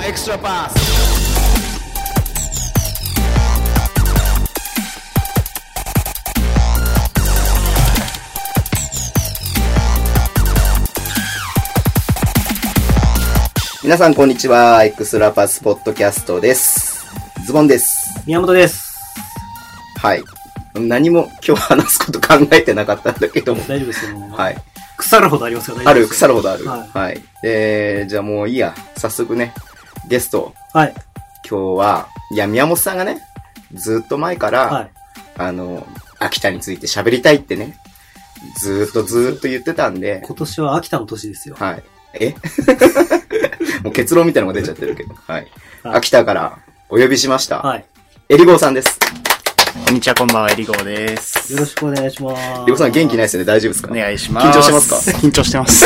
Deixa eu passar. 。皆さんこんにちは。エクストラパスポッドキャストです。ズボンです。宮本です。はい。何も今日話すこと考えてなかったんだけども。大丈夫ですよ。。はいい。腐るほどありますからある、腐る。るほどある。ははい。えー、じゃあもういいや。早速ね、ゲスト、はい。今日は、いや、宮本さんがね、ずっと前から、はい。あの、秋田について喋りたいってね、ずーっとずーっと言ってたんで、今年は秋田の年ですよ。はい。え もう結論みたいなのが出ちゃってるけど、はい。はい秋田からお呼びしました。はい。えりごうさんです。こんにちは、こんばんは、えりごうです。よろしくお願いします。えりごうさん元気ないいですよね、大丈夫ですかお願いします。緊張してますか緊張してます。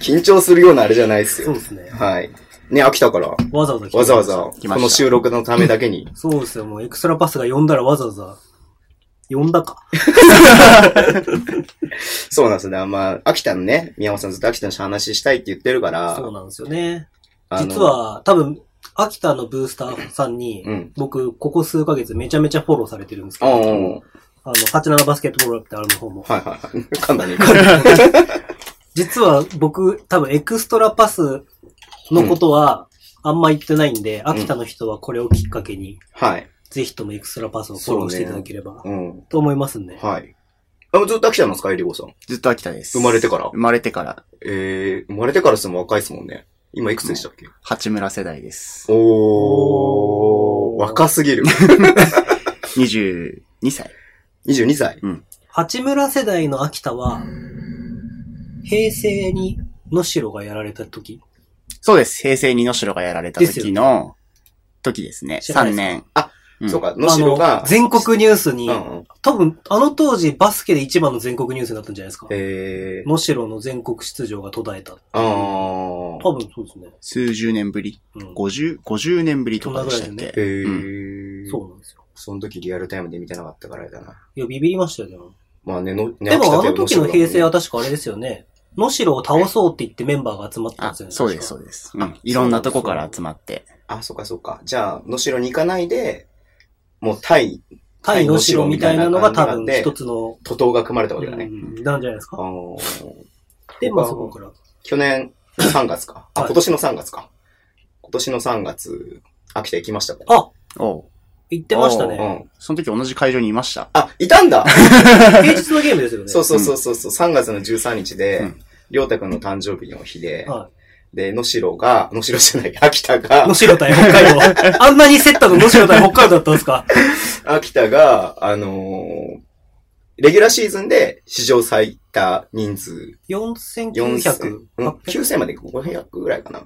緊張するようなあれじゃないですそよ。うですね。はい。ね、秋田から、わざわざ来てわざわざ、こ来ましたの収録のためだけに、そうですよ。もうエクストラパスが呼んだらわざわざ、呼んだか。そうなんですね。まあ、秋田のね、宮本さんずっと秋田の話したいって言ってるから、そうなんですよね。あの実、は、多分、秋田のブースターさんに、うん。僕、ここ数ヶ月めちゃめちゃフォローされてるんですけおうど、おうおうあの、87バスケットボールってあるの方も。はいはい はい。噛んだね、噛んだね。実は僕、多分エクストラパスのことはあんま言ってないんで、秋田の人はこれをきっかけに、はい。ぜひともエクストラパスをフォローしていただければ、うん。と思いますんで。はい。あ、ずっと秋田なんですか、えりごうさん。ずっと秋田です。生まれてから生まれてから、えー、生まれてからしても若いですもんね。今いくつでしたっけ、八村世代です。おおー、ー若すぎ る。 22歳。 22歳。八村世代の秋田は、平成に野城がやられた時、そうです。平成二の城がやられた時の、時ですね。知らない3です年。あ、んそう。か、能代あがの、全国ニュースに、うんうん、多分あの当時バスケで一番の全国ニュースになったんじゃないですか。えー、野城の全国出場が途絶えた。あー、多分そうですね。数十年ぶり。うん、 50、50年ぶりとかでしたっそんなぐらいけえー、そうなんですよ。その時リアルタイムで見てなかったからあれだな。いや、ビビりましたよ、でも。まあね、の、ねでもあの時の平成はは、確かあれですよね。野城を倒そうって言ってメンバーが集まったんあですよ、ね。そうです、そうです。うん。いろんなとこから集まって。あ、そうかそうか。じゃあ、能代に行かないで、もう対、対野城みたいなのが多分一つの、徒党が組まれたわけだね。うんなんじゃないですか。あのーで、まあそこから。去年3月か。あ、はい今年の3月か。今年の3月、秋田行きましたかあおう行ってましたら。あうね。ん。その時同じ会場にいました。あ、いたんだ平日のゲームですよね。そうそうそうそうそう。3月の13日うでん、りょうたくんの誕生日の日で、はで、のしろが、のしろじゃない、秋田い。が野、城対北海 道。あんなに競ったの野城対北海道だったんですか秋田が、あのーレギュラーシーズンで史上最多人数、 ?4900 4000、うん、。9000まで500ぐらいかな。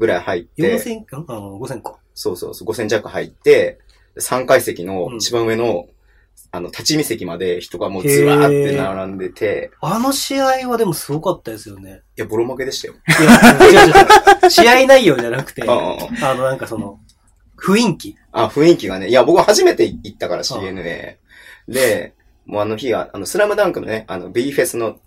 ぐらい入って、 4000、あの、5000か。そうそうそう、5000弱入って、3階席のうん一番上の、あの、立ち見席まで人がもうずらーって並んでて、あの試合はでもすごかったですよね。いや、ボロ負けでしたよ。いや、違う違う違う。試合内容じゃなくて、あああの、なんかその、雰囲気。ああ雰囲気がね、いや、僕初めて行ったからああ CNA。で、もうあの日は、あの、スラムダンクのね、あの、B フェスの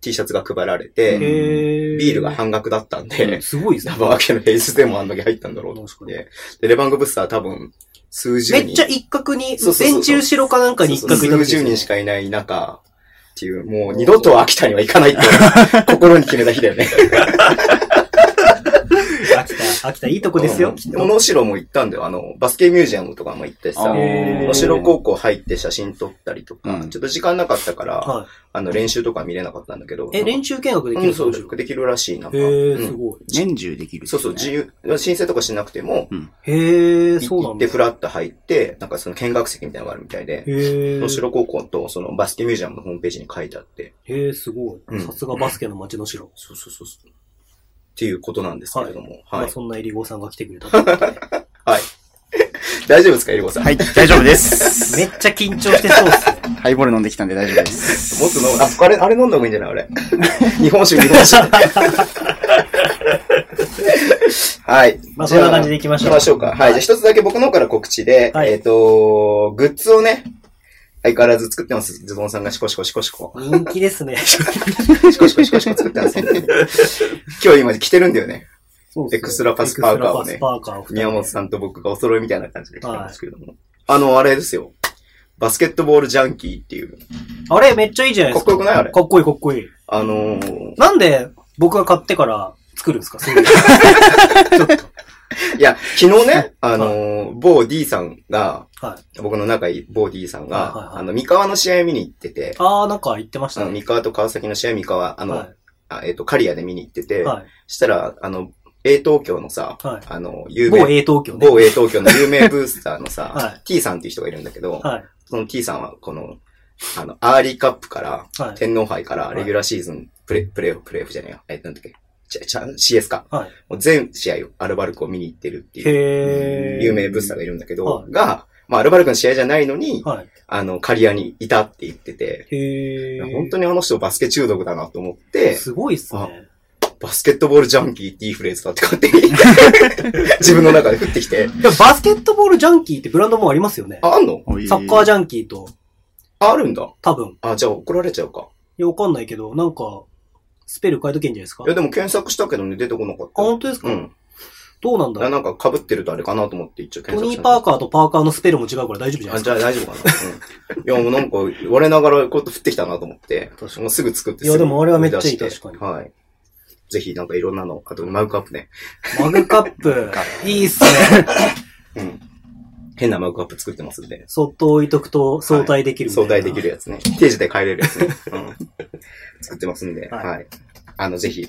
T シャツが配られへて、へビールが半額だったん で、すごいですね多。分、秋の平日でもあんだけ入ったんだろうと思確っかて。で、レバングブスター多分、数十め人。っちゃ一角に、そうそうそうそう電柱後ろかなんかに一角いたそうそう数十人しかいない中、っていう、もう二度と秋田には行かない って、心に決めた日だよね。か。秋田、秋田いいとこですよ。でも、能代も行ったんだよ。あの、バスケミュージアムとかも行ってさ、あーへー能代高校入って写真撮ったりとか、うんちょっと時間なかったから、はあの、練習とか見れなかったんだけど。い。え、練習習見学ででききるる、んうん、ですかそう、できるらしい、なんか。へうー、んすごい。年中できる、そうそう、自自由。由、申請とかしなくても、うん。へー、いそうな行んっだ。てフラッと入って、なんかその見学席みたいなのがあるみたいで、へー。能代高校とそのバスケミュージアムのホームページに書いてあって、へー、すごうんい。さすがバスケの街の城。そうそうそうそう。っていうことなんですけれども。まはい。あそんなえりごさんが来てくれたというこ とで。大丈夫ですか、エリコさん。はい、大丈夫 です。めっちゃ緊張してそうで すね。ハイボール飲んできたんで大丈夫です。もっと飲む。あ、あれ、あれ飲んだ方がいいんじゃないあ れ。日本酒、日本酒。はい。まあそんな感じで行きましょう行きましょうか。はい。じゃあ一つだけ僕の方から告知で、はいえっ、と、グッズをね、相変わらず作ってます。ズボンさんがシコシコシコシコ。人 気ですね。 シコシコシコシコ作ってます、ね。今日今着てるんだよね。そうエクストラパスパーカーをねエクストラパスパーカーを二人で宮本さんと僕がお揃いみたいな感じで来たんですけども。あの、あれですよ。バスケットボールジャンキーっていう。あれめっちゃいいじゃないですか。かっこよくないあれかっこいいかっこいい。あのーなんで僕が買ってから作るんです かそういうのちょっいや、昨 日ね、あのー某 D さんが、と。はい。僕の仲いい某 D さんはいはいはが、いあの、三河の試合見に行ってて、あー、なんか言ってましあたの、ね。三河と川崎の試合、三河、あの、はあえっ、と、刈谷で見に行ってい。て、はい。したら、あの、A 東京のさ、はいあの、有某名、 A 東京ね。某 A 東京の有名ブースターのさ、 は T さんっていう人がいるんだけど、はい。その T さんは、この、あの、アーリーカップから、はい。天皇杯から、はいレギュラーシーズン、プレ、プレイオフ、プレイオフじゃねえや。え、なんだっけ、ちゃ、ちゃ、CS か。はい。もう全試合をアルバルクを見に行ってるっていう、へー。有名ブースターがいるんだけど、はいが、まあ、アルバルクの試合じゃないのに、はい。あの、刈谷にいたって言ってて、へー。本当にあの人バスケ中毒だなと思って、すごいっすね。バスケットボールジャンキーっていいフレーズだって勝手 に自分の中で降ってきて、でもバスケットボールジャンキーってブランドもありますよね。あ、あんのサッカージゃャンキーと、ああるんだ。多分。あ、じゃあ怒られちゃうか。いや、わかんないけど、なんか、スペル変えとけんじゃないですか。いや、あ、でも検索したけどね、出てこなかった。本当ですかうん。どうなんだろうあなんか被ってるとあれかなと思って一応ト検索ニしー・た。パーカーとパーカーのスペルも違うから大丈夫じゃなあ、いですじゃあ大丈夫かな。うん。いや、もうなんか、我ながらこうやって降ってきたなと思って、確かにもうすぐ作っていやすぐでもあれはめっちゃいい出して確はい。ぜひ、なんかいろんなの、あとマグカップね。か。マグカップ、いいっすね。うん。変なマグカップ作ってますんで。そっと置いとくと相対できるみたい相な、対できる。やつね。定時で帰れるやつね。うん。作ってますんで、はいはい。あの、ぜひ、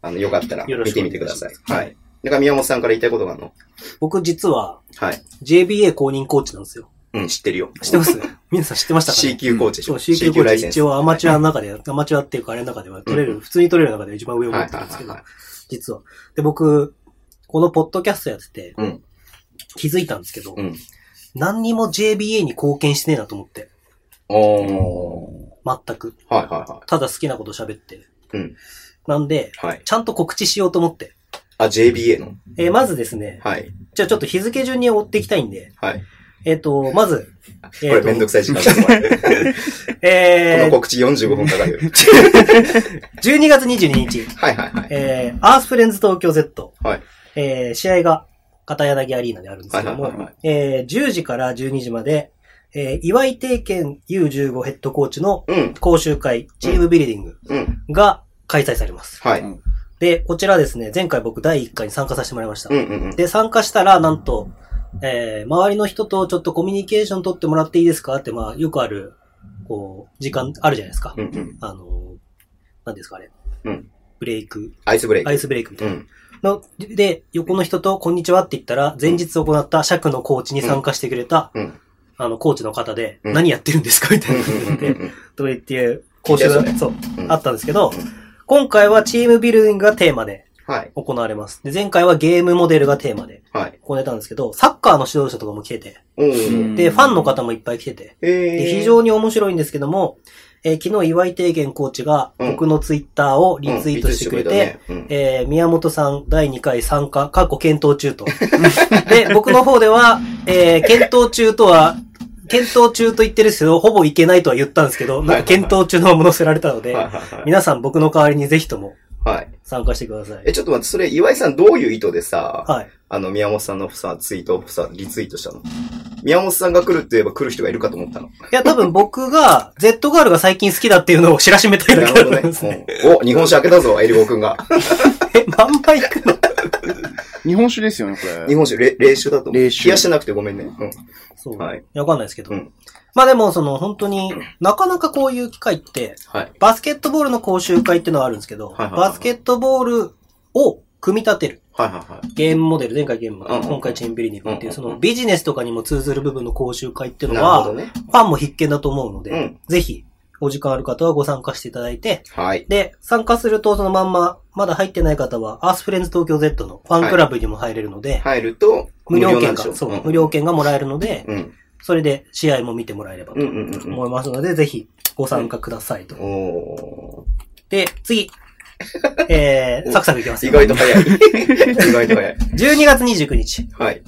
あの、よかったらよろ見しくてお願みいてしくまだすさい。はい。だから宮本さんから言いたいことがあるの僕実ははい。 JBA 公認コーチなんですよ。うん、知ってるよ。知ってます 皆さん知ってましたか、 C ね、級コーチでしそうょ。 C 級コーチ一応。応アマチュアの中で、アマチュアっていうかあれの中では取れる、普通に取れる中で一番上を持はっいてはいるんですけどは、実は。で、僕、このポッドキャストやってて、いはい。うん。気づいたんですけど、うん。何にも JBA に貢献してねえなと思って。おー。全く。はいはいはただ好きなこと喋って。い。うん。なんで、はい。ちゃんと告知しようと思って。あ、JBA のえーまずですね、はい。じゃあちょっと日付順に追っていきたいんで、はい。えっ、と、まず、 これめんどくさい時間です。これこ えのー、告知45分かかるよ。 12月22日、はいはいはい。えー、アースフレンズ東京 Z、はい。えー、試合が片柳アリーナであるんですけどはいはいもは、えー、10時から12時まで、えー、岩井定健 U15 ヘッドコーチのうん。講習会、チームビルディングうん。が開催されます。はい。うんで、こちらですね、前回僕第1回に参加させてもらいましたうん。うんうん。で、参加したら、なんと、えー、周りの人とちょっとコミュニケーション取ってもらっていいですかって、まあ、よくある、こう、時間あるじゃないですか。うんうん。あの、なんですかあれ。うんブレイク、アイスブレイアク。イスブレイクみたういん。な。ので、横の人と、こんにちはって言ったら、前日行った尺のコーチに参加してくれた、うん。あの、コーチの方で、うん何やってるんですかみたういんなうんうん感じで、うんとかっていう講習聞いたが、よそう、うん。あったんですけど、今回はチームビルディングがテーマではい。行われます。で、前回はゲームモデルがテーマではい。行われたんですけど、サッカーの指導者とかも来てて、おー。で、うんファンの方もいっぱい来てて、でえ非常に面白いんですけども、えー昨日岩井定元コーチがうん僕のツイッターをリツイートしてくれうて、、んリツイートしてくれたねえー宮本さん第2回参加、過去検討中と。 で、僕の方では、えー検討中とは、検討中と言ってるんですけど、ほぼいけないとは言ったんですけど、なんか検討中のものせられたのうんで、はいはいはい。皆さん僕の代わりにぜひともはい。参加してくださいえ、。ちょっと待って、それ、岩井さんどういう意図でさ、はい。あの、宮本さんのさ、ツイートをさ、リツイートしたの宮本さんが来るって言えば来る人がいるかと思ったの。いや、多分僕が、Z ガールが最近好きだっていうのを知らしめ たいなだるけほだとどね思うんですね。。うんお、日本酒開けたぞ、エリゴくんが。 え、何杯行くの日本酒ですよね、これ。日本酒、れ冷酒だと思う。冷酒冷やしてなくてごめんね。うん。そう。はいいやわかんないですけど。うんまあでも、その、本当になかなかこういう機会って、はい。バスケットボールの講習会っていうのはあるんですけど、はいはいはいバスケットボールを組み立てる。はいはいはい。ゲームモデル、前回ゲームモデル、うん今回チームビリディングっていう、うんそのビジネスとかにも通ずる部分の講習会っていうなのるは、ほどね。ファンも必見だと思うので、うんぜひ、お時間ある方はご参加していただいて、はい。で、参加するとそのまんま、まだ入ってない方は、アースフレンズ東京 Z のファンクラブにも入れるので、入ると、無料券なんが、でしそょう、無。料券がもらえるので、うん。それで試合も見てもらえればうんとうんうん思いますので、ぜひご参加くださいと。うん。おで、 次。えー、サクサクいきますー。意よ。外と 早い。意外と早い。 12月29日、はい。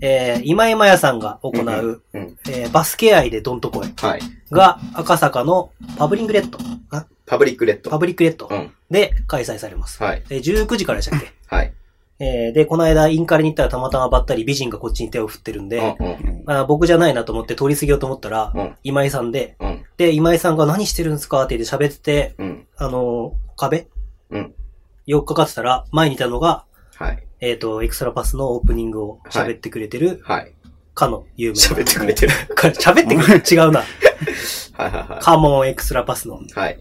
えー、今井まやさんが行う、うんうん。えー、バスケ愛でどんとこいはい。が赤坂のパブリングレッド、あパブリックレッド。パブリックレッドうん。で開催されます。はい。えー、19時からでしたっけはい。えーで、この間、インカレに行ったらたまたまばったり美人がこっちに手を振ってるんで、うんうんあー僕じゃないなと思って通り過ぎようと思ったら、うん今井さんで、うんで、今井さんが何してるんですかって言って喋ってて、うんあのー壁うんよっかかってたら、前にいたのが、はいえっ、と、エクストラパスのオープニングを喋ってくれてる、はいかの有名な。喋ってくれ てる喋ってくれ違うな。はいはいはカモンエクストラパスの、いはい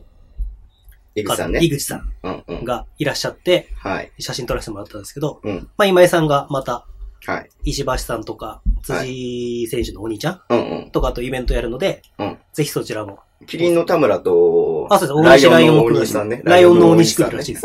井口さんね井口さんうんうんがいらっしゃって、はい写真撮らせてもらったんですけど、うんまあ、今井さんがまた、はい石橋さんとか、辻選手のお兄ちゃんうんうんとかとイベントやるので、うんぜひそちらも。キリンの田村とあ、そうです。大西ライオンも来るらしいさんねライオンの大西来さるんらねしいで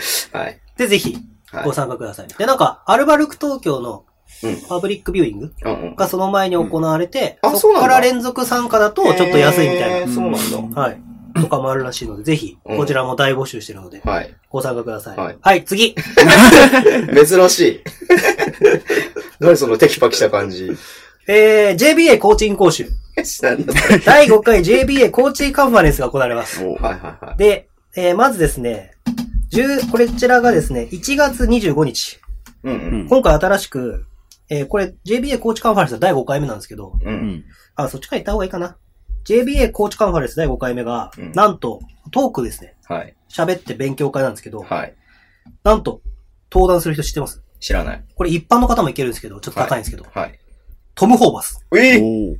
す。はいで、ぜひはいご参加ください。で、なんか、アルバルク東京のうんパブリックビューイングうんうんがその前に行われて、うんあそそうこなんかだら連続参加だとちょっと安いみたいえな。ーそうなんだはい。とかもあるらしいので、ぜひ、うんこちらも大募集してるので、はいご参加ください。はいはい、次珍しい何そのテキパキした感じえー、JBA コーチン講 習。なんだそれ第5回 JBA コーチンカンファレンスが行われます。おはいはいはいで、えーまずですね、10これこちらがですね、1月25日。うんうん今回新しく、えーこれ JBA コーチカンファレンスの第5回目なんですけど、ううんん。あ、そっちから行った方がいいかな。JBA コーチカンファレンス第5回目が、うんなんと、トークですね。はい喋って勉強会なんですけど、はいなんと、登壇する人知ってます知らないこれ一般の方もいけるんですけど、ちょっと高いんですけど、はいトム・ホーバス、えーおー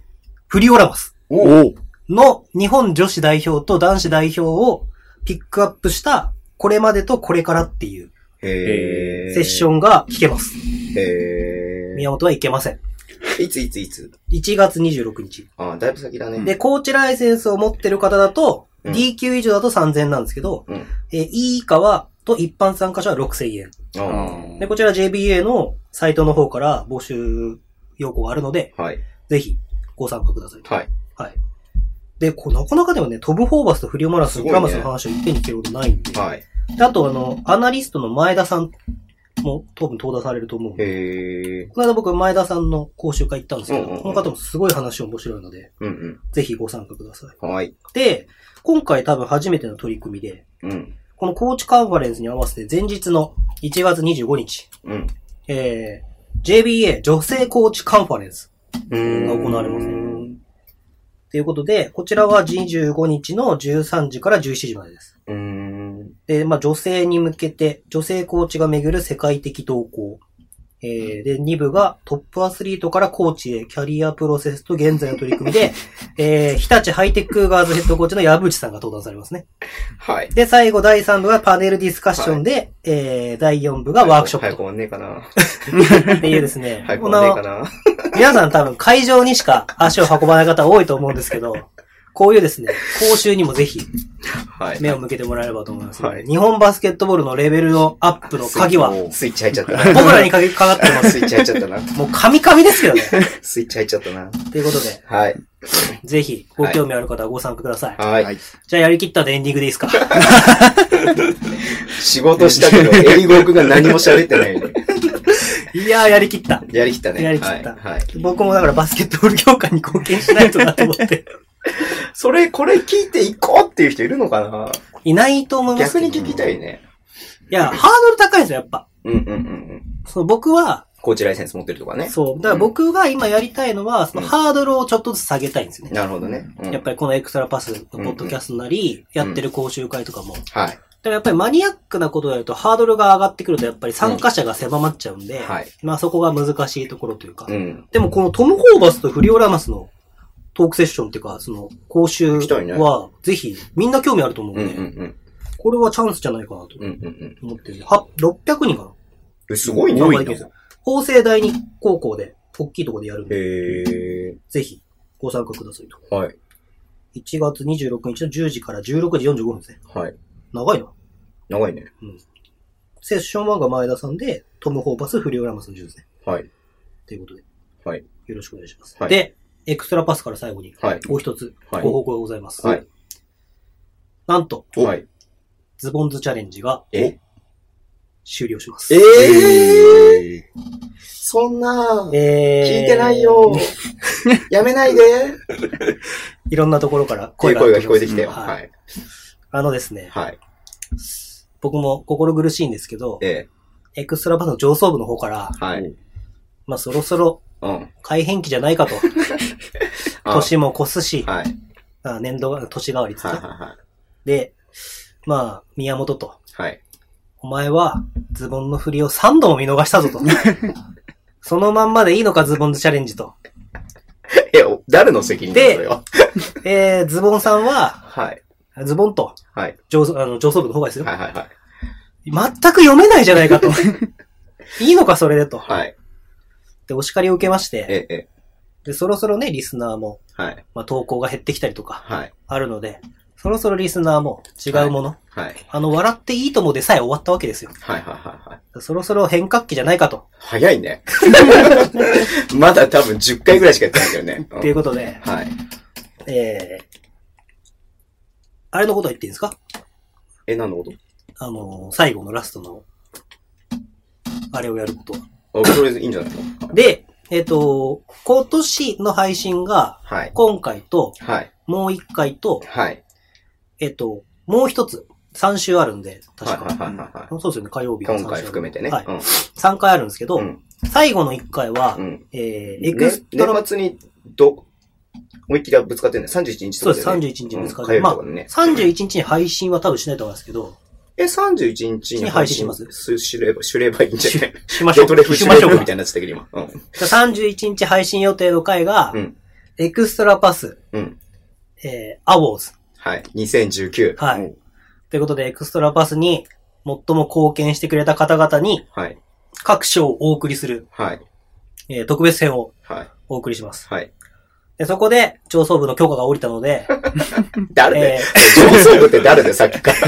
フリオラバスおおーの日本女子代表と男子代表をピックアップした、これまでとこれからっていうへーセッションが聞けます。へ宮本はいけません。ーいついついつ1月26日。あ、だいぶ先だね。で、コーチライセンスを持ってる方だと、うん D 級以上だと3000なんですけど、うん。えー E 以下は、と一般参加者は6000円。あーで、こちら JBA のサイトの方から募集要項があるので、はい。ぜひご参加ください。はい。はい。で、こうなかなかではね、トム・ホーバスとフリオ・マラス、すごンいねラマスの話をいっぺんに聞けることないんで。はい。であと、あの、アナリストの前田さんも多分登壇されると思うんで、へーこの間僕前田さんの講習会行ったんですけど、うんうんうんこの方もすごい話面白いので、うんぜひご参加ください。うん。はい。で、今回多分初めての取り組みで、うん。このコーチカンファレンスに合わせて前日の1月25日、うん。えー、JBA 女性コーチカンファレンスが行われますね。ということで、こちらは25日の13時から17時までです。うーん。で、まあ女性に向けて、女性コーチが巡る世界的動向。えー、で、2部がトップアスリートからコーチへ、キャリアプロセスと現在の取り組みで、 えー、日立ハイテックガーズヘッドコーチの矢渕さんが登壇されますね。はい。で、最後、第3部がパネルディスカッションで、えー、第4部がワークショッ早くプ終わんねえかな。とっていうですね、早くこ終わんねえのかな。皆さん多分会場にしか足を運ばない方多いと思うんですけど、こういうですね、講習にもぜひはい。目を向けてもらえればと思います。はい日本バスケットボールのレベルのアップの鍵は、スイッチ入っちゃった僕な。らにかかかってます。 スイッチ入っちゃったな。もう神々ですけ どね。スイッチ入っちゃったな。ということで、はい。ぜひご興味ある方はご参加ください。はい。い。じゃあやりきったんでエンディングでいいですか仕事した けど、英語君が何も喋ってないね。いやーやりきった。やりきったね。やりきったはいはい。僕もだからバスケットボール業界に貢献しないとなと思って。それ、これ聞いていこうっていう人いるのかないないと思います逆けど。に聞きたいね。いや、ハードル高いですよ、やっぱ。うんうんうんうん。その僕は、コーチライセンス持ってるとかね。そう、だから僕が今やりたいのは、そのハードルをちょっとずつ下げたいんですよね。なるほどね。うんやっぱりこのエクストラパスのポッドキャストなり、やってる講習会とかも。はい。でもやっぱりマニアックなことをやると、ハードルが上がってくると、やっぱり参加者が狭まっちゃうんで、はい。まあそこが難しいところというか。うん。でもこのトム・ホーバスとフリオラマスのトークセッションっていうか、その講習行きたいねは、ぜひ、みんな興味あると思うんうで、んうんうん。これはチャンスじゃないかなとうんうんうん思ってるんで、は600人かなえ。すごいね。多いね法政第二高校で、大きいところでやるんで、へぜひご参加くださいと。ー。はい。 1月26日の10時から16時45分ですね。はい。長いな。長いね。セッション1が前田さんで、トム・ホーバス、フリオラマスの10ですね。はい。ということで、はい。よろしくお願いします。はいで、エクストラパスから最後に、はい。もう一つ、ごはい報告がございます。はい。なんと、はい。ズボンズチャレンジがえ終了します。えー、えーそんな、え聞いてない よ。やめないで。いろんなところから声声が声が聞こえてきたよ。は。はいい。あのですね、はい。僕も心苦しいんですけど、えエクストラバスの上層部の方から、はい。まあそろそろうん。改変期じゃないかと。あ年も越すし、はい。あ年度が、年替わりですはいね。はで、まあ、宮本と、いはい。お前はズボンの振りを3度も見逃した ぞと。そのまんまでいいのか、ズボンズチャレンジと。はい。え、お誰の責任だでそれは。えー、ズボンさんは、はい。ズボンと、はい。上層あの上層部の方がですよ。はいはいはい。全く読めないじゃないかと。 いいのか、それでと。はい。で、お叱りを受けまして、え、え、で、そろそろね、リスナーも、はい。まあ、投稿が減ってきたりとか、はい。あるので、そろそろリスナーも違うもの、はい。あの、笑っていいともでさえ終わったわけですよ。はいはいはいはい。そろそろ変革期じゃないかと。早い ね。まだ多分10回ぐらいしかやってないけどね。うんということで、はい。えー、あれのことは言っていいんですかえ、何のこと あの、最後のラストの、あれをやることは。あ、とりあえずいいんじゃないので、えっ、と、今年の配信が、はい。今回と、はい。もう一回と、はい。えっ、と、もう一つ、三週あるんで、はいは確いか。はいはい。そうですよね、火曜日が三今回週含めてね。はい。うん3回あるんですけど、うん最後の1回は、うん。えー、ねエクストラ、年末に、ど、思いっきりぶつかってるね。31日そうです、とかだよね31日ぶつかっうて、んま火曜日あとか、ね。 31日に配信は多分しないと思うんですけど、え、31日にに配信しますすすれば、しればいいんじゃないしましょレう。トレフししままししょょううかみたいになってたけど今。うん。じゃあ31日配信予定の回が、うん。エクストラパス、うん。えー、アウォーズ。はい。2019。はいうん。ということで、エクストラパスに最も貢献してくれた方々にはい。各賞をお送りする、はい。えー特別編をはい。お送りします。はい。でそこで、上層部の許可が下りたの で、誰えで上層部って誰でさっきから。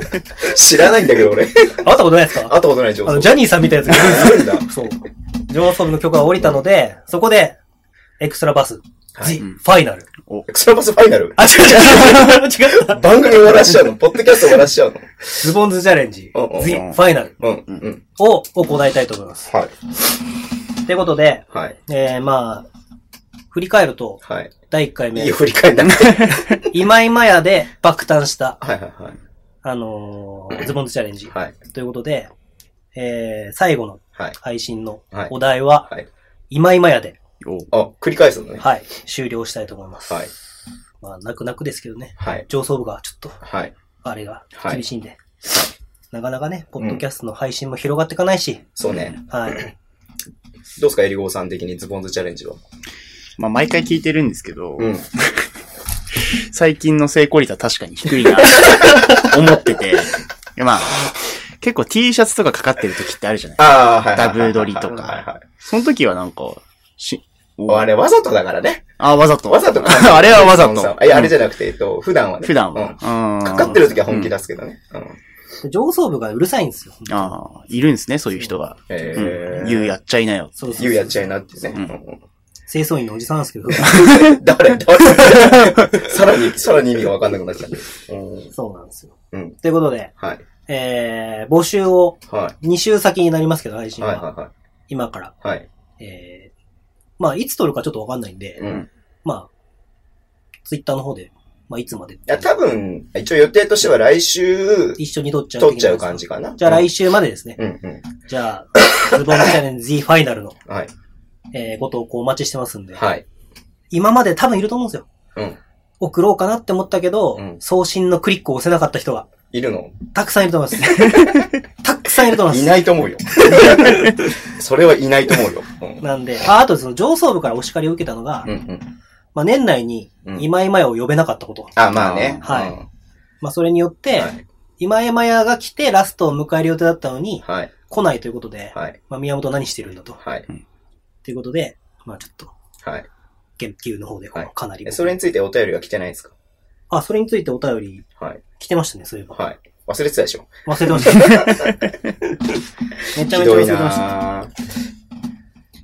知らないんだけど俺。会っー、会ったことないですかたことない上あ層の、部。ジャニーさんみたいなやつあるんだ。そう。上層部の許可が下りたので、そこで、エクストラバス、はい The Final。エクストラバスファイナ ルあ、違う違う違う違う番組終わらしちゃうのポッドキャスト終わらしちゃうのズボンズチャレンジ、うんうんうん The Final うん。うん。を行いたいと思います。はい。ということで、はい。えー、まあ、振り返ると、はい。第1回い目いよ、、振り 返んなくて。今今やで爆誕した、はいはいはい。あのーズボンズチャレンジ。はい。ということで、えー、最後のはい。配信のはいお題は、はい。今今やで、おあ、繰り返すのね。はい、終了したいと思います。はい。まあ、泣く泣くですけどね、はい。上層部がちょっと、はい。あれがはい厳しいんで、なかなかね、ポッドキャストの配信も広がっていかないし、そうね。はい。どうすか、エリゴーさん的にズボンズチャレンジは。まあ、毎回聞いてるんですけど、うん。最近の成功率は確かに低 いな、思ってて。まあ、結構 T シャツとかかかってる時ってあるじゃないああ、はい。ダブ撮りとかはいはい。その時はなんか、し、おあれ、わざとだからね。あ、わざと。わざと あれはわざそうそうと。いや、あれじゃ、ゃなくて、えっと、普段はね。普段うんは。かかかってる時は本気出すけどね。うん。で上層部がうるさいんですよ。ああ、いるんですね、そういう人が。えうん。ー。言うやっちゃいなよ。そうそう言うやっちゃいなってね。清掃員のおじさんな んですけど、うん誰 誰さらに、さらに意味がわかんなくなっちゃう。うんそうなんですよ。うん。ということで、はい。えー、募集をは2週先になりますけど、配い。信はは。いは今から。いはい。はい。えー、まあ、いつ撮るかちょっとわかんないんで、うん。まあ、ツイッターの方で、まあ、いつまでいや、多分、一応予定としては来週、一緒に撮っちゃう。撮っちゃう感。じかな。じゃあ来週までですね。うんうん。じゃあ、ズボンチャレンジ ファイナルの、はい。えー、ご投稿お待ちしてますんで。はい。今まで多分いると思うんですよ。うん。送ろうかなって思ったけど、うん送信のクリックを押せなかった人が、いるのたくさんいると思います。 たくさんいると思いいます。ないと 思うよ。それはいないと思うよ。うんなんで、あ、あとその上層部からお叱りを受けたのが、うんうん。まあ年内にうん今今やを呼べなかったこと。あ、まあね。はいうんまあそれによって、はい今今やが来てラストを迎える予定だったのに、はい。来ないということで、はい。まあ宮本何してるんだと。はい。ということで、まあちょっと、はい。研究の方ではいかなり、えそれについてお便りが来てないですかあ、それについてお便りはい。来てましたね、そういえば。はい。忘れてたでしょ忘れてました。 めちゃめひちゃ忘どれいてました。なぁ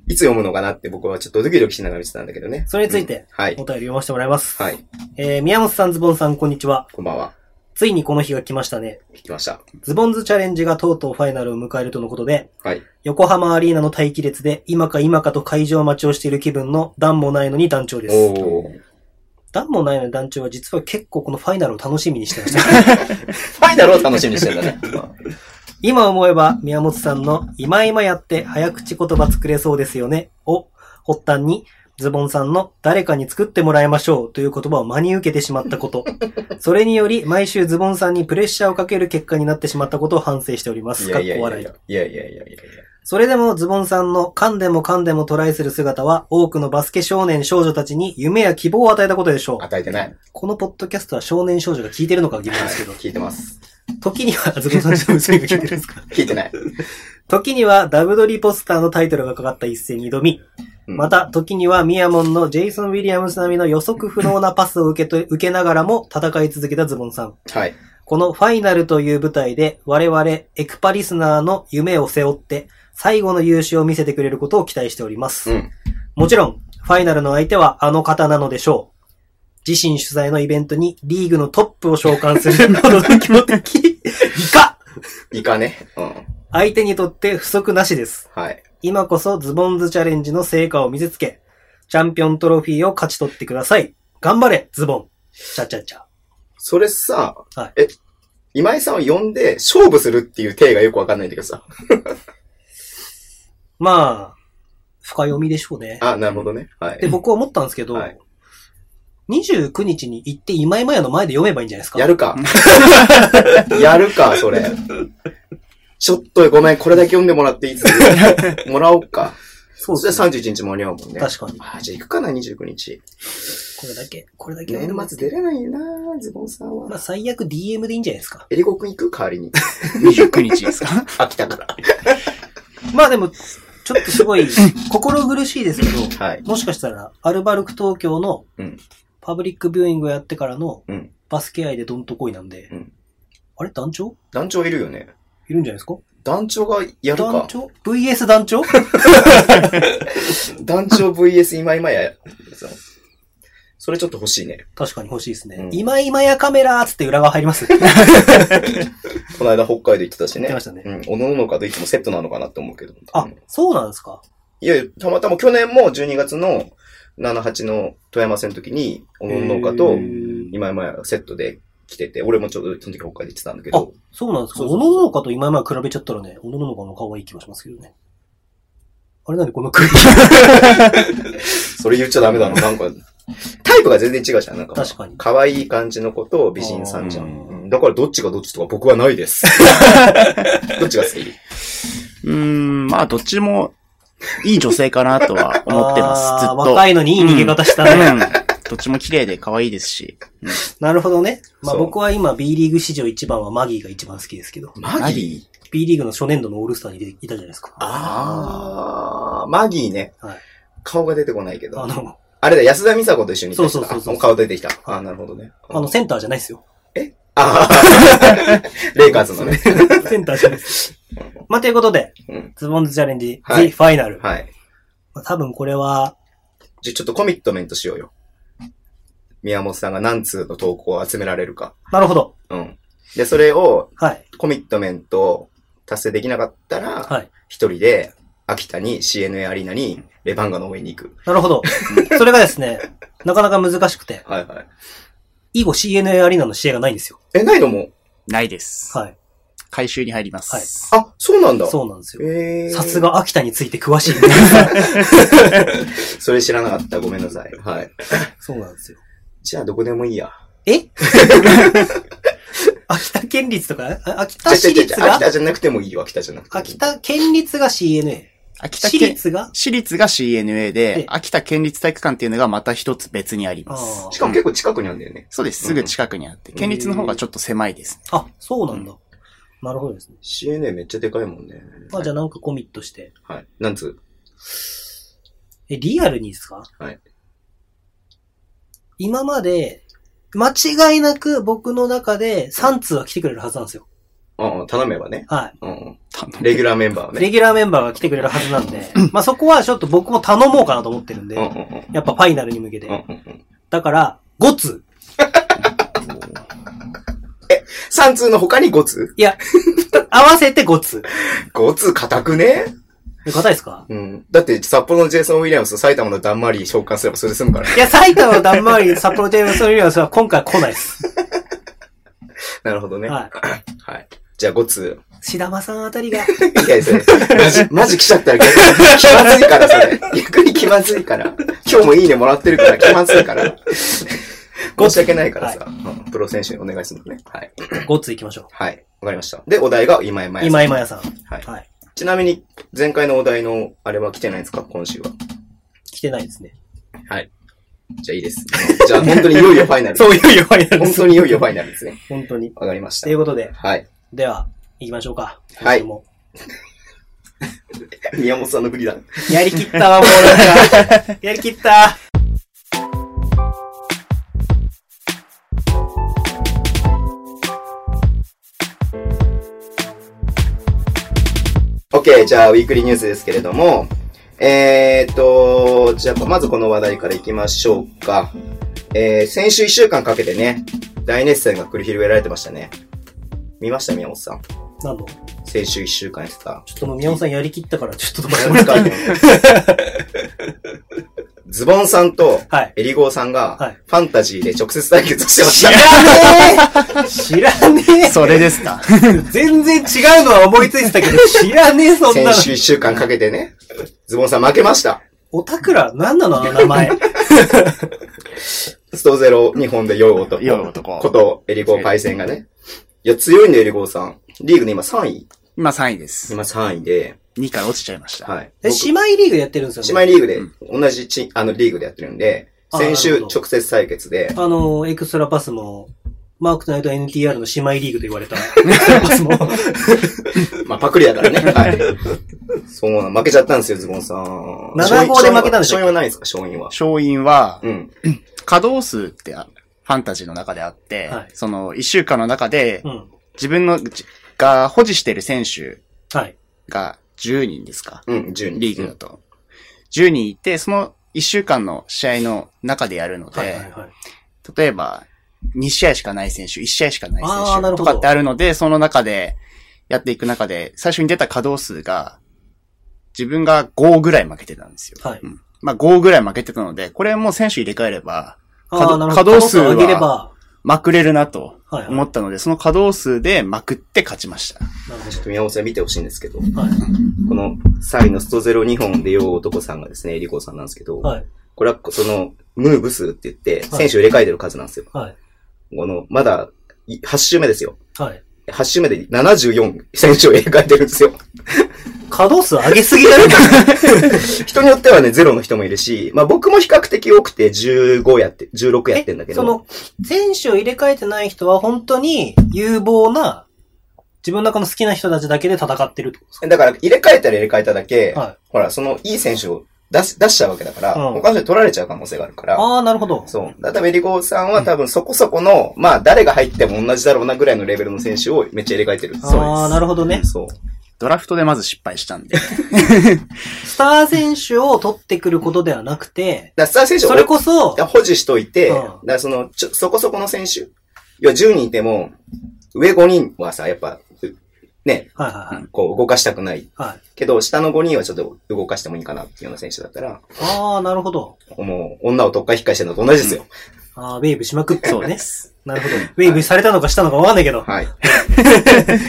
いつ読むのかなって僕はちょっとドキドキしながら見てたんだけどね。それについて、はおい便。り読ませてもらいます。はい。えー、宮本さん、ズボンさん、こんにちは。こんばんは。ついにこの日が来ましたね。聞きました。ズボンズチャレンジがとうとうファイナルを迎えるとのことで、はい。横浜アリーナの待機列で、今か今かと会場待ちをしている気分の段もないのに団長です。おー。段もないのに団長は実は結構このファイナルを楽しみにしてました。 ファイナルを楽しみにしてんだね。今思えば、宮本さんの、今今やって早口言葉作れそうですよね、を、発端に、ズボンさんの誰かに作ってもらいましょうという言葉を真に受けてしまった こと。それにより、毎週ズボンさんにプレッシャーをかける結果になってしまったことを反省しており ます。いやかっいやいこや笑いいや。いやいやいやいや。それでもズボンさんの噛んでも噛んでもトライする姿は多くのバスケ少年少女たちに夢や希望を与えたことでしょう。与えてない。このポッドキャストは少年少女が聞いてるのか疑問ですけど、聞いてます。時には、ズボンさんの娘が聞いてるんで すか聞いてない。時にはダブドリポスターのタイトルがかかった一戦に挑み、うんまた時にはミヤモンのジェイソン・ウィリアムス並みの予測不能なパスを受けと受けながらも戦い続けたズボンさん。はい。このファイナルという舞台で我々エクパリスナーの夢を背負って最後の勇姿を見せてくれることを期待しております。うん。もちろん、ファイナルの相手はあの方なのでしょう。自身主催のイベントにリーグのトップを召喚するほどの気持ち、いかイカね。うん。相手にとって不足なしです。はい。今こそズボンズチャレンジの成果を見せつけ、チャンピオントロフィーを勝ち取ってください。頑張れ、ズボン。チャチャチャ。それさ、はえ、今井さんを呼んで勝負するっていう体がよくわかんないんだけどさ。まあ、深読みでしょうね。あ、なるほどね。はで、い。僕は思ったんですけど、はい29日に行って今井マヤの前で読めばいいんじゃないですかやる か。やるか、それ。ちょっとごめん、これだけ読んでもらっていいです かもらおうか。そそうでしすたね。ら31日も間に合うもんね。確かに。あ、じゃあ行くかな、29日。これだけ、これだけ年末出れないなズボンさんまあ、は。最悪 DM でいいんじゃないですか。えりごくん行く代わりに。 29日です かあ、来たから。まあでも、ちょっとすごい、心苦しいですけど、はい。もしかしたら、アルバルク東京のうん、パブリックビューイングをやってからのうん、バスケ愛でどんとこいなんで、うんあれ団長団長いるよね。いるんじゃないですか団長がやる団か。長 ?VS 団 長団長 VS 今今や。そうそれちょっと欲しいね。確かに欲しいですね。うん今今やカメラーっつって裏側入ります。 この間北海道行ってたし言ってねま。したね。うん。おののかといつもセットなのかなって思うけど。あ、そうなんですか。いや、たまたま去年も12月の7、8の富山戦の時に、おののかへとー今今やがセットで来てて、俺もちょうどその時北海道行ってたんだけど、そうなんですか。そうおそうのののかと今今比べちゃったらね、おのののかの方が可愛い気がしますけどね。あれなんでこの空気それ言っちゃダメだな、なんか。タイプが全然違うじゃん、なんか。確かに可愛い感じの子と美人さんじゃん。ううんだからどっちがどっちとか僕はないです。どっちが好きうーん、まあ、どっちも、いい女性かなとは思ってます。ずっあーと。若いのにいい逃げ方した ね。 うん。どっちも綺麗で可愛いですし。なるほどね。まあそう僕は今 B リーグ史上一番はマギーが一番好きですけど、マギー B リーグの初年度のオールスターに出ていたじゃないですか。あー、マギーね。はい顔が出てこないけど。ああの、れだ、安田美沙子と一緒に行ったそうそうそうそうあも顔出てきた。あーなるほどね。あの、センターじゃないですよ。あー レイカーズのね。センターじゃないです。まあ、ということで、うんズボンズチャレンジ、はい The Final。はい。まあ、多分これは、じゃ、ちょっとコミットメントしようよ。宮本さんが何通の投稿を集められるか。なるほど。うん。で、それを、はい。コミットメントを達成できなかったら、はい。一、人で秋田に CNA アリーナにレバンガの上に行く。なる ほど。それがですね、なかなか難しくて、はいはい。以後 CNA アリーナの試合がないんですよ。え、ないのもないです。はい。回収に入ります。あ、そうなんだ。そうなんですよ。えー、さす。が秋田について詳しいね。 それ知らなかった。ごめんなさい。はい。そうなんですよ。じゃあどこでもいいや。え 秋田県立とか、あ秋田じゃ市あじゃあじ立ゃあ秋が田じゃなくてもいいよ。秋田じゃなくてもいい。秋田県立が CNA。秋田市県、立が私立が CNA えで、秋田県立体育館っていうのがまた一つ別にありまあーす。しかも結構近くにあるんだよね。そうです。すぐ近くにあって、うん県立の方がちょっと狭いですね。あ、そうなんだ。なるほどですね。 CNA めっちゃでかいもんね。まあじゃあなんかコミットして。はい。なんつうえ、リアルにですかはい。今まで、間違いなく僕の中で3通は来てくれるはずなんですよ。うんうん、頼めばね。はうんうん。頼むレギュラーメンバーをい。ね。レギュラーメンバーが来てくれるはずなんで、まあそこはちょっと僕も頼もうかなと思ってるんでうん、うんうん。やっぱファイナルに向けうんて。うんうん。だから、5通。 3通の他に5通いや、合わせて5通。 ?5 通固くねえ硬いですかうん。だって、札幌のジェイソン・ウィリアムスと埼玉のダンマリー召喚すればそれで済むからね。いや、埼玉のダンマーリー、札幌ジェームス・ウィリア ムスは今回来ないです。なるほどね。 はい。はい。じゃあ、5通シダマさんあた りが。いや、それ、マ ジ、マジ来ちゃったら逆に気まずいから、それ。逆に気まずいから。今日もいいねもらってるから気まずいから。申し訳ないからさ、うんプロ選手にお願いするのね。はい。ごっついきましょはい。わかりました。で、お題が今井まう。や今今やさん。はいはい。ちなみに、前回のお題の、あれは来てないですか今週は。来てないですね。じゃあいいです。じゃあ本当にいよいよファイナル。そういうよ、ファイナルで本す当。にいよいよファイナルですね。本当に。わかりましというた。ことで、はい。では、行きましょうか。はい今週も宮本さんの振りだ。やりきったわ、もうなんか。 やりきった。 OK、じゃあ、ウィークリーニュースですけれども、えーっと、じゃあ、まずこの話題からいきましょうか。えー、先週1週間かけてね、大熱戦が繰り広げられてましたね。見ました宮本さん。なんの先週1週間やって た。ちょっともう宮本さんやりきったから、ちょっとや待りっまてすかズボンさんと、はい。エリゴーさんが、はいファンタジーで直接対決をしてました。知らねえ知らねそれですか。 え全然違うのは思いついてたけど、知らねえ、そんな先週の。1週間かけてね、ズボンさん負けました。オタクら、なんなのあの名前。ストゼロ2本で酔う男。酔う男こと、エリゴーパイセンがね。いや、強いんだよ、エリゴーさん。リーグで今3位。今3位です。今3位で、 2から落ちちゃいました。はい。え、僕姉妹リーグやってるんです姉よね。妹リーグで、同じチ、あの、リーグでやってるんで、あ先な週るほど直接対決で、あの、エクストラパスも、マークトナイト NTR の姉妹リーグと言 われた。エクストラパスも。まあ、パクリだから ね。はい。そうなの、負けちゃったんですよ、ズボンさん。 7号で負けたんでしょ勝因はないんですか、勝因は。勝因は、うん。稼働数ってあファンタジーの中であって、はいその1週間の中でう、ん。自分の、じが保持してる選手はい。が10人ですかうん、10人。リーグだと。10人いて、その1週間の試合の中でやるので、はいはいはい。例えば、2試合しかない選手、1試合しかないあーなる選手ほとどかってあるので、その中で、やっていく中で、最初に出た稼働数が、自分が5ぐらい負けてたんですよ。はいうんまあ5ぐらい負けてたので、これはもう選手入れ替えれば、ああ、稼なる働ほど。稼働数は上げれば、まくれるなとはいはい思ったので、その稼働数でまくって勝ちました。なるほちょっと宮本さん見てほしいんですけど、ど。はい。この3位のストゼロ2本で酔う男さんがですね、エリコーさんなんですけど、はい。これはその、ムーブ数って言って、は選い手を入れ替えてる数なんですよ。はい。この、まだ、い8周目ですよ。はい。 8周目で74選手を入れ替えてるんで すよ。稼働数上げすぎだよ。人によってはね、ゼロの人もいるし、まあ僕も比較的多くて15やって、16やってんだけど。 その、選手を入れ替えてない人は本当に有望な、自分の中の好きな人たちだけで戦ってるってことですだから入れ替えたら入れ替えただけ、かはい。ほら、そのいい選手を出し、出しちゃうわけだから、うん他の人に取られちゃう可能性があるから。ああ、なるほど。そう。だからメリゴーさんは多分そこそこの、まあ誰が入っても同じだろうなぐらいのレベルの選手をめっちゃ入れ替えてる。ああ、なるほどね。そう。ドラフトでまず失敗した んで。スター選手を取ってくることではなくて、だからスター選手をそれこそ、保持しといて、うんだからその、ちょ、そこそこの選手。要は10人いても、上5人はさ、やっぱ、うね、はいはいはい。こう動かしたくない。はい、けど、下の5人はちょっと動かしてもいいかなっていうような選手だったら、ああ、なるほど。もう、女を取っか引っかしてるのと同じですよ。ああ、ウェーブしまくってそう ねで。す。なるほど。ウェーブされたのかしたのかわかんないけど、はい。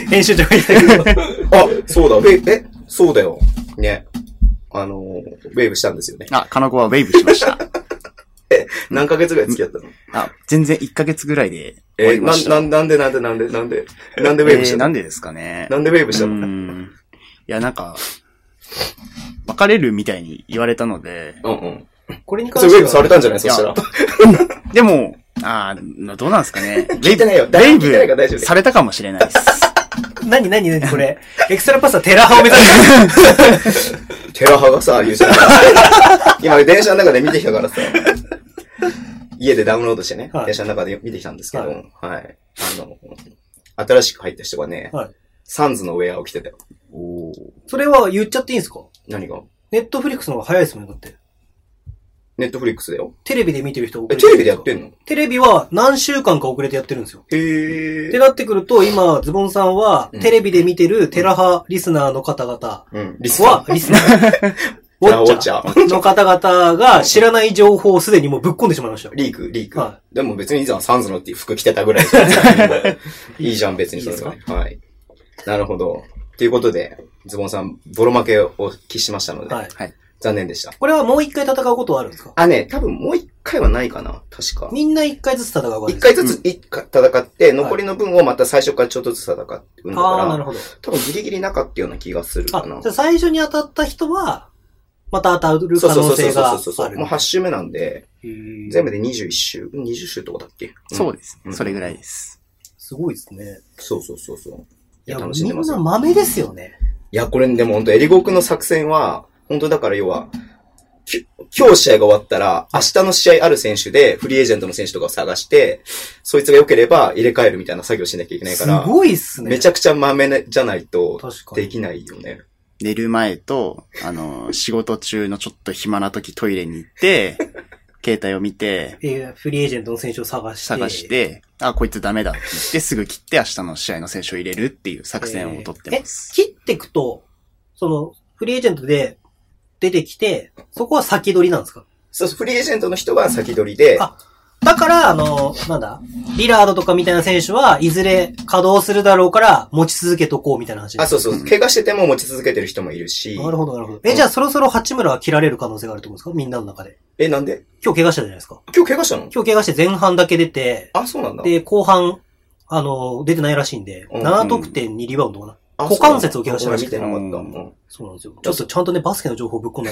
編集長が言ったけど。あ、そうだ、ウェイえ、そうだよ。ね。あのー、ウェーブしたんですよね。あ、カノコはウェイブしました。何ヶ月ぐらい付き合ったのあ、全然1ヶ月ぐらいで終わえーりました。な、な、なんでなんでなんでなんでなんでウェーブしえたの、ーなんでですかね。なんでウェーブしたうのん。いや、なんか、別れるみたいに言われたので、うんうん。これにそ関れウェーブしてさは、れたんじゃないそしたら。でも、あーどうなんですかね。 聞いてないよウェイブ聞いてないから大丈夫されたかもしれないです。何何何これ。エクストラパスはテラ派を目指 す。テラ派がさ、言うじゃ ん。今、電車の中で見てきたからさ。家でダウンロードしてね、はい電車の中で見てきたんですけど、ははい。あの、新しく入った人がね、はいサンズのウェアを着てたよ。おそれは言っちゃっていいんですか何がネットフリックスの方が早いですもんね、だって。ネットフリックスだよ。テレビで見てる人遅え、れテレビでやってるんのテレビは何週間か遅れてやってるんですよ。へって。なってくると、今、ズボンさんは、うんテレビで見てるテラ派リスナーの方々うん。リスナはー、。リスナ ー、ウォッチャウォッーの方々が知らない情報をすでにもうぶっ込んでしまいましたよ。リーク、リーク。はでも別にいざサンズのっていう服着てたぐらい。いいじゃん、別にそれは。はい。なるほど。ということで、ズボンさん、ボロ負けを喫しましたので、はい残念でした。これはもう一回戦うことはあるんですかあ、ね、多分もう一回はないかな。確か。みんな一回ずつ戦うわけ一ですか回ずつ一回戦って、ん残りの分をまた最初からちょっとずつ戦うんだかああ、なら、るほど。多分ギリギリなかったような気がするかあ、な。じゃあ最初に当たった人は、また当たる可そうそ能うそう性そがうそうそあう。る。もう8周目なんで、うん全部で21周、20周ってことだっけ、んそうです、うんそれぐらいです。すごいですね。そうそうそうそう。いいや、や楽しんみでんますよな豆ですよね。いや、これでも本当エリゴクの作戦は、本当だから要は、き今日試合が終わったら、明日の試合ある選手で、フリーエージェントの選手とかを探して、そいつが良ければ入れ替えるみたいな作業しなきゃいけないすから、ごいっすね。めちゃくちゃ豆ねじゃないと、確かでに。きないよね。寝る前と、あの、仕事中のちょっと暇な時トイレに 行って、携帯を見て、えーフリーエージェントの選手を探して。探して、あ、こいつダメだって言って、すぐ切って明日の試合の選手を入れるっていう作戦をとってます。え、切ってくと、その、フリーエージェントで出てきて、そこは先取りなんですかそうそう、フリーエージェントの人が先取りで、あだから、あの、なんだ、リラードとかみたいな選手はいずれ稼働するだろうから持ち続けとこうみたいな話。あ、そうそうう、ん怪我してても持ち続けてる人もいるし、なるほど、なるほど。え、じゃあそろそろ八村は切られる可能性があるってことですかみんなの中で。え、なんで今日怪我したじゃないですか。今日怪我したの今日怪我して前半だけ出て、あ、そうなんだ。で、後半、あの、出てないらしいんで、うん7得点にリバウンドかな。あ股関節を怪我してま俺し見たてなかった。うんうんそうなんですよ。ちょっとちゃんとね、バスケの情報ぶっ込んだ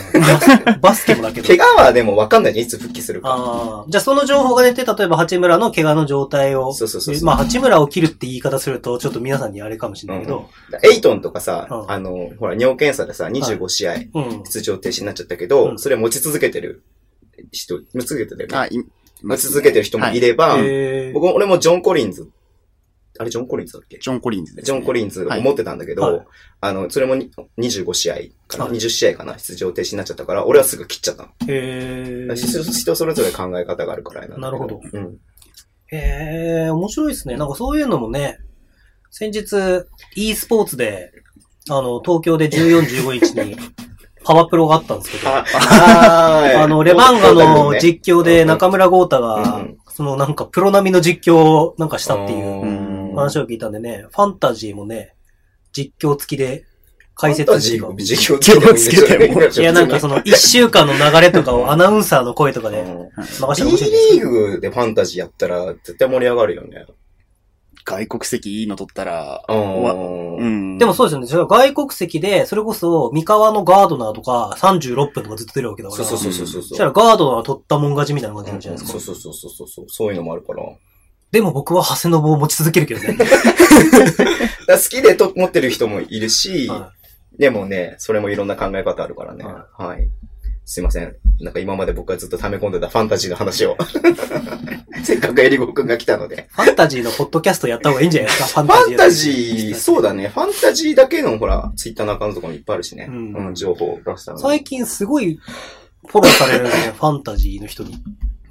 なバスケもだけど。怪我はでもわかんないね、いつ復帰するか。ああ。じゃあその情報が出て、例えば八村の怪我の状態を。そうそうそうそうまあ八村を切るって言い方すると、ちょっと皆さんにあれかもしれないけど。エイトンとかさ、うんあの、ほら、尿検査でさ、25試合、うん。出場停止になっちゃったけうど、んそれ持ち続けてる人、持ち続けてるよねあ、い、持ち続けてる人もいれば、へー僕も、俺もジョン・コリンズ、あれジョン・コリンズだっけジョン・コリンズです、ね。ジョン・コリンズ思ってたんだけど、はいはいあの、それもに25試合かな、はい20試合かな、出場停止になっちゃったから、俺はすぐ切っちゃったの。へー人人それぞれ考え方があるからなんだけなるほど。うん。へえ、面白いですね。なんかそういうのもね、先日、e スポーツで、あの、東京で14、15日に、パワプロがあったんですけど、あ、ああの、レバンガの実実況で中村豪太がうんうん、そのなんかプロ並みの実況をなんかしたっていううん話を聞いたんでね、ファンタジーもね、実況付きで解説っていうか実況つけてもいいんでしょ実況つけてもいや、なんかその一週間の流れとかをアナウンサーの声とかで流うんしたら面 B 白いですリーグでファンタジーやったら絶対盛り上がるよね。外国籍いいの取ったら、う。うんん。でも、そうですよね。それは外国籍で、それこそ、三河のガードナーとか、36分とかずっと出るわけだから。そうそうそうそうそう。そしたらガードナー取ったもん勝ちみたいな感じになるじゃないですか。そうそうそうそうそう。そういうのもあるから。だかでも僕は長谷信を持ち続けるけどね。ら好きでと持ってる人もいるし、はでもね、それもいろんな考え方あるからね。ははい。すいません。なんか今まで僕がずっと溜め込んでたファンタジーの話 を。せっかくエリゴくんが来たので。いファンタジーのポッドキャストやった方がいいんじゃないですか、フ ファンタジやー、ったそうだね。ファンタジーだけのほら、ツイッターのアカウントとかもいっぱいあるしね。ううんん、情報を出したので。最近すごい、フォローされるんですね、ファンタジーの人に。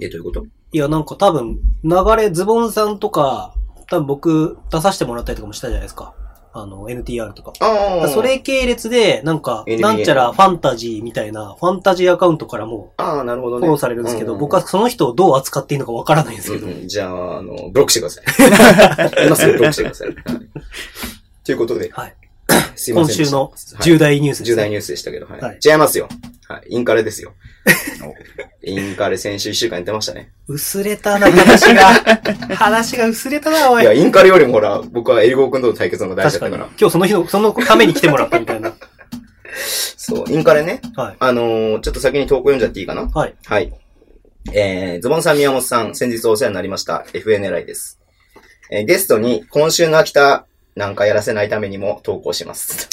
え、どういうこといや、なんか多分、流れ、ズボンさんとか、多分僕、出させてもらったりとかもしたじゃないですか。あの、NTR とか。ああ。それ系列で、なんか、 NBA なんちゃらファンタジーみたいな、ファンタジーアカウントからもああ、なるほフどォね。ローされるんですけうど、う僕はその人をどう扱っていいのかわからないんですけどうん。うんじゃあ、あの、ブロックしてくださ い。今すぐブロックしてください。はいということで、はい。すいま今せんで週した。のはい重大ニュースです重ね。大ニュースでしたけど、はい。はい違いますよ。はい。インカレですよ。インカレ先週一週間やってましたね。薄れたな、話が。 話が薄れたな、おいや、い。インカレよりもほら、僕はエリゴー君との対決の方が大事確だかったに。から今。日その日の、そのために来てもらったみたいな。そう、インカレね。はい。あのー、ちょっと先に投稿読んじゃっていいかなはい。はい。えー、ズボンさん、宮本さん、先日お世話になりました。FA 狙いです。えー、ゲストに今週の秋田なんかやらせないためにも投稿し ます。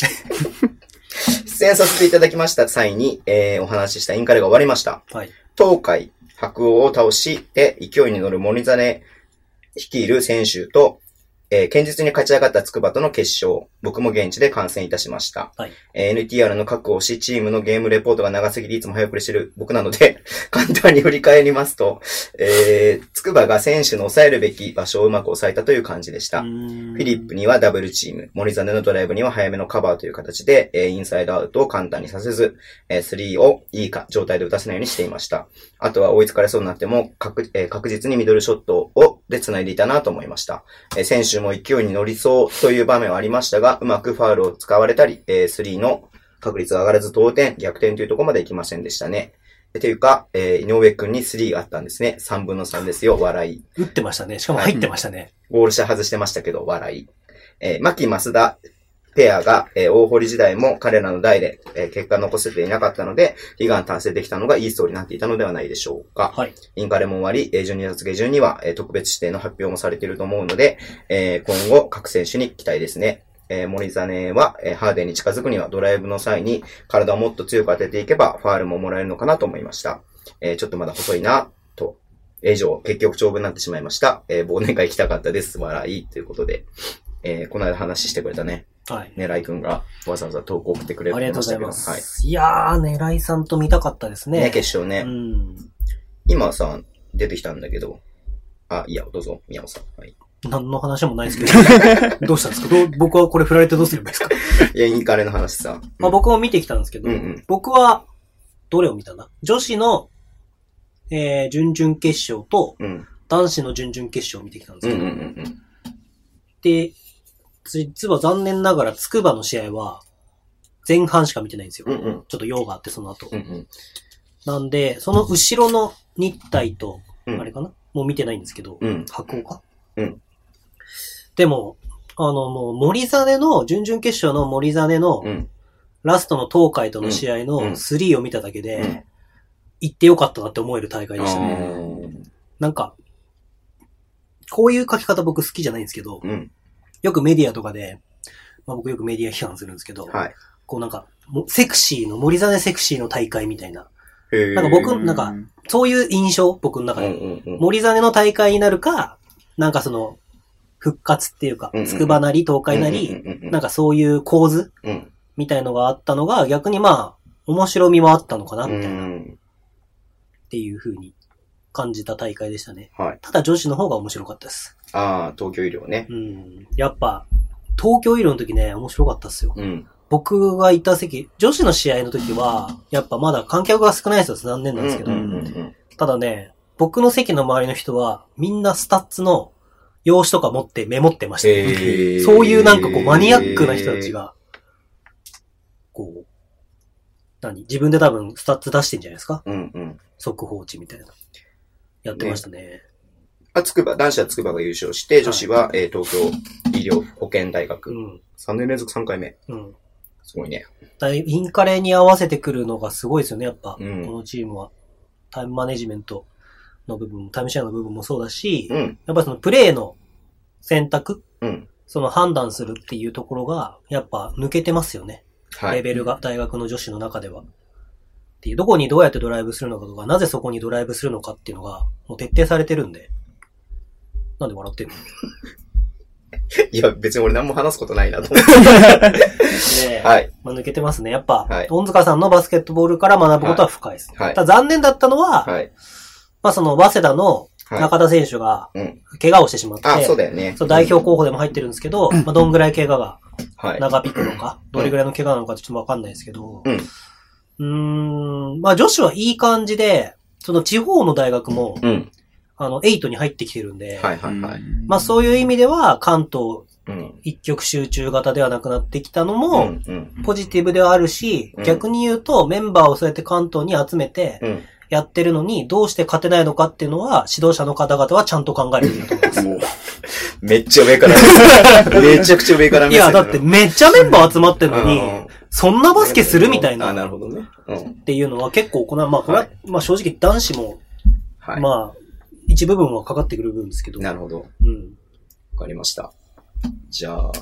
出演させていただきました際に、えー、お話ししたインカレが終わりました。はい。東海、白鸚を倒して勢いに乗る森真率いる選手と、えー堅実に勝ち上がった筑波との決勝、僕も現地で観戦いたしました。はいえー NTR の確保し、チームのゲームレポートが長すぎていつも早送りしてる僕なので、 簡単に振り返りますと、えー、筑波が選手の抑えるべき場所をうまく抑えたという感じでした。フフィリップにはダブルチーム、森真のドライブには早めのカバーという形で、えーインサイドアウトを簡単にさせず、えースリーをいいか状態で打たせないようにしていました。あとは追いつかれそうになっても、確,、えー確実にミドルショットをで繋いでいたなと思いました。えー選手手も勢いに乗りそうという場面はありましたが、うまくファウルを使われたり、えー、3の確率が上がらず同点、逆転というところまでいきませんでしたね。えというか、えー井上くんに3があったんですね。3分の3ですよ、笑い。打ってましたね。しかも入ってましたね。ゴール下外してましたけど、笑い。えー、牧、増田、ペアが、えー大堀時代も彼らの代で、えー結果残せていなかったので、悲願達成できたのがいいストーリーになっていたのではないでしょうか。はい。インカレも終わり、えー12月下旬には、えー特別指定の発表もされていると思うので、えー今後、各選手に期待ですね。えー森真は、えーハーデンに近づくにはドライブの際に体をもっと強く当てていけばファールももらえるのかなと思いました。えーちょっとまだ細いな、と。以上、結局長文になってしまいました。えー忘年会行きたかったです。笑い。ということで、えーこの間話してくれたね、はい。狙いくんがわざわざ投稿送ってくれありがとうございまはい。す。いやー、狙いさんと見たかったですね。ね、決勝ね。うん。今さ、出てきたんだけど、あ、いいや、どうぞ、宮尾さん。はい。何の話もないです けど。どうしたんですかどう僕はこれ振られてどうすればいいですか、いや、インカレの話さ。まあ、僕も見てきたんですけど、うんうん僕は、どれを見たんだ女子の、えー、準々決勝と、うん。男子の準々決勝を見てきたんですうんけうんど、うんうん。で、実は残念ながら、つくばの試合は、前半しか見てないんですよ。うんうん。ちょっと用があって、その後。うんうん。なんで、その後ろの日体と、うんあれかな、もう見てないんですけど、うん白鵬かうん。でも、あの、もう、森真の、準々決勝の森真の、うん。ラストの東海との試合のうん3を見ただけで、うん行ってよかったなって思える大会でしたね。なんか、こういう書き方僕好きじゃないんですけど、うん。よくメディアとかで、まあ僕よくメディア批判するんですけど、はい。こうなんか、もうセクシーの、森真セクシーの大会みたいな、へーなんか僕なんかそういう印象、僕のう中んで。うんうん。森真の大会になるか、なんかその、復活っていうかうんう、ん筑波なり東海なり、うんうんうんうんなんかそういう構図うん。みたいのがあったのが、逆にまあ、面白みもあったのかな、みうたいな。ん。っていう風に感じた大会でしたね。はい。ただ女子の方が面白かったです。ああ、東京医療ね。うん。やっぱ、東京医療の時ね、面白かったっすよ。うん。僕がいた席、女子の試合の時は、やっぱまだ観客が少ないですよ。残念うなんんうでんすけど。うんうん。ただね、僕の席の周りの人は、みんなスタッツの用紙とか持ってメモってましたね、へーそういうなんかこう、マニアックな人たちが、こう、何自分で多分スタッツ出してんじゃないですかうんうん。速報値みたいな。やってましたねあ、つくば、男子はつくばが優勝して、女子は、えー東京医療保健大う学。ん。 3年連続3回目。うん。すごいね。だいインカレに合わせてくるのがすごいですよね、やっぱ。うんこのチームは。タイムマネジメントの部分も、タイムシェアの部分もそうだし、うん。やっぱそのプレーの選択、うん。その判断するっていうところが、やっぱ抜けてますよね。はレい。ベルが、大学の女子の中では。っていう、どこにどうやってドライブするのかとか、なぜそこにドライブするのかっていうのが、もう徹底されてるんで。なんで 笑ってんのいや、別に俺何も話すことないなと思っねて。はい。まあ、抜けてますね。やっぱ、はい恩塚さんのバスケットボールから学ぶことは深いです。はいはいただ残念だったのは、はい。まあその、早稲田のは中田選手がい。うん。怪我をしてしまって、あ、そうだよね。そう代表候補でも入ってるんです けど、まあどんぐらい怪我がはい。長引くのか、どれぐらいの怪我なのかちょっとわかんないですけど、うんうーん、まあ女子はいい感じで、その地方の大学も、うん。あの、8に入ってきてるんで、はいはいはい。まあそういう意味では関東うん。一極集中型ではなくなってきたのうも、ん。うん。ポジティブではあるしう、ん逆に言うとメンバーをそうやって関東に集めてうん。やってるのに、どうして勝てないのかっていうのは、指導者の方々はちゃんと考えてい ると思います。もう、めっちゃ上から。めちゃくちゃ上からいや、だってめっちゃメンバー集まってるのにうん、そんなバスケするみたいあ、ななるほどね。うん。っていうのは結構この、まあこれはは、まあ正直男子も、はい。まあ、一部分はかかってくる部分ですけど、なるほど。わうん。かりました。じゃあ、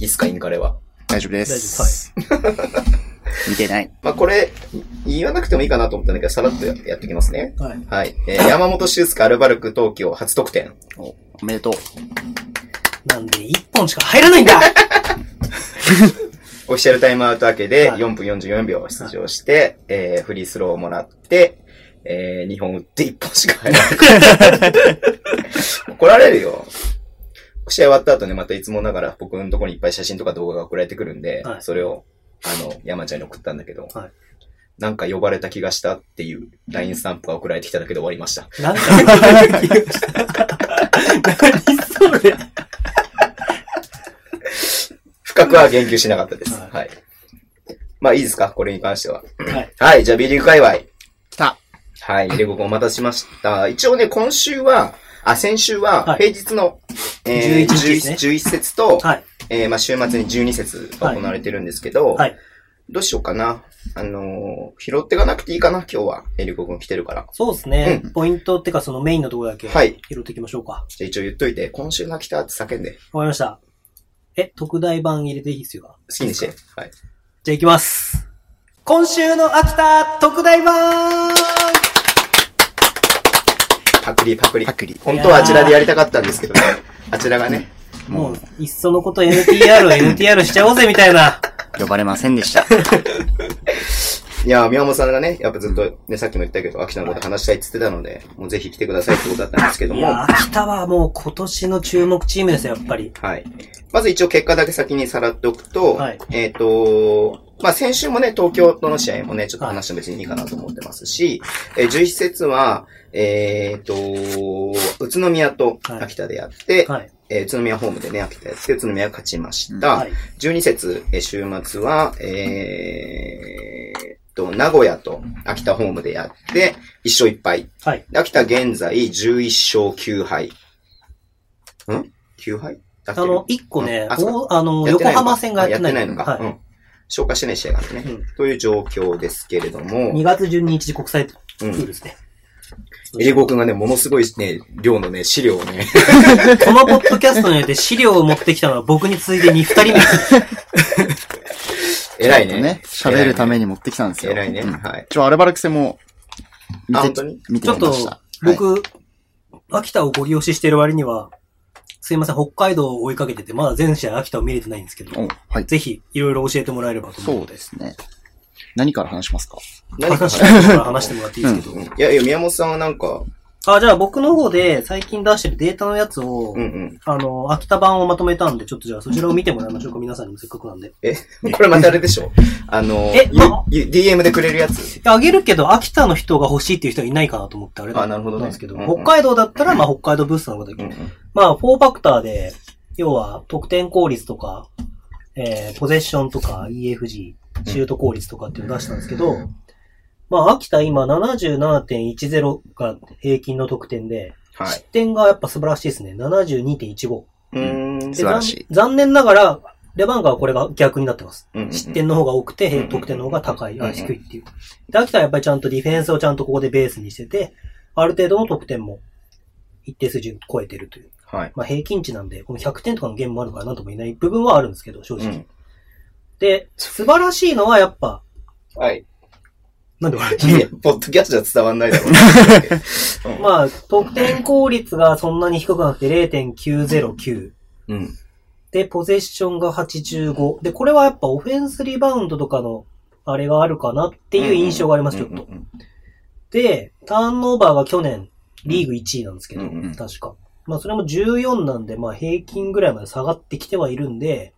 いいっすか、インカレは。大丈夫です。見てない。まあ、これ、言わなくてもいいかなと思ったんだけど、さらっとややっていきますね。はい。はい。えー山本修介アルバルク東京初得点。おおめでとう。なんで、一本しか入らないん だオフィシャルタイムアウト明けではい4分44秒出場して、えーフリースローをもらって、え2本打って1本しか入ら ない。怒られるよ。試合終わった後ね、またいつもながら僕のところにいっぱい写真とか動画が送られてくるんで、はいそれを、あの、山ちゃんに送ったんだけど、はいなんか呼ばれた気がしたっていう LINE スタンプが送られてきただけで終わりました。なんか、何それ深くは言及しなかったです。はいはい。まあいいですかこれに関しては。はい。はい、じゃあ B リーグ界隈。来た。はい、レゴ君お待たせしました。一応ね、今週は、あ、先週は、はい平日の、 11日ですね 11, 節と、はい。えーまあ週末に12節が行われてるんですけど、はい。どうしようかな。あのー拾ってかなくていいかな、今日は。えりこくん来てるから。そうですね。ポイントってか、そのメインのところだけはい拾っていきましょうか。じゃあ一応言っといて、今週が来たって叫んで、わかりました。え、特大版入れていいですよ。好きにして。はい。じゃあ行きます。今週の秋田特大版パクリパクリ。パクリ本当はあちらでやりたかったんですけどね。あちらがね。もう、いっそのこと NTR を NTR しちゃおうぜみたいな。呼ばれませんでした。いや、宮本さんがね、やっぱずっとね、さっきも言ったけど、秋田のこと話したいって言ってたので、もうぜひ来てくださいってことだったんですけどいも。や、は秋田はもう今年の注目チームですよ、やっぱり。い。まず一応結果だけ先にさらっておくと、はいえっ、と、まあ、先週もね、東京との試合もね、ちょっと話しても別にいいかなと思ってますし、えー、11節は、えっ、と、宇都宮と秋田でやって、はい。えー宇都宮ホームでね、秋田やって、宇都宮勝ちました。はい。 12節、えー週末は、えーっと、名古屋と秋田ホームでやって、1勝1敗。はい。で秋田現在11勝9敗。ん ?9 敗だっあてるの、一個ね、あそうかおあの、やって横ないのか浜戦がやってない。あやってないのか。うはん。消化してない試合があってね。うんという状況ですけれどい。2も、月12日国際プうールん。ですね。エリゴ君がね、ものすごいね、量のね、資料を ね、このポッドキャストにおいて資料を持ってきたのは僕に続いて2、2人目 です。偉いちょっねとね。。喋るために持ってきたんですよ。偉いねうんはいちょ、アルバルクセも、見あて本当に、見てちょっみまとした。、はい、僕、秋田をご利用ししてる割には、すいません、北海道を追いかけてて、まだ全試合秋田を見れてないんですけどお、はい。ぜひ、いろいろ教えてもらえればと思そうですね。何から話しますか何か話して話してもらっていいですけど。うんいやいや、宮本さんはなんか、あ、じゃあ僕の方で最近出してるデータのやつを、うんうん。あの、秋田版をまとめたんで、ちょっとじゃあそちらを見てもらいましょうか、皆さ んにもせっかくなんで。え、これまたあれでしょあのえ、ゆあゆ DM でくれるやつあげるけど、秋田の人が欲しいっていう人はいないかなと思って、あれだあなるほどねなんですけど、うんうん北海道だったら、まあ北海道ブースなので、まあ4ファクターで、要は得点効率とか、えー、ポゼッションとか EFG、シュート効率とかっていうのを出したんですけど、まあ秋田今77.10が平均の得点で、は失点がやっぱ素晴らしいですね。72.15。い。うんで素晴らしい残残念ながら、レバンガはこれが逆になってます。うん失点の方が多くて、うん得点の方が高い、うあん低いっていう。で、秋田はやっぱりちゃんとディフェンスをちゃんとここでベースにしてて、ある程度の得点も一定数字超えてるという。はい。まあ平均値なんで、この100点とかのゲームもあるからなんとも言えない部分はあるんですけど、正う直。んで、素晴らしいのはやっぱ、はい。なんで笑い やポッドキャストじゃ伝わんないだろううまあ、得点効率がそんなに低くなくて0.909。な。うん。で、ポゼッションが85。で、これはやっぱオフェンスリバウンドとかの、あれがあるかなっていう印象があります、ちょっと。で、ターンオーバーが去年、リーグ1位なんですけど、うんうん確か。まあ、それも14なんで、まあ、平均ぐらいまで下がってきてはいるんで、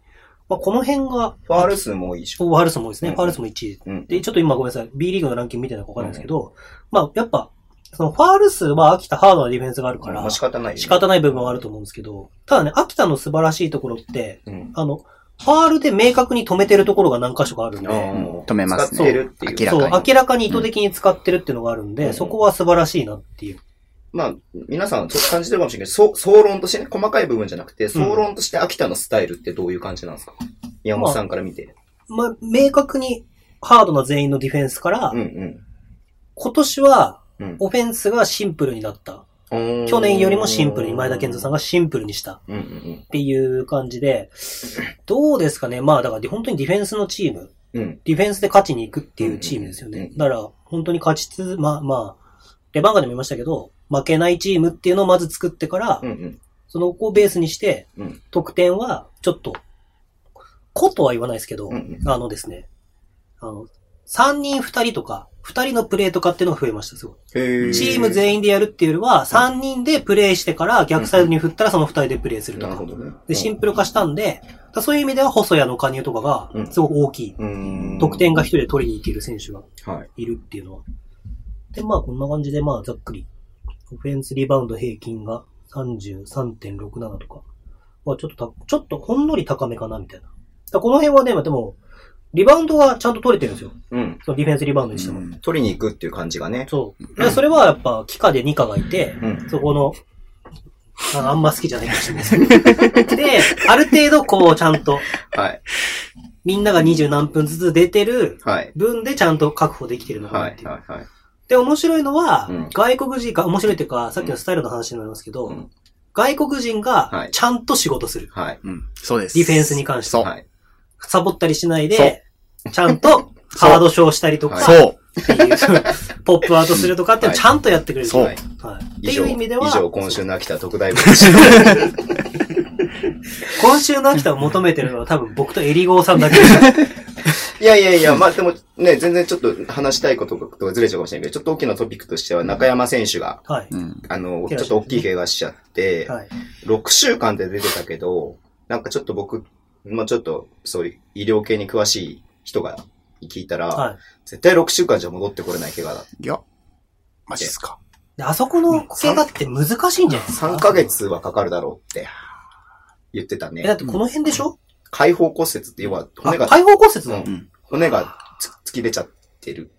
まあ、この辺が、ファール数も多いし。ファールスも多いですね。うんファールスも1位。うん。で、ちょっと今ごめんなさい。B リーグのランキング見てないかわかんないですけど、まあ、やっぱ、そのファール数は秋田ハードなディフェンスがあるかまらあ、仕方ないよね。仕方ない部分はあると思うんですけど、ただね、秋田の素晴らしいところって、うん。あの、ファールで明確に止めてるところが何箇所かあるんで、うん止めますね使ってるっていう。明らそう、かに明らかに意図的に使ってるっていうのがあるんで、うんそこは素晴らしいなっていう。まあ、皆さんちょっと感じてるかもしれないけど、そう総論としてね、細かい部分じゃなくて、総論として秋田のスタイルってどういう感じなんですか宮本さんから見て。まあ、明確にハードな全員のディフェンスから、うんうん今年はうんオフェンスがシンプルになった。うーん。去年よりもシンプルに前田健三さんが。がシンプルにしたっうんうんていう感じで、どうですかねまあだから本当にディフェンスのチーム、うん。うん。ディフェンスで勝ちに行くっていうチームですようんうんねう。んだから本当に勝ちつ、まあまあ、レバンガでも言いましたけど、負けないチームっていうのをまず作ってから、うんうん。その子をベースにしてうん、得点は、ちょっと、ことは言わないですけど、うんうんあのですね、あの、3人2人とか、2人のプレーとかっていうのが増えました、すごい。チチーム全員でやるっていうよりは、3人でプレーしてから、逆サイドに振ったらその2人でプレーするとなるかほ。どね。で、シンプル化したんで、だからそういう意味では細谷の加入とかうが、んすごく大きい。うん得点が1人で取りに行ける選手がはい。いるっていうのは。で、まあこんな感じで、まあざっくり、オフェンスリバウンド平均が33.67とか、まあちょっとた、ちょっとほんのり高めかなみたいならこの辺はね、まあでも、リバウンドがちゃんと取れてるんですよ。うん。そのディフェンスリバウンドにしても。うん取りに行くっていう感じがね。そう。だからそれはやっぱ、キカでニカがいて、うん。そこの、ああんま好きじゃないかもしれないで すけど。で、ある程度こう、ちゃんと、はい。みんなが二十何分ずつ出てるはい。分でちゃんと確保できてるのかはなっい。ていう。はい。はい。で、面白いのは、うん外国人が、面白いというか、さっきのスタイルの話になりますけど、うん外国人はがいちゃんと仕事する。はい。うん。そうです。ディフェンスに関して。そう。はい。サボったりしないで、ちゃ んとそうハードショーしたりとか、そう。っていう ポップアウトするとかっていうのをちゃんとやってくれる。そうはいはい。って以い上、う意味では、以上、今週の秋田特大部でした。今週の秋田を求めてるの は多分僕とエリゴーさんだけです。いやいやいや、まあでもね、全然ちょっと話したいこととかずれちゃうかもしれないけど、ちょっと大きなトピックとしては中山選手が、はい。うん。あの、ちょっ怪我しちゃったと大きい怪我しちゃって、はい。 6週間で出てたけど、なんかちょっと僕、まあちょっと、そういう医療系に詳しい人が聞いたら、はい。絶対6週間じゃ戻ってこれない怪我だ。いや、マジっすか。で、あそこの怪我って難しいんじゃないですか3ヶ。月はかかるだろうって言ってたえ、だね。ってこの辺でしょ開放骨折って要はあ、骨が、開放骨折なのううんん。骨がつ突き出ちゃってる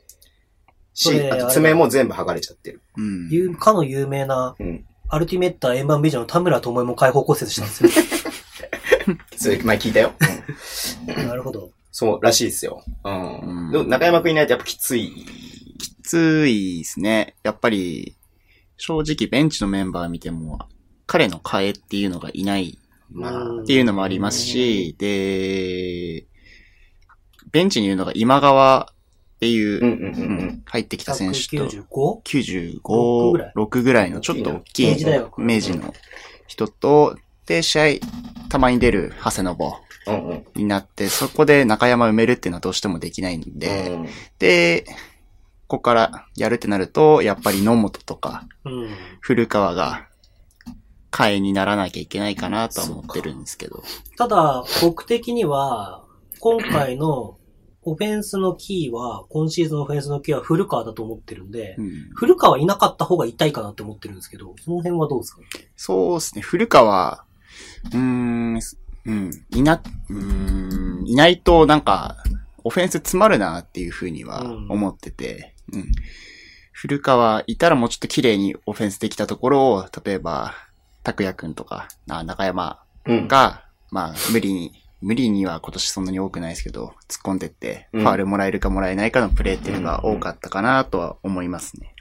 そし、れあと爪も全部剥がれちゃってる。うん。いう、かの有名な、うん。アルティメッタ円盤美女の田村智恵も開放骨折したん ですよ。それ前聞いたよ。うんなるほど。そう、らしいですよ。うん。うんでも中山くんいないとやっぱきつい。きついですね。やっぱり、正直ベンチのメンバー見ても、彼の替えっていうのがいないまうあんっていうのもありますし、で、ベンチにいるのが今川っていうんう、うんうんうん。入ってきた選手と、 195? 6ぐら95い、 6ぐらいのちょっと大き明治大い学明治の人と、で、試合、たまに出る長谷信うんうん。になって、そこで中山埋めるっていうのはどうしてもできないんで、うんで、ここからやるってなると、やっぱり野本とかうん。古川が替えにならなきゃいけないかなとは思ってるんですけど。ただ、僕的には、今回のオフェンスのキーは、今シーズンのオフェンスのキーは古川だと思ってるんで、うん古川いなかった方が痛いかなって思ってるんですけど、その辺はどうですかそうですね。古川、うーん、うん、いな、うーん、いないとなんか、オフェンス詰まるなっていうふうにはうん思ってて、うん。古川いたらもうちょっと綺麗にオフェンスできたところを、例えば、拓也くんとか、あ中山うん。が、まあ、無理に、無理には今年そんなに多くないですけど、突っ込んでって、うフんァールもらえるかもらえないかのプレーっていうのが多かったかなとは思いますね。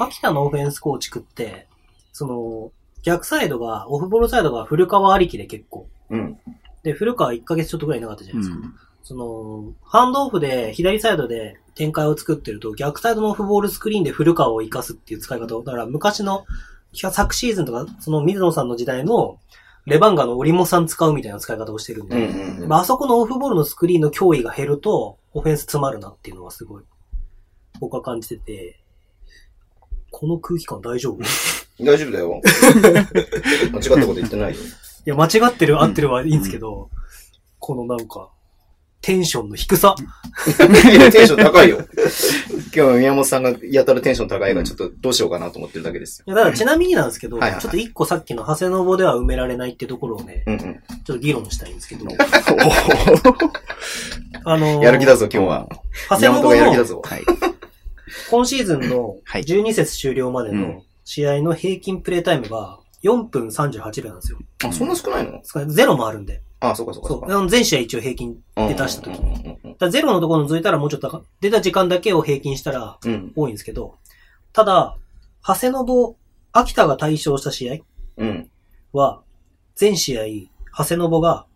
秋田のオフェンス構築って、その、逆サイドが、オフボールサイドが古川ありきで結構。うん。で、古川1ヶ月ちょっとぐらいいなかったじゃうないですか。ん。その、ハンドオフで、左サイドで展開を作ってると、逆サイドのオフボールスクリーンで古川を生かすっていう使い方を、だから昔の、昨シーズンとか、その水野さんの時代の、レバンガのオリモさん使うみたいな使い方をしてるんうで、んうんうん。まあ、あそこのオフボールのスクリーンの脅威が減ると、オフェンス詰まるなっていうのはすごい、僕は感じてて、この空気感大丈夫い大丈夫だよ。間違ったこと言ってないよ。や、間違ってる、合ってるはいいんですけど、このなんか、テンションの低さ。いやテンション高いよ。今日宮本さんがやたらテンション高いがちょっとどうしようかなと思ってるだけですよ。いや、だからちなみになんですけはど、いはいはいちょっと一個さっきの長谷信では埋められないってところをね、うんうちょっと議論したいんですけ ど、あん。のー、やる気だぞ、今日は。長宮本がやる谷気だ信ぞ。のはい。今シーズンのはい12節終了までうんの試合の平均プレータイムが4分38秒なんですよ。あ、そんな少ないのゼロもあるんで。あ、そうかそうかそそうう。かあ。の全試合一応平均。うん出だした時うんうんうんだからゼロのところ除いたらもうちょっと高出た時間だけを平均したらうん。うん多いんですけど、ただ、長谷信、秋田が対象した試合うん。は、全試合、長谷信が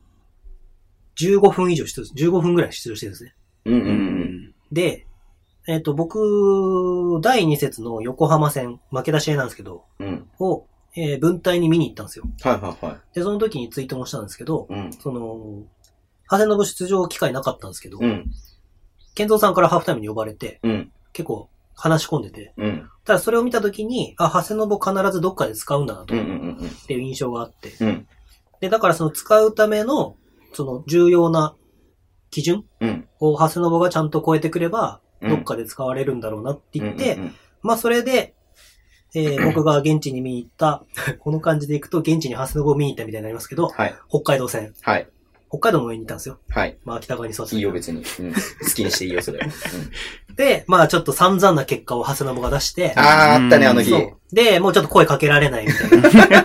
15分以上出場、15分ぐらい出場してるんですね。うんううんうん。ん。で、えっ、と、僕、第2節の横浜戦、負けた試合なんですけど、うん。を、えー分隊に見に行ったんですよ。はいはいはい。で、その時にツイートもしたんですけど、うん。その、長谷信出場機会なかったんですけど、うん。健三さんからハーフタイムに呼ばれて、うん。結構話し込んでて、うん。ただそれを見た時に、あ、長谷信必ずどっかで使うんだなと、うん。うっん。ていう印象があって、うん。うん。で、だからその使うための、その重要な基準うん。を長谷信がちゃんと超えてくれうば、んどっかで使われるんだろうなって言って、うんうんうんまあそれで、え ー僕が現地に見に行った、この感じで行くと現地に長谷信を見に行ったみたいになりますけど、はい。北海道戦。はい。北北海道の上にいたんですよ。はい。まあ、北側にそうですいいよ、別に。うん。好きにしていいよ、それは。うん、で、まあ、ちょっと散々な結果を長谷信が出して、 あー、あったね、あの日そ。う。で、もうちょっと声かけられないみたいな。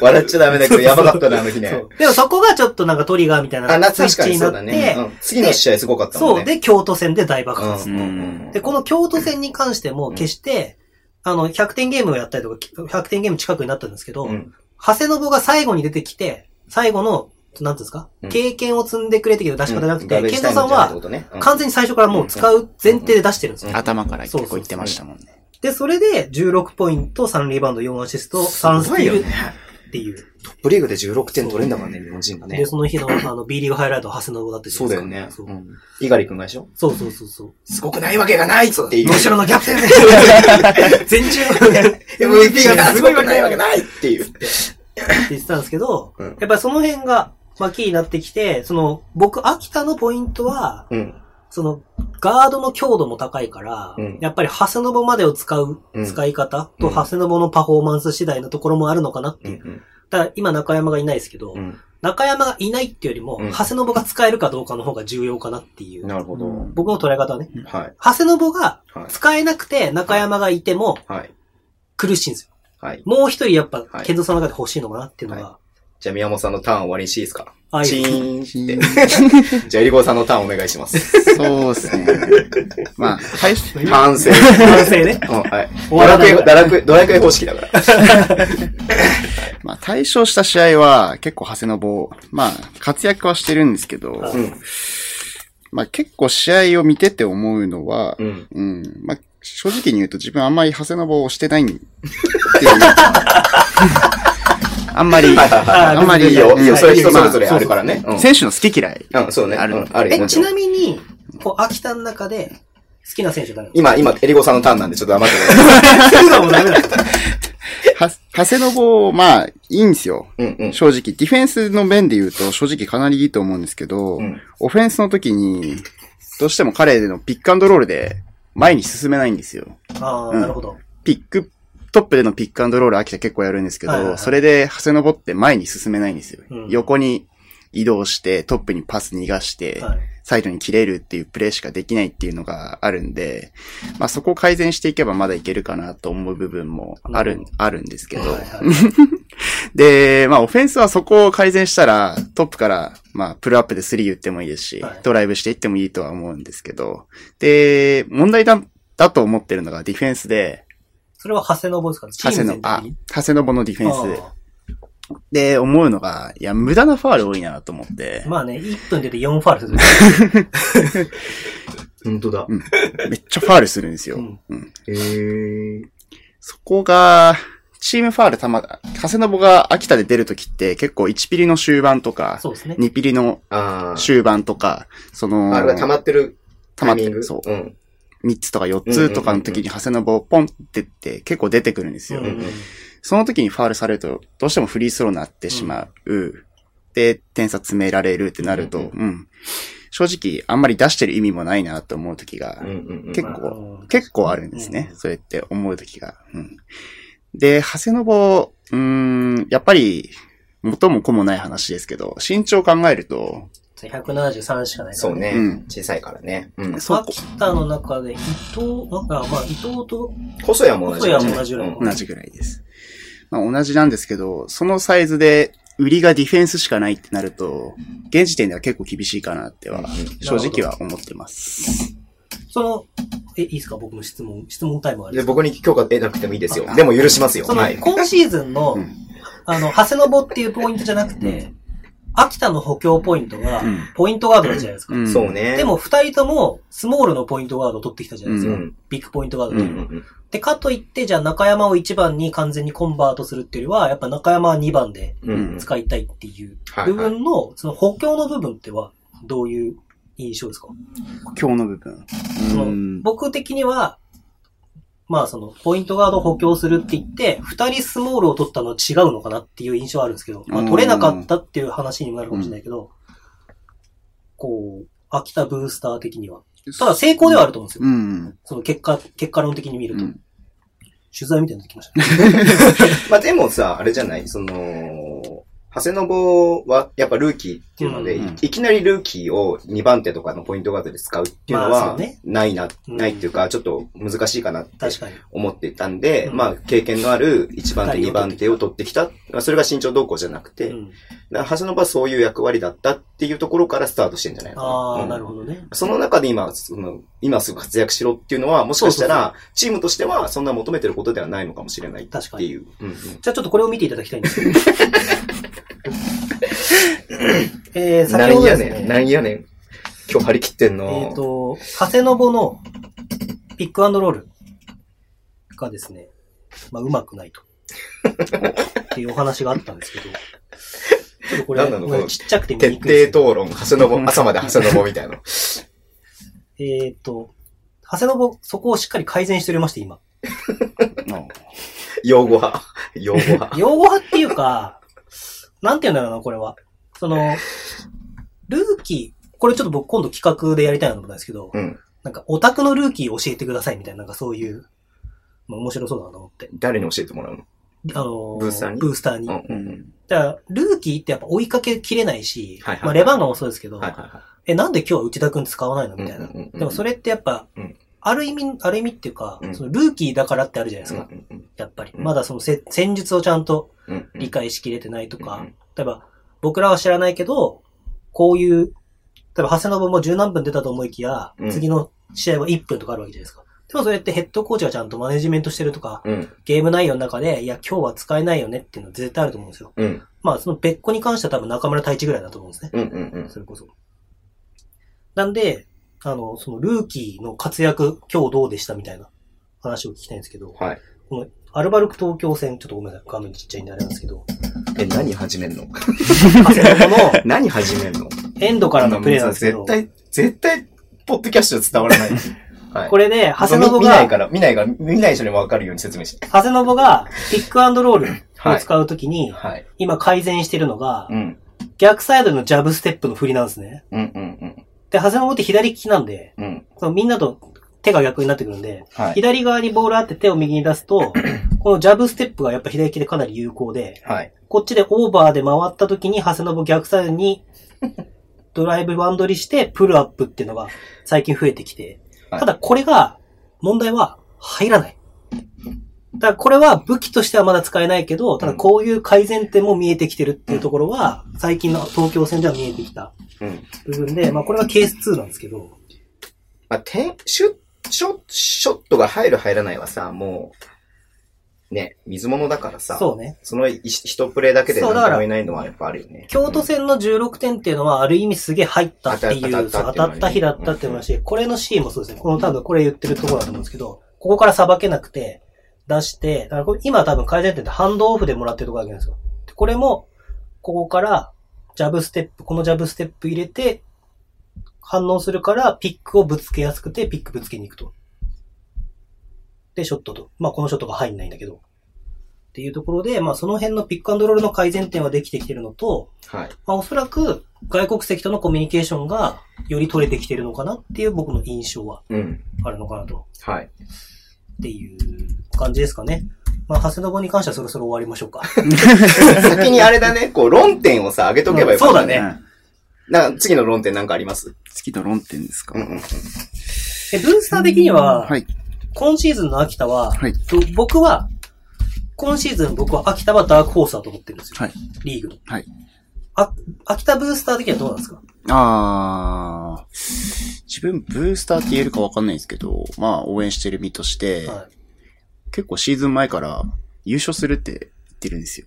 笑っちゃダメだけど、やばかったね、あの日ねそ。うでもそこがちょっとなんかトリガーみたいなあ、な、確スイッかチににそなうっだね。て、うん次の試合すごかったもんそね。う。で、京都戦で大爆発。うんで、この京都戦に関しても、決して、あの、100点ゲームをやったりとか、100点ゲーム近くになったんですけど、うん長谷信が最後に出てきて、最後の、なんていうんですか、うん経験を積んでくれてきた出し方じゃなくて、健太さん、うんガベージタイムは、じゃないってことねうん完全に最初からもう使う前提で出してるんですよ。うん頭から結構言ってましたもんね。で、それで16ポイント、3リバウンド、4アシスト、3スすごテいィよールね。っていう。トップリーグで16点取れんだからね、日本人がねで、。その日の、あの、B リーグハイライト、長谷信だったじゃそうないだでよすねか。。そううん猪狩くんがでしょそうそうそうそう。すごくないわけがないぞっていう。能代のキャプテンで全中 MVP がすごくないわけないっていう。って言ってたんですけど、うんやっぱりその辺が、まあ、キーになってきて、その、僕、秋田のポイントは、うん。その、ガードの強度も高いから、うんやっぱり、長谷信までを使ううん、使い方うと、ん長谷信のパフォーマンス次第のところもあるのかなってういう。ん。ただ、今、中山がいないですけど、うん。中山がいないっていうよりも、うん長谷信が使えるかどうかの方が重要かなっていう。なるほど。うん僕の捉え方はね。はい。長谷信がはい。使えなくて、中山がいてもはい。苦しいんですよ。はい。もう一人やっぱは、い健三さんの中で欲しいのかなっていうのが、じゃあ宮本さんのターン終わりにしていいですか ああチいーうンって。じゃあ、えりこさんのターンお願いします。そうですね。まあ、最初、まあ、反省。男性ね。うん、はい。終ドわらラクないエ、ドラクエ、ドラクエ方式だから。まあ、対象した試合は結構長谷の棒。まあ、活躍はしてるんですけど、はいうん。まあ結構試合を見てて思うのは、うん。うん。まあ、正直に言うと自分あんまり長谷の棒をしてないんっていう のがあんまり、あ あんまいりいよ。いいよ。はいそれ人それぞれあるからね。うん。選手の好き嫌い。うん、そうね。あるうんあるよえ、もちちろんなみに、こう、秋田の中で、好きな選手誰です今、今、えりこさんのターンなんでちょっと黙ってください。か今もダメだ。は、長谷の棒、まあ、いいんですよ。うんうん。正直、ディフェンスの面で言うと正直かなりいいと思うんですけど、うんオフェンスの時に、どうしても彼のピックアンドロールで前に進めないんですよ。ああ、うんなるほど。ピック、トップでのピックアンドロール秋田結構やるんですけど、はいはいはいそれで長谷の棒って前に進めないんですよ。うん横に移動して、トップにパス逃がして、はい。サイドに切れるっていうプレーしかできないっていうのがあるんで、まあそこを改善していけばまだいけるかなと思う部分もあなるるほど、あるんですけど、はいはいで、まあオフェンスはそこを改善したら、トップから、まあプルアップで3打ってもいいですし、はいドライブしていってもいいとは思うんですけど、で、問題だ、だと思ってるのがディフェンスで、それは長谷信ですかチ長ーム谷の全、あ体に、長谷ののディフェンスで思うのが、いや、無駄なファール多いなと思ってあー、まあね、1分出て4ファールする。本当だ。めっちゃファールするんですよ。うんうんへー。そこが、チームファールたま、長谷信が秋田で出るときって結構1ピリの終盤とか、そうですね。 2ピリのあー。終盤とか、その、あれが溜まってる溜タまっイミてングる。そう。うん。 3つとか4つとかの時に長谷信をポンってって結構出てくるんですよ。うんうんその時にファールされると、どうしてもフリースローになってしまう。で、点差詰められるってなると、うんうん正直、あんまり出してる意味もないなと思う時がうんうんうん。結まあ構うん結構あるんですね。うんそれって思うときが。うん、で、長谷信、うーん、やっぱり、元も子もない話ですけど、身長考えると、 173しかないから。そう。ねうん。小さいからね。うん。そう秋田の中で、伊藤、あ、あまあ、伊藤と、細谷も同じ。細谷も同じぐらいうん同じぐらいです。まあ、同じなんですけど、そのサイズで、売りがディフェンスしかないってなると、現時点では結構厳しいかなっては、正直は思ってます。その、え、いいですか僕の質問、質問タイムありで、ます僕に許可得なくてもいいですよあ。でも許しますよ。そのはい、。今シーズンのうん、あの、長谷信っていうポイントじゃなくうて、秋田の補強ポイントがう、んポイントガードなんじゃないですか。んそうね。でも、二人とも、スモールのポイントガードを取ってきたじゃないですうか。ん、ビッグポイントガードうん。とういんううのはん。で、かといって、じゃあ中山を1番に完全にコンバートするっていうよりは、やっぱ中山は2番でうんうん。使いたいっていうはい部はい。分の、その補強の部分っては、どういう印象ですか今日の部分。そのうん僕的には、まあその、ポイントガードを補強するって言って、二人スモールを取ったのは違うのかなっていう印象はあるんですけど、まあうん取れなかったっていう話にもなるかもしれないけど、こう、秋田ブースター的には。ただ成功ではあると思うんですよ。うん。その結果、結果論的に見るうと。ん取材みたいになってきましたね。まあでもさ、あれじゃないその、長谷信は、やっぱルーキーっていうので、うんうんいいきなりルーキーを2番手とかのポイントガードで使うっていうのまあそはうね、ないな、う んないっていうか、ちょっと難しいかなって確かに。思っていたんで、うんまあ、経験のある1番手、はい2番手を取ってきた。まあそれが身長動向じゃなくて、うんだから長谷信はそういう役割だったっていうところからスタートしてんじゃないのかああ、うんなるほどね。その中で今、その、今すぐ活躍しろっていうのは、もしかしたら、チームとしてはそんな求めてることではないのかもしれないって確かにいう。うんうんじゃあちょっとこれを見ていただきたい んですけど。えー、先ほどですね、んやねん。今日張り切ってんえっ、と、長谷のぼのピックアンドロールがですね、まあ、うまくないと。っていうお話があったんですけど、ちょっとこれ、何なのこれちっちゃくて見にくいんで徹すけど底討論、長谷信、朝まで長谷信みたい な。えっ、と、長谷のぼ、そこをしっかり改善しておりまして、今。うん用語派。用語派。用語派っていうか、なんて言うんだろうな、これは。その、ルーキー、これちょっと僕今度企画でやりたいなと思ったんですけど、うん。なんかオタクのルーキー教えてくださいみたいな、なんかそういう、まあ面白そうだなと思って。誰に教えてもらうのあのブースターにブースターに。うんううんん。だから、ルーキーってやっぱ追いかけきれないし、はいはいまあレバンガもそうですけど、はいはえ、なんで今日は内田くん使わないのいはい。みたいな。うんうんうんでもそれってやっぱ、うんある意味、ある意味っていうか、うんそのルーキーだからってあるじゃないでうすんうか、んうんやっぱり。うんまだそのせ戦術をちゃんとうんうん理解しきれてないとか、うん例えば、僕らは知らないけど、こういう、例えば、長谷信も十何分出たと思いきや、うん次の試合は1分とかあるわけじゃないですか。でもそれってヘッドコーチがちゃんとマネジメントしてるとか、うん。ゲーム内容の中で、いや、今日は使えないよねっていうのは絶対あると思うんですよ。うん。まあ、その別個に関しては多分中村太一ぐらいだと思うんですね。うんうんうん。それこそ。なんで、あの、そのルーキーの活躍、今日どうでしたみたいな話を聞きたいんですけど、はい。このアルバルク東京戦、ちょっとごめんなさい、画面ちっちゃいんであれなんですけど、え、何始めん の長谷のこの何始めんのエンドからのプレイなんですけ 絶ど、対、絶対、ポッドキャストじゃ伝わらない。 はい。これで、長谷信見ないが、から、見ないから、見ない人にも分かるように説明して。長谷信がピックアンドロー ルを使うときに、はい。今改善してるのがう、ん。逆サイドのジャブステップの振りなんですね。うんうんで、長谷信って左利きなんで、うん。うん。そのみんなと手が逆になってくるんで、はい。左側にボール当て手を右に出 すと、このジャブステップがやっぱ左利きでかなり有効で、はい。こっちでオーバーで回った時に、長谷信逆サイドに、ドライブワンドリして、プルアップっていうのが最近増えてきて、はいただこれが、問題は入らない。だからこれは武器としてはまだ使えないけど、ただこういう改善点も見えてきてるっていうところは、最近の東京戦では見えてきたうん。部分で、まあこれがケース2なんですけど、まあ、点、シュッ、ショッ、ショットが入る入らないはさ、もう、ね、水物だからさ、そうね。その一一プレイだけでそ何うだかとらもいないのはやっぱあるよね。京都戦の16点っていうのは、ある意味すげえ入ったっていう、そ当うたった当たった日だったっていう話、これのシーンもそうですね。この多分これ言ってるところだと思うんですけど、ここからさばけなくて、出して、だからこれ今多分改善点ってハンドオフでもらってるところだけなんですよ。でこれも、ここから、ジャブステップ、このジャブステップ入れて、反応するから、ピックをぶつけやすくて、ピックぶつけに行くと。で、ショットと。まあ、このショットが入んないんだけど。っていうところで、まあ、その辺のピックアンドロールの改善点はできてきてるのと、はい。まあ、おそらく外国籍とのコミュニケーションがより取れてきてるのかなっていう僕の印象はうん。あるのかなと。はい。っていう感じですかね。まあ、長谷信に関してはそろそろ終わりまし ょうか。先にあれだね、こう、論点をさ、上げとけばよかった、うんそうだね。な、次の論点なんかあります次の論点ですか。うん。え、ブースター的には、はい。今シーズンの秋田は、はいと僕は、今シーズン僕は秋田はダークホースだと思ってるんですよ。はい。リーグの。はい。あ、秋田ブースター的にはどうなんですかあー。自分、ブースターって言えるかわかんないんですけど、まあ、応援してる身として、はい。結構シーズン前から優勝するって言ってるんですよ。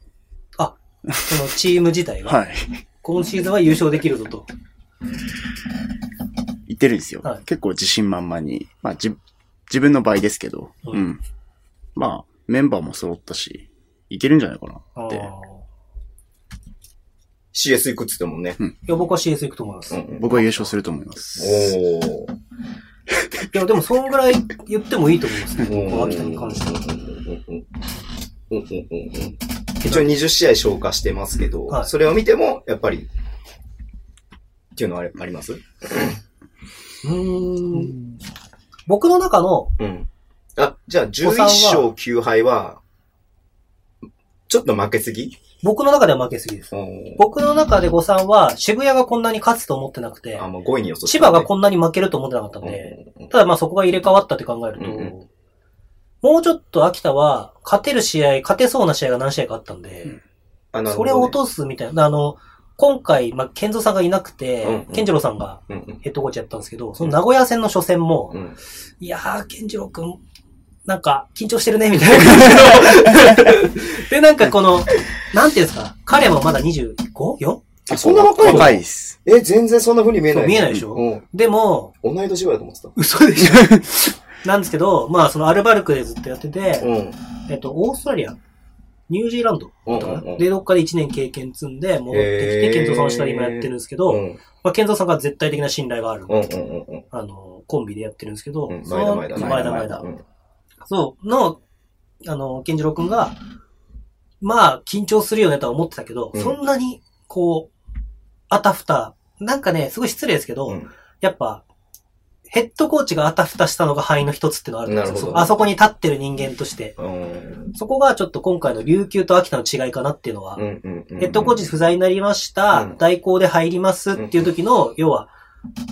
あ、そのチーム自体が、はい。今シーズンは優勝できるぞと。言ってるんですよ。はい結構自信満々に。まあ、じ、自分の場合ですけど、うんうん。まあ、メンバーも揃ったし、いけるんじゃないかなあっーいて。 CS いくっつってもんね。や、僕は CS 行くと思います。うんいうん。僕は優勝すると思います。おー。や、でもそんぐらい言ってもいいと思いますね。僕はうん秋田に関しては。一応20試合消化してますけど、はいそれを見ても、やっぱり、っていうのはありありますうーん。僕の中の、うん。あ、じゃあ11お産は勝9敗は、ちちょっと負けすぎ僕の中では負けすぎです。うん。僕の中で誤算は、渋谷がこんなに勝つと思ってなくてあ、、もう5位に予想千葉がここんなに負けると思ってなかったんで、うんただまあそこが入れ替わったって考えると、うんうもうちょっと秋田は、勝てる試合、勝てそうな試合が何試合かあったんで、うんあなるそほどれねを落とすみたいな、あの、今回、まあ、健三さんがいなくて、うんうん健次郎さんがうんうんヘッドコーチやったんですけど、その名古屋戦の初戦も、うんいやー、健次郎くん、なんか、緊張してるね、みたいな感じの。 で、なんかこの、なんていうんですか、彼もまだ 25?4? あ、そんな若いの若いです。え、全然そんな風に見えない。見えないでしょ、うん。でも、同い年ぐらいだと思ってた。嘘でしょなんですけど、まあ、そのアルバルクでずっとやってて、うん。えっと、オーストラリア、ニュージーランドだったかな、うんうんうんで、どっかで1年経験積んで、戻ってへーきて、健三さんを下で今やってるんですけど、うん。まあ、健三さんが絶対的な信頼がある、うんうんうんうんあの、コンビでやってるんですけど、うん。そ前だの前だ前田前田うんそう、の、あの、健次郎くんが、まあ、緊張するよねとは思ってたけど、うんそんなに、こう、あたふた、なんかね、すごい失礼ですけど、うんやっぱ、ヘッドコーチがあたふたしたのが敗因の一つっていうのはあるんですよなるほどそうあそこに立ってる人間として。うんそこがちょっと今回の琉球と秋田の違いかなっていうのは、うんうんうん。ヘッドコーチ不在になりました、うん代行で入りますっていう時の、要は、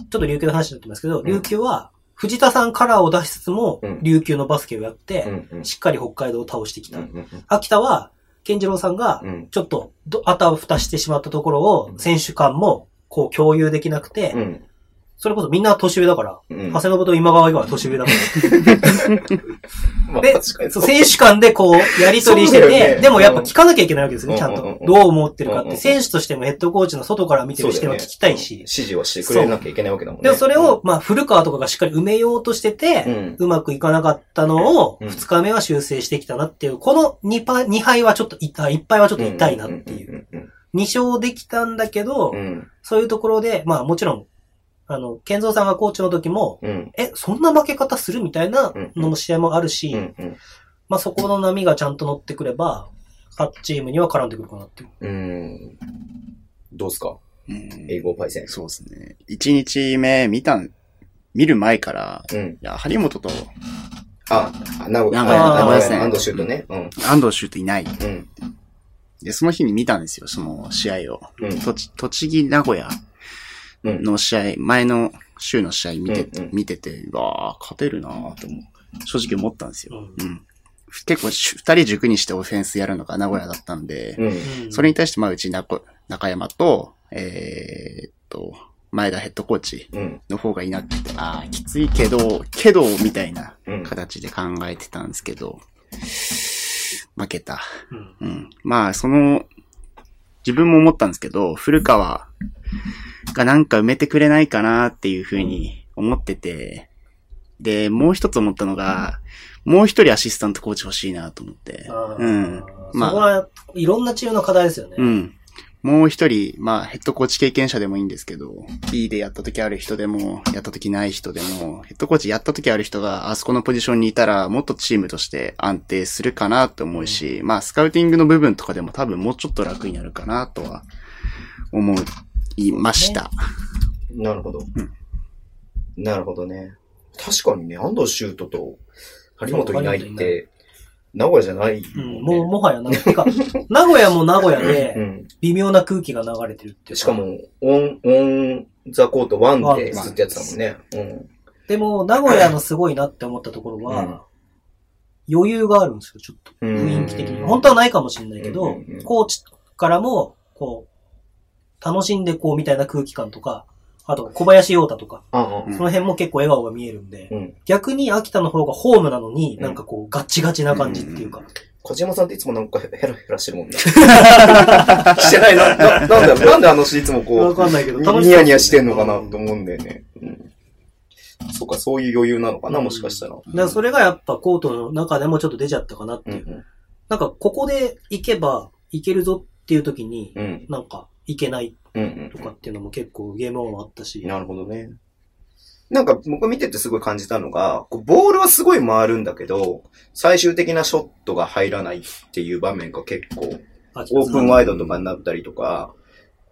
ちょっと琉球の話になってますけど、ん琉球は藤田さんカラーを出しつつもうん、琉球のバスケをやっうんて、うんしっかり北海道を倒してきた。うん秋田は、健次郎さんがう、んちょっとど、あたふたしてしまったところうを、ん選手間も、こう共有できなくて、うんそれこそみんな年上だから、うん長谷信と今川以外は年上だから、まあで確かにそう、選手間でこう、やりとりしてそうだよて、ねでもやっぱ聞かなきゃいけないわけですうね、んちゃんうんうんとう。んどう思ってるうかんっうんうんて、選手としてもヘッドコーチの外から見てる視点は聞きたい指し。示はしてくれなきゃいけないわけだもんね。でもそれを、まあ、古川とかがしっかり埋めようとしてうて、ん、うまくいかなかったのを、うん2日目は修正してきたなっていう、この2パ、2敗はちょっと痛い、1敗はちょっと痛いなっていう。うん。うん2勝できたんだけどう、んそういうところで、まあもちろん、あの、健三さんがコーチの時も、うんうんえ、そんな負け方するみたいなのも試合もあるし、うんうんまあ、そこの波がちゃんと乗ってくれば、勝チームには絡んでくるかなっていう。うん。どうすか うん英語パイセン。そうですね。1日目見たん、見る前から、うん。いや、張本とあ、あ名古屋、名名古屋屋古名古の屋安藤シュートね。うん。安藤修といない。うん。で、その日に見たんですよ、その試合を。うんとち栃木、名古屋うんの試合、前の週の試合見て、うんうん見てて、うわあ勝てるなーと思う。正直思ったんですよ。ううん。結構し、二人塾にしてオフェンスやるのが名古屋だったんで、うん。んそれに対して、まあ、うちなこ中山と、えーっと、前田ヘッドコーチうん。の方がいなくて、ああ、きついけど、けど、みたいなうん。形で考えてたんですけど、負けた。うん。うん。まあ、その、自分も思ったんですけど、古川がなんか埋めてくれないかなっていうふうに思ってて、で、もう一つ思ったのが、もう一人アシスタントコーチ欲しいなと思って。あーうん。まあそこはいろんなチームの課題ですよね。うん。もう一人、まあ、ヘッドコーチ経験者でもいいんですけど、B でやった時ある人でも、やった時ない人でも、ヘッドコーチやった時ある人があそこのポジションにいたら、もっとチームとして安定するかなと思うし、まあ、スカウティングの部分とかでも多分もうちょっと楽になるかなとは、思いました。なるほどうん。なるほどね。確かにね、安藤シュートと張本いないそっう張本いなて、名古屋じゃないうもんもんう、ね。もはやな、てか、名古屋も名古屋うで、ん。微妙な空気が流れてるっていう。しか。も、オン、オン、ザコートワンでワンずっとやってたもんね。うん。でも、名古屋のすごいなって思ったところは、余裕があるんですよ、ちょっと。雰囲気的に。本当はないかもしれないけうどんうんうん、コーチからも、こう、楽しんでこうみたいな空気感とか、あと小林陽太とか、ああ、うんその辺も結構笑顔が見えるんで、うん。逆に秋田の方がホームなのに、うんなんかこう、ガチガチな感じっていうか。小島さんっていつもなんかヘラヘラしてる もんね。してないな。な、 なんだ、なんであの人いつもこわう、かんないけど、ニヤニヤしてんのかなと思うんだよね。うん。そうか、そういう余裕なのかな、もしかしたら。だからそれがやっぱコートの中でもちょっと出ちゃったかなってういんう。なんか、ここで行けば、行けるぞっていう時に、うん。うん。なんか、行けないうんうんと。かっていうのも結構ゲームオンはあったし。なるほどね。なんか僕見ててすごい感じたのが、こうボールはすごい回るんだけど、最終的なショットが入らないっていう場面が結構、あオープンワイドとかになったりとか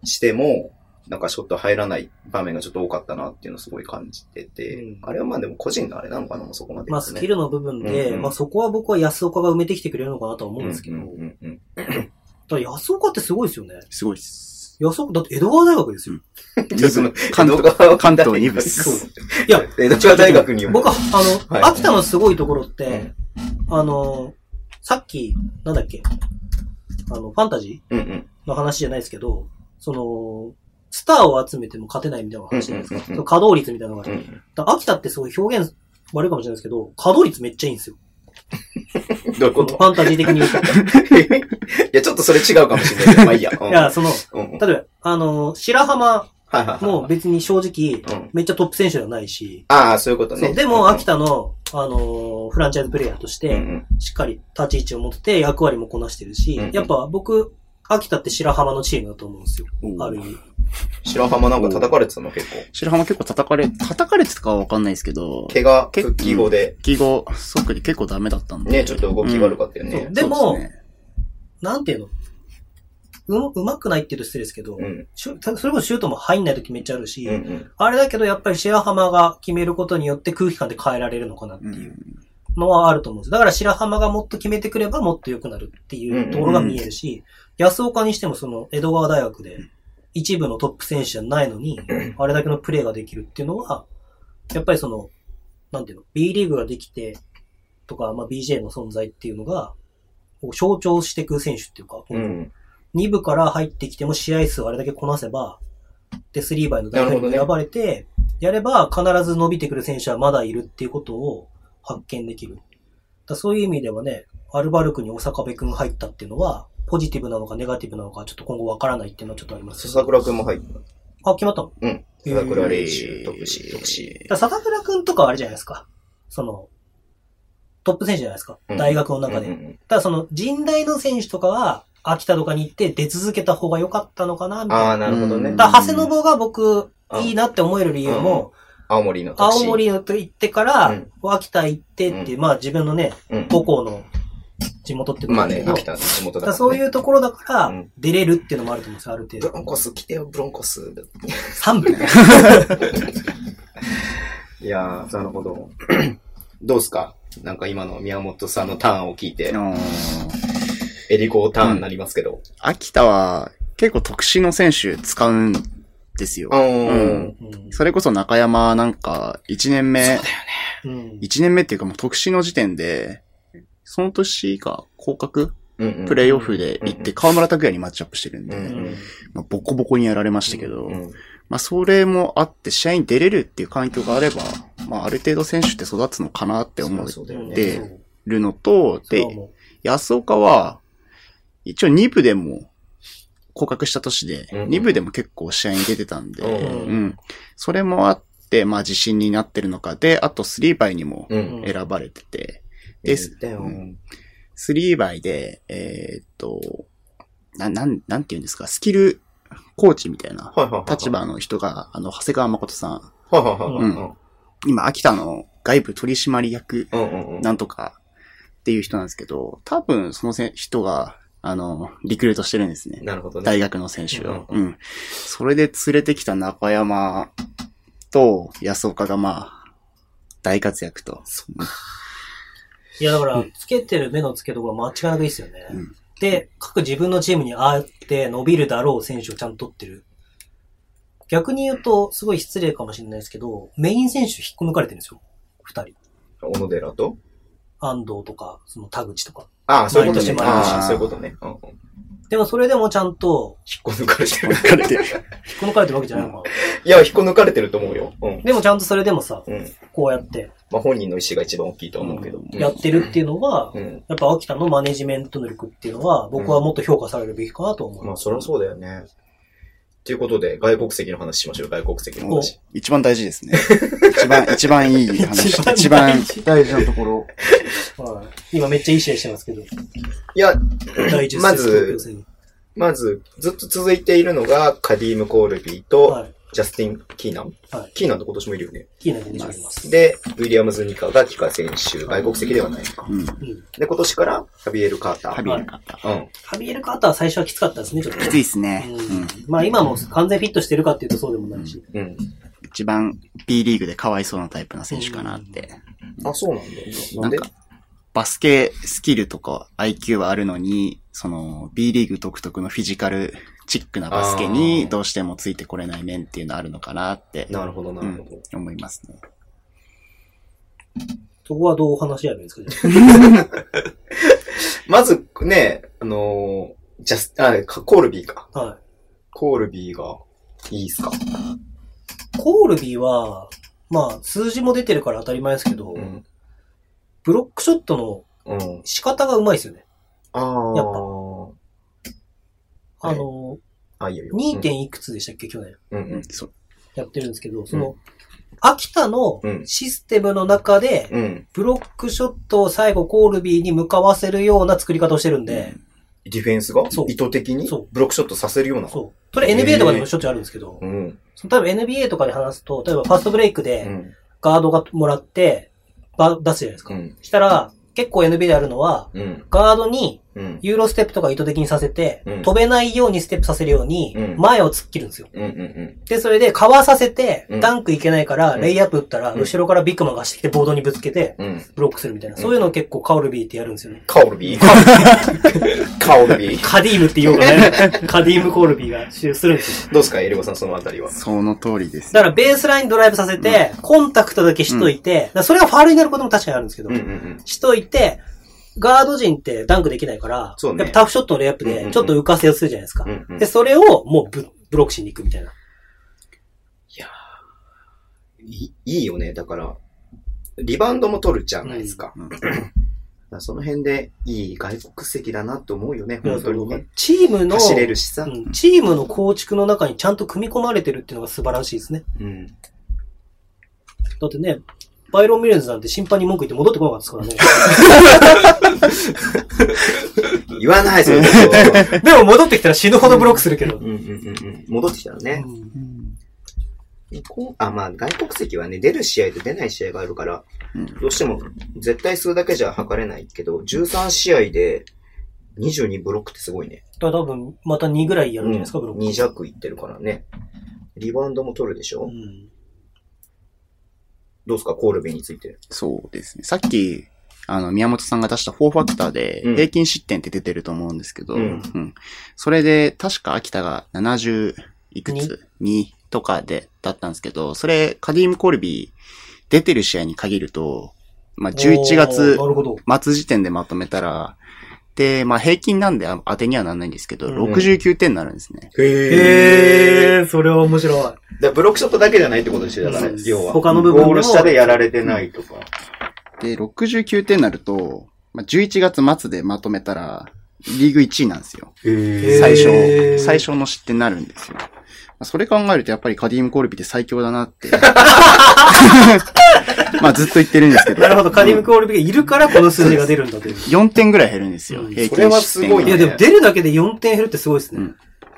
しても、なんかちょっと入らない場面がちょっと多かったなっていうのをすごい感じてて、うんあれはまあでも個人のあれなのかな、もうそこまで言まあ、うとスね、キルの部分で、うんうんまあ、そこは僕は安岡が埋めてきてくれるのかなとは思うんですけど、うんうんうんただ安岡ってすごいですよね。すごいっす。安岡、だって江戸川大学ですよ。うん。その 関江戸東、川関東2部 っそす。いや、江戸川大学にも。僕は、あの、はい秋田のすごいところっうんて、あの、さっき、なんだっけ、あの、ファンタジうんうん。ーの話じゃないですけど、その、スターを集めても勝てないみたいな話じゃないですか。うんうんうんうんその稼働率みたいなのがあうる。んだから秋田ってすごい表現悪いかもしれないですけど、稼働率めっちゃいいんですよ。どういうここのフとァンタジー的に言う と。いや、ちょっとそれ違うかもしれな いけど。まあいいや。うんいや、その、うんうん。はい例えば、あの、白浜はいはい。も別に正直、うん。めっちゃトップ選手ではないし、ああ、そういうことそね。うでも、秋田田の、あの、フランチャイズプレイヤーとしうんうて、ん。しっかり立ち位置を持ってて、役割もこなしてるしうんうん、やっぱ僕、秋田って白浜のチームだと思うんですよ。おうある意味。白浜なんか叩かれてたの結構。白浜結構叩かれ、叩かれてたかはわかんないですけど、怪我、結復構帰後で。記号、即で結構ダメだったんで。ね、ちょっと動き悪かったようねん。でもそうすねなんていうのう、うまくないって言うと失礼ですけどう、ん。シュそれこそシュートも入んない時めっちゃあるうしん、うん。あれだけどやっぱり白浜が決めることによって空気感で変えられるのかなってう。いうんのはあると思うんです。だから白浜がもっと決めてくればもっと良くなるっていうところが見えるし、安岡にしてもその江戸川大学で一部のトップ選手じゃないのに、あれだけのプレーができるっていうのは、やっぱりその、なんていうの、B リーグができてとか、まあ、BJ の存在っていうのが、こう象徴していく選手っていうか、うん。 2部から入ってきても試合数をあれだけこなせば、で、3バイの代表にも選ばれて、やれば必ず伸びてくる選手はまだいるっていうことを発見できる。だからそういう意味ではね、アルバルクに大阪部君入ったっていうのは、ポジティブなのかネガティブなのかちょっと今後わからないっていうのはちょっとありますけど笹倉くんも入った。あ、決まったのうん。笹倉練習、特使、特使。だから笹倉くんとかはあれじゃないですか。その、トップ選手じゃないですか。うん大学の中で。うんうんうんただその、人大の選手とかは、秋田とかに行って出続けた方が良かったのかな、みたいなあ。あ、なるほどねうん。だから長谷信が僕、いいなって思える理由も、青森の特使。青森のと行ってかうらん、秋田行ってっていう、まあ自分のね、うん。母校の地元ってとこまあろだねけ、ど、秋田の地元だだかからら。。そういううところだうからん、出れるっていうのもあると思うんですよ、ある程ブ度。ロンコス来てよ、ブロンコス。 3部いやー、なるほど。 どうすかなんか今の宮本さんのターンを聞いてあ、のーエリコーターンになりますけど。秋田は結構特殊の選手使うんですよ。うん。うんそれこそ中山なんか1年目、うん1年目っていうかもう特殊の時点で、その年が降格うんうん。プレイオフで行っうんうて河村拓也にマッチアップしてるんううで、んんまあボコボコにやられましたけうど、ん。まあそれもあって試合に出れるっていう環境があれば、まあある程度選手って育つのかなって思そうだよね。でるのと、そうでそう、思安岡は、一応2部でも降格した年で、うんうん2部でも結構試合に出てたんで、ううんん。それもあって、まあ自信になってるのかで、あと3バイにもうん。ん選ばれてて、でですす。だよ。ううんん3バイで、えーっと、な、なん、なんて言うんですか、スキルコーチみたいはないはいはいはい。立場の人が、あの、長谷川誠さん、はいはいはいはい。今、秋田の外部取締役うんうんうん。なんとかっていう人なんですけど、多分そのせ人が、あの、リクルートしてるんですね。なるほどね。大学の選手を。ううん。それで連れてきた中山と安岡がまあ、大活躍と。ういや、だから、つけてる目のつけどころは間違いなくいいですよねうん。で、各自分のチームにああやって伸びるだろう選手をちゃんと取ってる。逆に言うと、すごい失礼かもしれないですけど、メイン選手引っこ抜かれてるんですよ。二人。小野寺と安藤とか、その田口とか。ああ、そういうことね。毎年毎年ああ、そういうことね。うんうん。引っでもそれでもちゃんとこ抜かれてる。彼 で引っこ抜かれてるわけじゃないのかな。いや、引っこ抜かれてると思うよ。うん。でもちゃんとそれでもさ、うん。こうやってまあ、本人の意思が一番大きいと思うけど。うんやってるっていうのは、うん。やっぱ秋田のマネジメント能力っていうのは、僕はもっと評価されるべきかなと思いままあ、す。そりゃそうだよね。ということで、外国籍の話しましょう、外国籍のもう話。一番大事ですね。一番、一番いい話。一 一番番大事大事なところ。はい今めっちゃいい試合してますけど。いや、第10ま節東京ず、戦まず、ずっと続いているのが、カディーム・コールビーと、はい。ジャスティン・キーナン。はいキーナンって今年もいるよね。キーナに出ています。で、ウィリアムズ・ニカが帰化選手、外国籍ではないか。ううん。ん。で、今年から、ハビエル・カーター。ハビエルかった。うん。ハビエル・カーターは最初はきつかったですね、ちょっと。きついっすね。ううんん。まあ今も完全フィットしてるかっていうとそうでもないし。うん。一番 B リーグでかわいそうなタイプな選手かなって。あ、そうなんだ。なんでなんバスケスキルとか IQ はあるのに、その B リーグ独特のフィジカルチックなバスケあにーどうしてもついてこれない面っていうのはあるのかなって、なるほど、なうるんほど。、思いますね。そこはどうお話し合えばいいんですかじゃまず、ね、あのー、ジャス、あ、かコールビーか。あはコールビーが、いいっすか。い。コールビーは、まあ数字も出てるから当たり前ですけど、うん。ブロックショットのうん。仕方がうまいですよね。ああ。やっはあいの、あ、いいよいいよ。 2. 点いくつでしたっけ、去年。うんううんん、。そう。やってるんですけど、その、秋田のうんシステムの中で、うん。ブロックショットを最後コールビーに向かわせるような作り方をしてるんで、ディフェンスがそう意図的にそうブロックショットさせるような。そう。それ NBA とかでもしょっちゅうあるんですけど、うん。その多分 NBA とかで話すと、例えばファーストブレイクうでん。ガードがもらって、ば出すじゃないですうか。ん。したら、結構 NBA であるのは、うん。ガードにうん。ユーロステップとか意図的にさせて、うん飛べないようにステップさせるようにうん、前を突っ切るんですよ。うん。うん。で、それでかわさせてうん、ダンクいけないから、うんレイアップ打ったら、うん後ろからビッグマンがしてきて、ボードにぶつけて、うん。ブロックするみたいな。うんそういうのを結構カオルビーってやるんですよね。カオルビー。カオルビー。カディームって言おう かね。カディームコールビーが主するんですよ。どうですか、エリゴさん、そのあたりは。その通りです。だからベースラインドライブさせて、コンタクトだけしといて、だからそれがファールになることも確かにあるんですけど、うんうんうん。しといて、ガード陣ってダンクできないから、そうねやっぱタフショットのレイアップうんうんうでんちょっと浮かせをするじゃないですか。うんうんで、それをもうブブロックしに行くみたいな。いいいよね。だから、リバウンドも取るじゃないですか。うんだからその辺で、いい外国籍だなと思うよね、本当にね。チームの、走れるしさ。うんチームの構築の中にちゃんと組み込まれてるっていうのが素晴らしいですね。うん。だってね、バイロン・ミレンズなんて審判に文句言って戻ってこなかったですから言わない、そういうこと。 ね。 でも戻ってきたら死ぬほどブロックするけど。うんうんうんうん。戻ってきたらねう。んうんこうあ、まあ、外国籍はね、出る試合と出ない試合があるから、うんどうしても、絶対数だけじゃ測れないけど、13試合で22ブロックってすごいね。だから多分、また2ぐらいやるんじゃないですか、ブロック。 2弱いってるからね。リバウンドも取るでしょ、うんどうすかコールビーについて。そうですね。さっき、あの、宮本さんが出した4ファクターで、うん平均失点って出てると思うんですけど、うんそれで、確か秋田が70いくにつ、2とかで、だったんですけど、それ、カディーム・コルビー、出てる試合に限ると、まあ、11月おーなるほど。末時点でまとめたら、で、まあ、平均なんであ当てにはならないんですけど、うんうん69点になるんですね。え。へー、それは面白い。だからブロックショットだけじゃないってことでしょだかうらん、要は。他の部分もゴール下でやられてないとか。で、69点になると、まあ、11月末でまとめたら、リーグ1位なんですよ。へー最へー初、最初の失点になるんですよ。まあそれ考えるとやっぱりカディーム・コールビーって最強だな って。まあずっと言ってるんですけど。なるほど、カディム・クオリビがいるからこの数字が出るんだという。 4点ぐらい減るんですうよ。ん平均失そ点がれはすごいいや、ねでも出るだけで4点減るってすごいですね。うん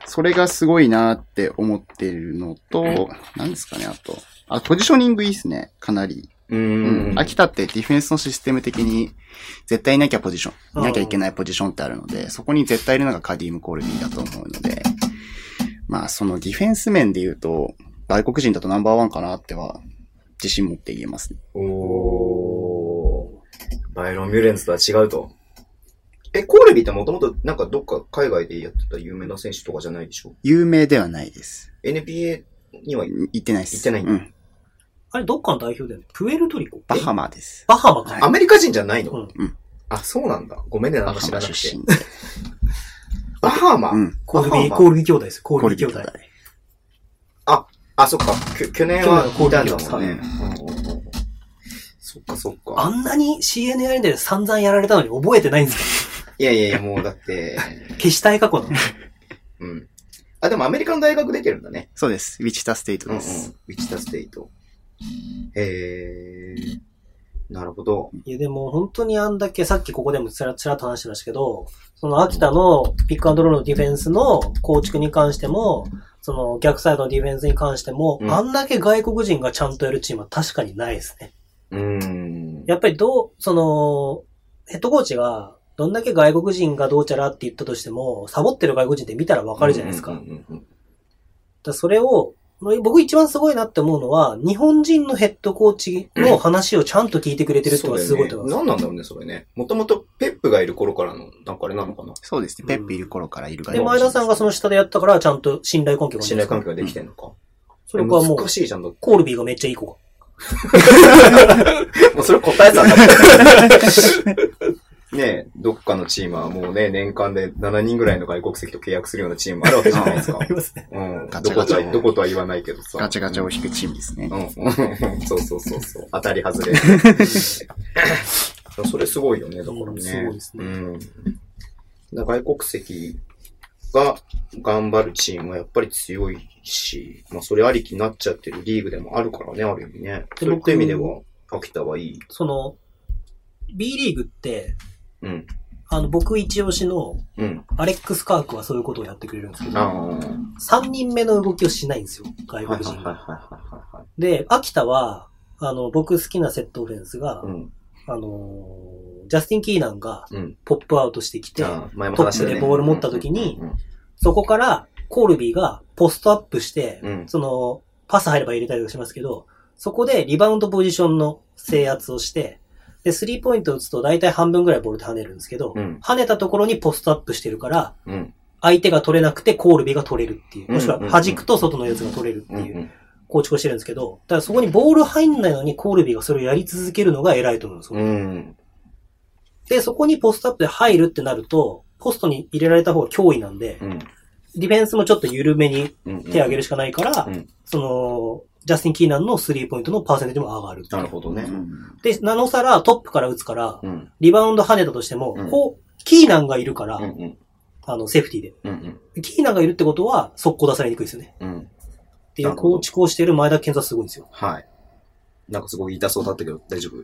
それがすごいなって思ってるのと、何ですかね、あと。あ、ポジショニングいいですね、かなり。ううんん。秋田ってディフェンスのシステム的に、絶対いなきゃポジショうんン、いなきゃいけないポジションってあるので、そこに絶対いるのがカディーム・コールビーだと思うので、まあそのディフェンス面で言うと、外国人だとナンバーワンかなっては、自信持って言えますね。おー。バイロン・ミュレンズとは違うと。え、コールビーってもともとなんかどっか海外でやってた有名な選手とかじゃないでしょ有名ではないです。 ?NBA にはい行ってないです。行ってないんだうん。あれ、どっかの代表だよね。プエルトリコバハマです。バハマか。アメリカ人じゃないの、うんうんあ、そうなんだ。ごめんね、なバんかハ知らマな出くて身。で。バハーマ、うん。コールビバハー、マコールビー兄弟です。ココーールルビビーー兄兄弟弟。。あ、そっか。きょ去年は去いたん年はだコもんールねビー。うんうんうんそっかそっか。あんなに CNA で散々やられたのに覚えてないんですいやいやいや、もうだって、 か消したい過去なの。うん。あ、でもアメリカの大学出てるんだね。そうです。ウィチタステイトうんうん。でウす。ィチタステイト。へー。なるほど。いや、でも本当にあんだけ、さっきここでもちらちらっと話してましたけど、その秋田のピックアンドロールのディフェンスの構築に関しても、その逆サイドのディフェンスに関しても、うんあんだけ外国人がちゃんとやるチームは確かにないですね。うーん。やっぱりどう、その、ヘッドコーチが、どんだけ外国人がどうちゃらって言ったとしても、サボってる外国人って見たらわかるじゃないですか。うんうんうんだからそれを、僕一番すごいなって思うのは、日本人のヘッドコーチの話をちゃんと聞いてくれてるってのがすごいと思います。そうだよね何なんだろうね、それね。もともとペップがいる頃からの、なんかあれなのかなそうですね。ペップいる頃からいるから。で、前田さんがその下でやったから、ちゃんと信頼関係があるん信です頼関係ができてんのか。それ僕はもう、難しいじゃん、だってコールビーがめっちゃい い子が。もうそれ答えたん だねえ、どっかのチームはもうね、年間で7人ぐらいの外国籍と契約するようなチームあるわけじゃないですか。ますね。うん。ガどチャガこチとャは、どことは言わないけどさ。ガチャガチャを引くチームですねう。んうん。そうそうそうそう。当たり外れ。それすごいよね、だからうんね。すごいですねうん。だから外国籍が頑張るチームはやっぱり強いし、まあそれありきになっちゃってるリーグでもあるからね、ある意味ね。でそういった意味では、秋田はいい。その、B リーグって、うん。あの、僕一押しの、うん。アレックス・カークはそういうことをやってくれるんですけど、ああ。 3人目の動きをしないんですよ、外国人が。で、秋田は、あの、僕好きなセットオフェンスが、うん。あのー、ジャスティン・キーナンがうん。ポップアウトしてきて、あ、前も話したねトップでボール持った時にうん、そこからコールビーがポストアップして、うんその、パス入れば入れたりとかしますけど、そこでリバウンドポジションの制圧をして、で、スリーポイント打つと大体半分ぐらいボールで跳ねるんですけど、うん。跳ねたところにポストアップしてるから、うん。相手が取れなくてコールビーが取れるっていう。もしくはうんうんうん弾くと外のやつが取れるってうん。。いううん構築をしてるんですけど、だからそこにボール入んないのにコールビーがそれをやり続けるのが偉いと思うんですよ。うん。で、そこにポストアップで入るってなると、ポストに入れられた方が脅威なんで、ディフェンスもちょっと緩めにうん。手を挙げる。るしかないから、うんその、ジャスティン・キーナンのスリーポイントのパーセンテージも上がる。なるほどうね。んで、なおさらトップから打つから、うん。リバウンド跳ねたとしても、うんこう、キーナンがいるから、うん。うん。あの、セーフティーうん。で。キーナンがいるってことは、速攻出されにくいですよね。うん。っていなうるほど構築をしている前田健太はすごいんですよ。はい。なんかすごい痛そうだったけど、大丈夫。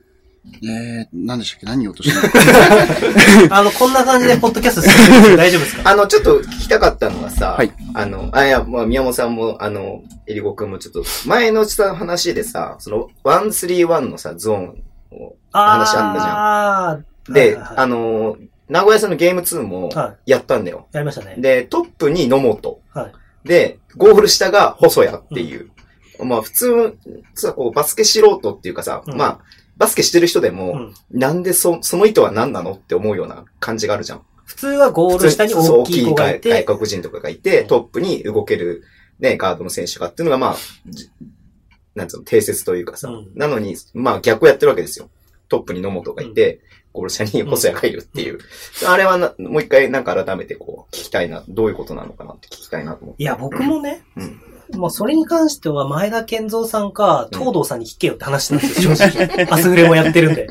えー、何でしたっけ何を落としたのあの、こんな感じでポッドキャストするんですけど大丈夫ですかあの、ちょっと聞きたかったのがさ、はいあの、あ、いや、まあ、宮本さんも、あの、えりごくんもちょっと、前のさ話でさ、その、131のさ、ゾーンを、話あったじゃんあーで、はいはいあの、名古屋さんのゲーム2も、はい、はいやったんだよ。やりましたね。で、トップに野本。はい。で、ゴール下が細谷っていう。まあ普通、さ、こう、バスケ素人っていうかさ、うんまあ、バスケしてる人でも、うんなんでそ、その意図は何なのって思うような感じがあるじゃん。普通はゴール下に大きい子がいそう大きて、外国人とかがいて、うんトップに動ける、ね、ガードの選手がっていうのが、まあ、じなんつうの、定説というかさ、うんなのに、まあ逆をやってるわけですよ。トップに野本がいて、ゴール下に細谷がいるっていう。あれはな、もう一回なんか改めてこう、聞きたいな、どういうことなのかなって聞きたいなと思って。いや、僕もね、うんもうそれに関しては前田健三さんか、東堂さんに聞けよって話なんですよ、正 直。アスフレもやって るんで。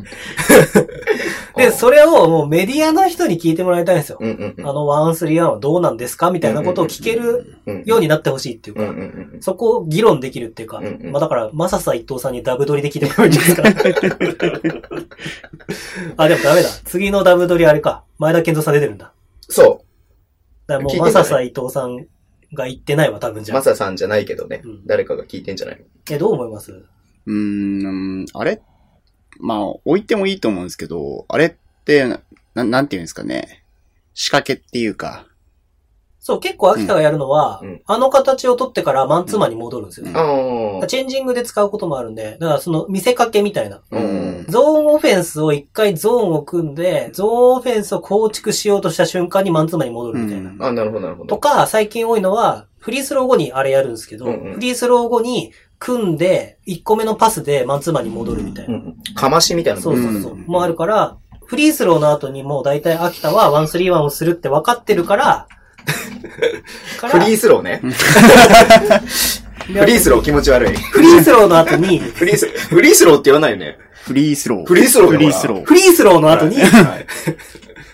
で、それをもうメディアの人に聞いてもらいたいんですよ。うんうんうんあの、ワンスリーワンはどうなんですかみたいなことを聞けるうんようになってほしいっていううんかう、んうんそこを議論できるっていうか、うんうんまあだから、マササ伊藤さんにダブ取りで聞いてもらうんじゃないですか。 あ、でもダメだ。次のダブ取りあれか。前田健三さん出てるんだ。そだからも聞う、いてんマじゃないササ伊藤さんが言ってないわ、多分じう。ゃあマ。サさんじゃないけどねうん。誰かが聞いてんじゃないのえ、どう思いますうーん、あれまあ、置いてもいいと思うんですけど、あれって、ななんていうんですかね。仕掛けっていうか。そう、結構秋田がやるのは、うんうんあの形を取ってからマンツーマンに戻るんですよ。うんだかあらチェンジングで使うこともあるんで、だからその見せかけみたいな。あ。うん。ゾーンオフェンスを一回ゾーンを組んで、ゾーンオフェンスを構築しようとした瞬間にマンツーマンに戻るみたいな。うんあ、なるほど、なるほとど。か、最近多いのは、フリースロー後にあれやるんですけど、うんうんフリースロー後に組んで、1個目のパスでマンツーマンに戻るみたいな。うんかましみたいなそうそうそう。うんもうあるから、フリースローの後にもう大体秋田は131をするって分かって るから、からフリースローね。フフリースロー気持ち悪い。フリースローの後に、フリース、 フリースローって言わないよね。フリースロー。フリースローだフからリースロー。フリースローの後に、はい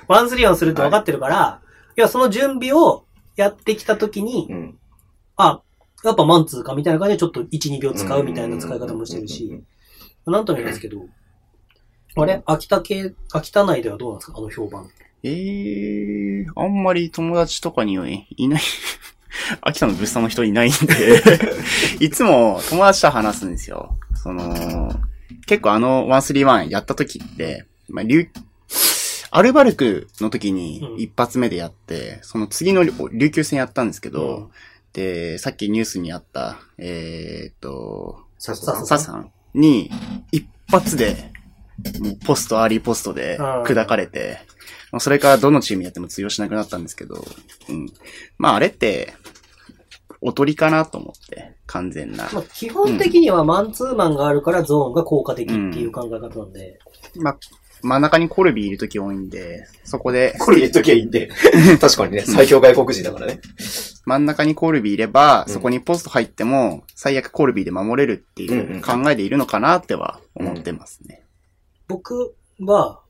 ワンスリーワンするって分かってるから、要はその準備をやってきた時にう、んあ、やっぱマンツーかみたいな感じでちょっと1、2秒使うみたいな使い方もしてるし、なんとも言いますけど、あれ秋田系、秋田内ではどうなんですかあの評判。ええー、あんまり友達とかにはい ない。秋田の物産の人 いないんで、いつも友達と話すんですよ。その、結構あの131やった時って、まあ、琉アルバルクの時にうん一発目でやって、その次の琉球戦やったんですけど、うんで、さっきニュースにあった、えー、っと、さすさがすサさんに一発で、もうポスト、アーリーポストで砕かれて、まあそれからどのチームやっても通用しなくなったんですけど、うん。まああれって、おとりかなと思って、完全な。まあ、基本的にはマンツーマンがあるからゾーンが効果的っていう考え方なんで。まあ、真ん中にコルビーいるとき多いんで、そこで、これ言っときゃいいんで。確かにね、最強外国人だからね。真ん中にコルビーいれば、うんそこにポスト入っても、最悪コルビーで守れるってうんういんう考えでいるのかなっては思ってますね。僕は、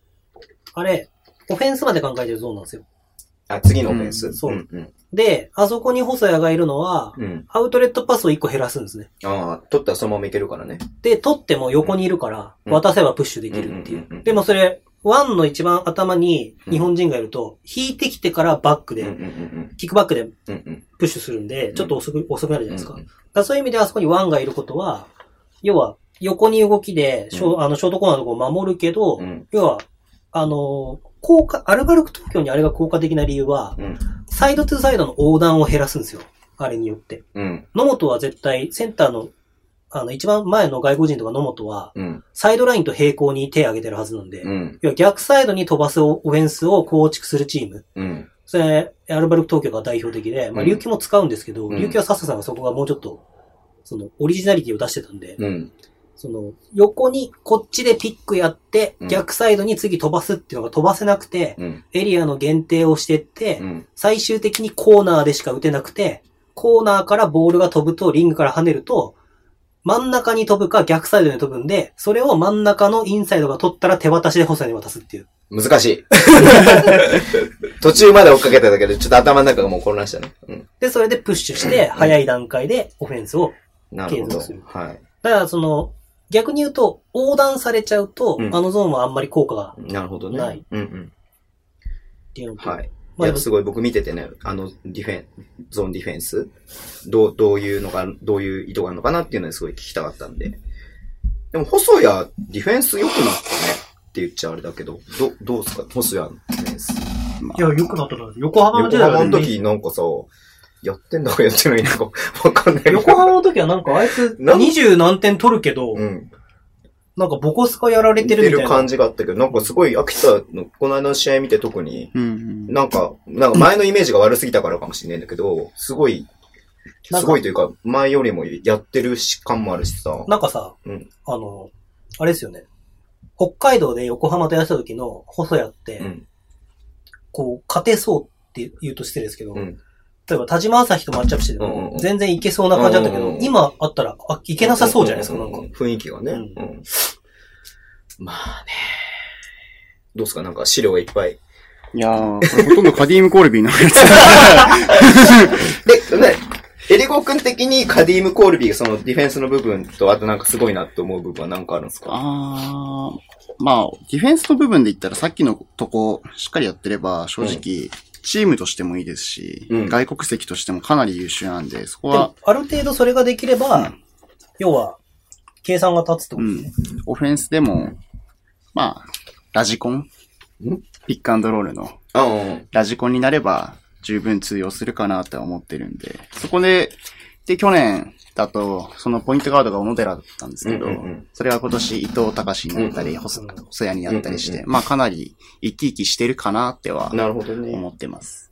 あれ、オフェンスまで考えてるゾーンなんですよ。あ、次のオフェンス。うんそうんうん。で、あそこに細谷がいるのは、うん。アウトレットパスを1個減らすんですね。ああ、取ったらそのままいけるからね。で、取っても横にいるから、うん渡せばプッシュできるっていうんうんうんうう。んでもそれ、ワンの一番頭に日本人がいると、引いてきてからバックうんうんで、キックバックでうんうん。うんうん。プッシュするんで、ちょっと遅く、遅くなるじゃないですか。うんうんだからそういう意味であそこにワンがいることは、要は、横に動きで、ショ,、あのショートコーナーのところを守るけど、うん要は、あのー効果、アルバルク東京にあれが効果的な理由は、うん。サイドトゥサイドの横断を減らすんですよ。あれによって。うん。野本は絶対、センターの、あの、一番前の外国人とか野本は、うん。サイドラインと平行に手を挙げてるはずなんで、うん。要は逆サイドに飛ばすオフェンスを構築するチーム。うん。それ、アルバルク東京が代表的で、まあ、うん琉球も使うんですけど、うん琉球は笹さんがそこがもうちょっと、その、オリジナリティを出してたんで、うん。その、横にこっちでピックやってうん、逆サイドに次飛ばすっていうのが飛ばせなくて、うん。エリアの限定をしてってう、ん。最終的にコーナーでしか打てなくて、コーナーからボールが飛ぶと、リングから跳ねると、真ん中に飛ぶか逆サイドに飛ぶんで、それを真ん中のインサイドが取ったら手渡しで細谷に渡すっていう。難し い。途中まで追っかけただけで、ちょっと頭の中がもう混乱したね。うん。で、それでプッシュして、早い段階でオフェンスを。なるほ継ど続する。はい。だからその、逆に言うと、横断されちゃうと、うんあのゾーンはあんまり効果がなるほどね。ない。うんうん。っていうのと、はい。いまあや、すごい僕見ててね、あの、ディフェン、ゾーンディフェンス、どう、どういうのが、どういう意図があるのかなっていうのですごい聞きたかったんで。でも、細谷、ディフェンス良くなったねって言っちゃあれだけど、ど、どうすか細谷のディフェンス。いや、良くなったな。横浜横浜の時なんかさ、やってんだかやってないのかわかんないけど。横浜の時はなんかあいつなん20何点取るけうど、ん。なんかボコスカやられ出ててるみたるいな感。じがあったけど、なんかすごい、秋田の、この間の試合見て特に、うんうん。なんか、なんか前のイメージが悪すぎたからかもしれないんだけど、すごい、なんすかごいというか、前よりもやってるし感もあるしさ。なんかさ、うんあの、あれですよね。北海道で横浜とやった時の細谷って、うん。こう、勝てそうって言うと失礼ですけど、うん。例えば田島朝日とマッチアップしててうんうんうもん、全然いけそうな感じだったけうんどう、んうん今あったら、あ、いけなさそうじゃないですか、なんか。雰囲気がね。ううんん。まあね。どうですかなんか資料がいっぱい。いやー、これほとんどカディームコルビーのやつ。で、ね、エリゴ君的にカディーム・コールビー、そのディフェンスの部分と、あとなんかすごいなって思う部分はなんかあるんですかあーまあ、ディフェンスの部分で言ったらさっきのとこ、しっかりやってれば、正直、チームとしてもいいですし、うん外国籍としてもかなり優秀なんで、そこではも、ある程度それができれば、うん要は、計算が立つってこうとですねん。、オフェンスでも、まあ、ラジコンピックアンドロールのあうん。ラジコンになれば、十分通用するかなとは思ってるんで、そこで、で、去年だと、そのポイントガードが小野寺だったんですけど、うんうんうんそれが今年伊藤隆になったり、細うん細谷になったりして、うんうんまあかなり生き生きしてるかなってはなるほどね思。ってます。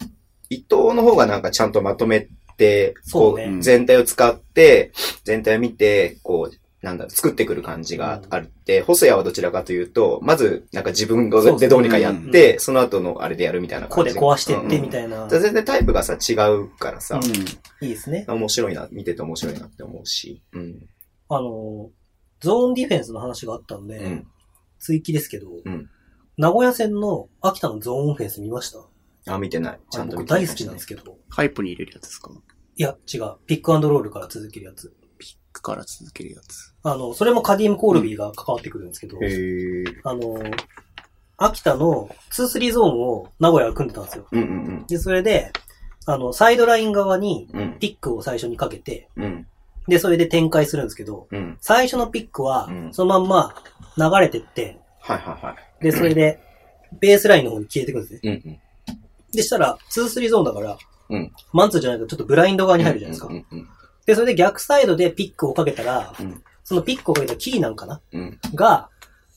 伊藤の方がなんかちゃんとまとめて、そこうねう、全体を使って、全体を見て、こう、なんだろう、作ってくる感じがあるって、細谷はどちらかというと、まず、なんか自分がそうそうでどうにかやっうんて、その後のあれでやるみたいなここ感でじ。壊してって、うんみたいな。だから全然タイプがさ、違うからさ、うんうんいいですね。面白いな、見てて面白いなって思うし。うん。あの、ゾーンディフェンスの話があったんで、うん。追記ですけど、うん名古屋戦の秋田のゾーンオフェンス見ましたあ、見てない。ちあゃれんと僕見てない。大好きなんですけど。ハイプに入れるやつですかいや、違う。ピックアンドロールから続けるやつ。ピックから続けるやつ。あの、それもカディム・コールビーが関わってくるんですけど、へーあの、秋田の2-3ゾーンを名古屋が組んでたんですよ。うんうんで、それで、あの、サイドライン側にうん。うん。ピックを最初にかけて、うん。で、それで展開するんですけど、うん。最初のピックはう、んそのまんま流れてって、はいはいはい。で、それで、ベースラインの方に消えてくるんですね。うんうん。で、したら、2-3ゾーンだから、うんマンツーじゃないとちょっとブラインド側に入るじゃないですか。うんうんで、それで逆サイドでピックをかけたら、うんそのピックをかけたキーなんかなうん。が、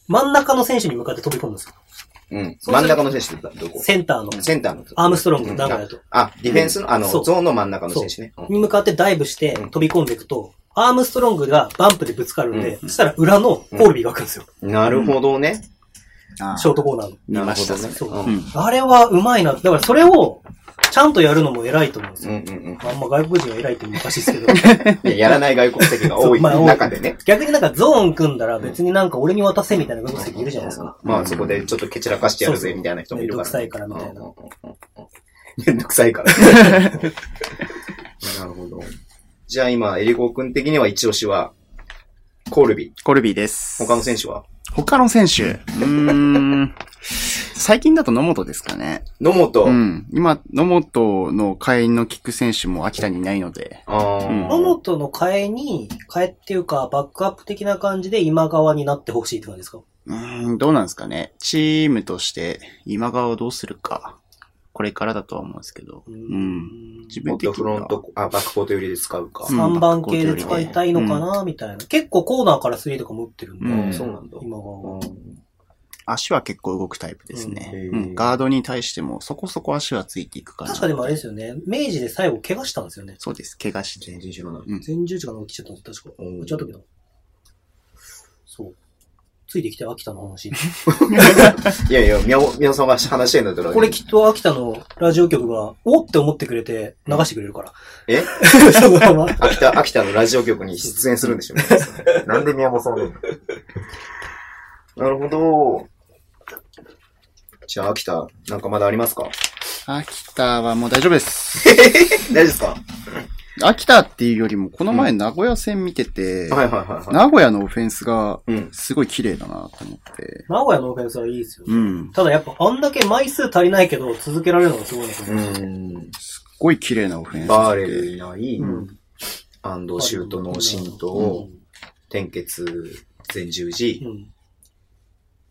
真ん中の選手に向かって飛び込むんですよ。うん。そうする真ん中の選手ってどこセンターの、センターのとこ。アームストロング、名古屋と。あ、ディフェンスの、あの、そゾうーンの真ん中の選手ね。うんに向かってダイブしてうん飛び込んでいくと、アームストロングがバンプでぶつかるんで、うんそしたら裏のコールビーが来るんですよ。なるほどね。ああショートコーナーの。見ましたなるね。ほどうね。ん。あれはうまいな。だからそれを、ちゃんとやるのも偉いと思うんですうよ。んうんうんあんま外国人は偉いって言うのおかしいですけど。 うん。いややらない外国籍が多いそうまあ中でね。逆になんかゾーン組んだら別になんか俺に渡せみたいな外籍いるじゃないですか。まあそこでちょっと蹴散らかしてやるぜみたいな人もいるから、ね。そうそうめんどくさいからみたいなうんうんうんうん。めんどくさいから。 なるほど。じゃあ今、エリゴー君的には一押しは、コールビー。コルビーです。他の選手は他の選手。うーん。最近だと野本ですかね。野本。うん。今、野本の会員のキック選手も秋田にいないので。あーうん野本の替えに、替えっていうか、バックアップ的な感じで今川になってほしいって感じですかうーん、どうなんですかね。チームとして今川をどうするか。これからだとは思うんですけど。うん。自も分っとフ的にはロント、あ、バックコート寄りで使うか。うん3番系で使いたいのかなみたいな。結構コーナーから3とかも打ってるんで、うんそうなんだ。今う川んは。足は結構動くタイプですね。うんへーうんガードに対してもそこそこ足はついていくから。確かでもあれですよね、明治で最後怪我したんですよね。そうです。怪我して。全然知らない。うん前十字かなんか来ちゃったんですよ、確か。うん打ち合ったけど。そう。ついてきて秋田の話。いやいや、宮尾、宮尾さんが話してんだったら。これきっと秋田のラジオ局が、おって思ってくれて流してくれるから。え そのまま。秋田、秋田のラジオ局に出演するんでしょうね。 なんで宮本さんなのなるほど。じゃあ、秋田、なんかまだありますか秋田はもう大丈夫です。 大丈夫ですかは秋田っていうよりも、この前名古屋戦見てて、いはいはいは名古屋のオフェンスがい。うん。すごい綺麗だなと思って。名古屋のオフェンスはいいですよね。うん。ただやっぱあんだけ枚数足りないけど続けられるのがすごいなと思います。うん。すっごい綺麗なオフェンスで。バーレルいない、うん安藤シュートの浸透、転結、全十字う。ん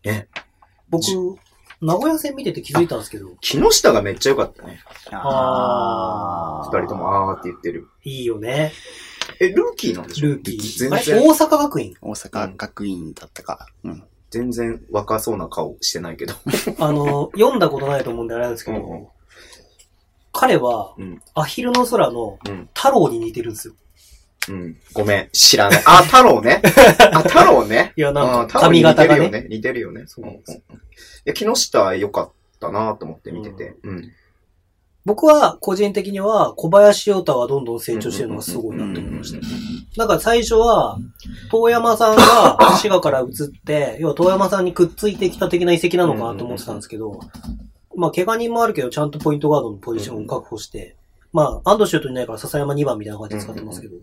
ね。僕、名古屋戦見てて気づいたんですけど、木下がめっちゃ良かったね。あ二ー人ともあーって言ってる。いいよね。え、ルーキーなんでしょルーキー。全あれ、然大阪学院。大阪学院だったか。うん。全然若そうな顔してないけど。あの、読んだことないと思うんであれなんですけど、彼は、うん。アヒルの空のうん。太郎に似てるんですよ。うん。ごめん。知らない。 あ、太郎ね。あ、太郎ね。いやなんかあ太郎に髪型がね似てるよね。似てるよね。そうなんですんうんいや、木下良かったなと思って見てて。うん。僕は、個人的には、小林洋太はどんどん成長してるのがすごいなと思いました。なんか最初は、遠山さんが滋賀から移って、要は遠山さんにくっついてきた的な遺跡なのかなと思ってたんですけど、まあ怪我人もあるけど、ちゃんとポイントガードのポジションを確保して、まあ、安藤シュートいないから笹山2番みたいな感じで使ってますけど、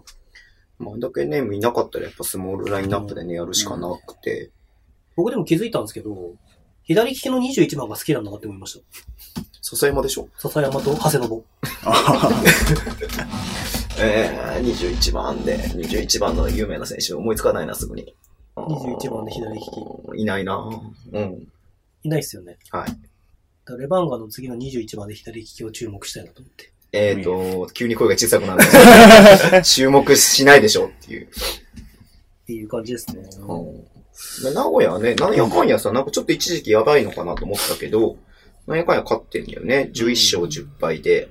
まあ、あんだけね、見なかったらやっぱスモールラインナップでね、やるしかなくて。僕でも気づいたんですけど、左利きの21番が好きなんだなって思いまし笹山でしょた。笹山と長谷信。ええー、21番で、21番の有名な選手思いつかないな、すぐに。 21番で左利きいないなうん。いないっすよね。はい。だからレバンガの次の21番で左利きを注目したいなと思って。えっ、と、急に声が小さくなるんで 注目しないでしょっていう。っていう感じですね。うん、名古屋はね、なんやかんやさ、なんかちょっと一時期やばいのかなと思ったけど、なんやかんや勝ってんだよね。11勝10敗で、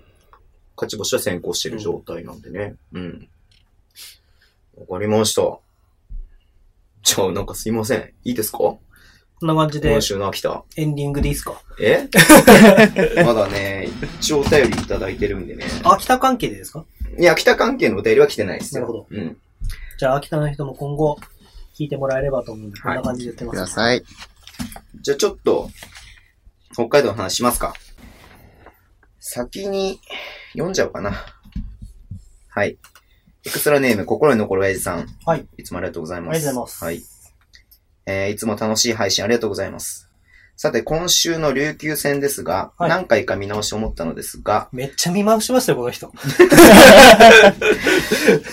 勝ち星は先行してる状態なんでね。うん。わかりました。じゃあ、なんかすいません。いいですかこんな感じで今、週の秋田。エンディングでいいっすか えまだね、一応お便りいただいてるんでね。秋田関係でですかいや、秋田関係のお便りは来てないですよ。なるほど。うん。じゃあ、秋田の人も今後、聞いてもらえればと思うんで、こんな感じでやってくまだす。さい。じゃあちょっと、北海道の話しますか。先に、読んじゃおうかな。はい。エクストラネーム、心に残る親父さん。はい。いつもありがとうございます。ありがとうございますはい。えーいつも楽しい配信ありがとうございます。さて、今週の琉球戦ですが、はい何回か見直し思ったのですが、めっちゃ見回しましたよ、この人。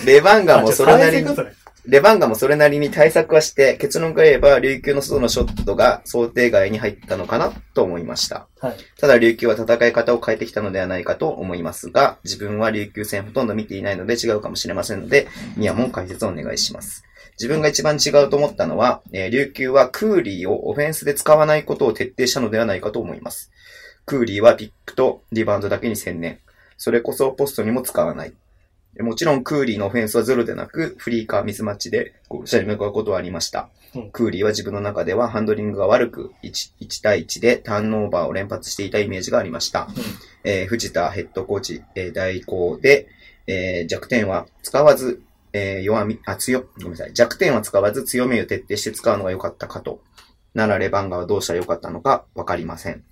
レバンガもそれなりあちにょっと大変なこ、とねレバンガもそれなりに対策はして、結論から言えば琉球の外のショットが想定外に入ったのかなと思いました。はい。ただ琉球は戦い方を変えてきたのではないかと思いますが、自分は琉球戦ほとんど見ていないので違うかもしれませんので、ミヤモン解説をお願いします。自分が一番違うと思ったのは、えー琉球はクーリーをオフェンスで使わないことを徹底したのではないかと思います。クーリーはピックとリバウンドだけに専念。それこそポストにも使わない。もちろんクーリーのオフェンスはゼロでなく、フリーかミスマッチでゴール下に向かうことはありました。うんクーリーは自分の中ではハンドリングが悪く、1, 1対1でターンオーバーを連発していたイメージがありました。えー藤田ヘッドコーチ、えー代行で、えー弱点は使わず、えー弱み、あ、強、ごめんなさい。弱点は使わず強みを徹底して使うのが良かったかと。ならレバンガはどうしたら良かったのかわかりません。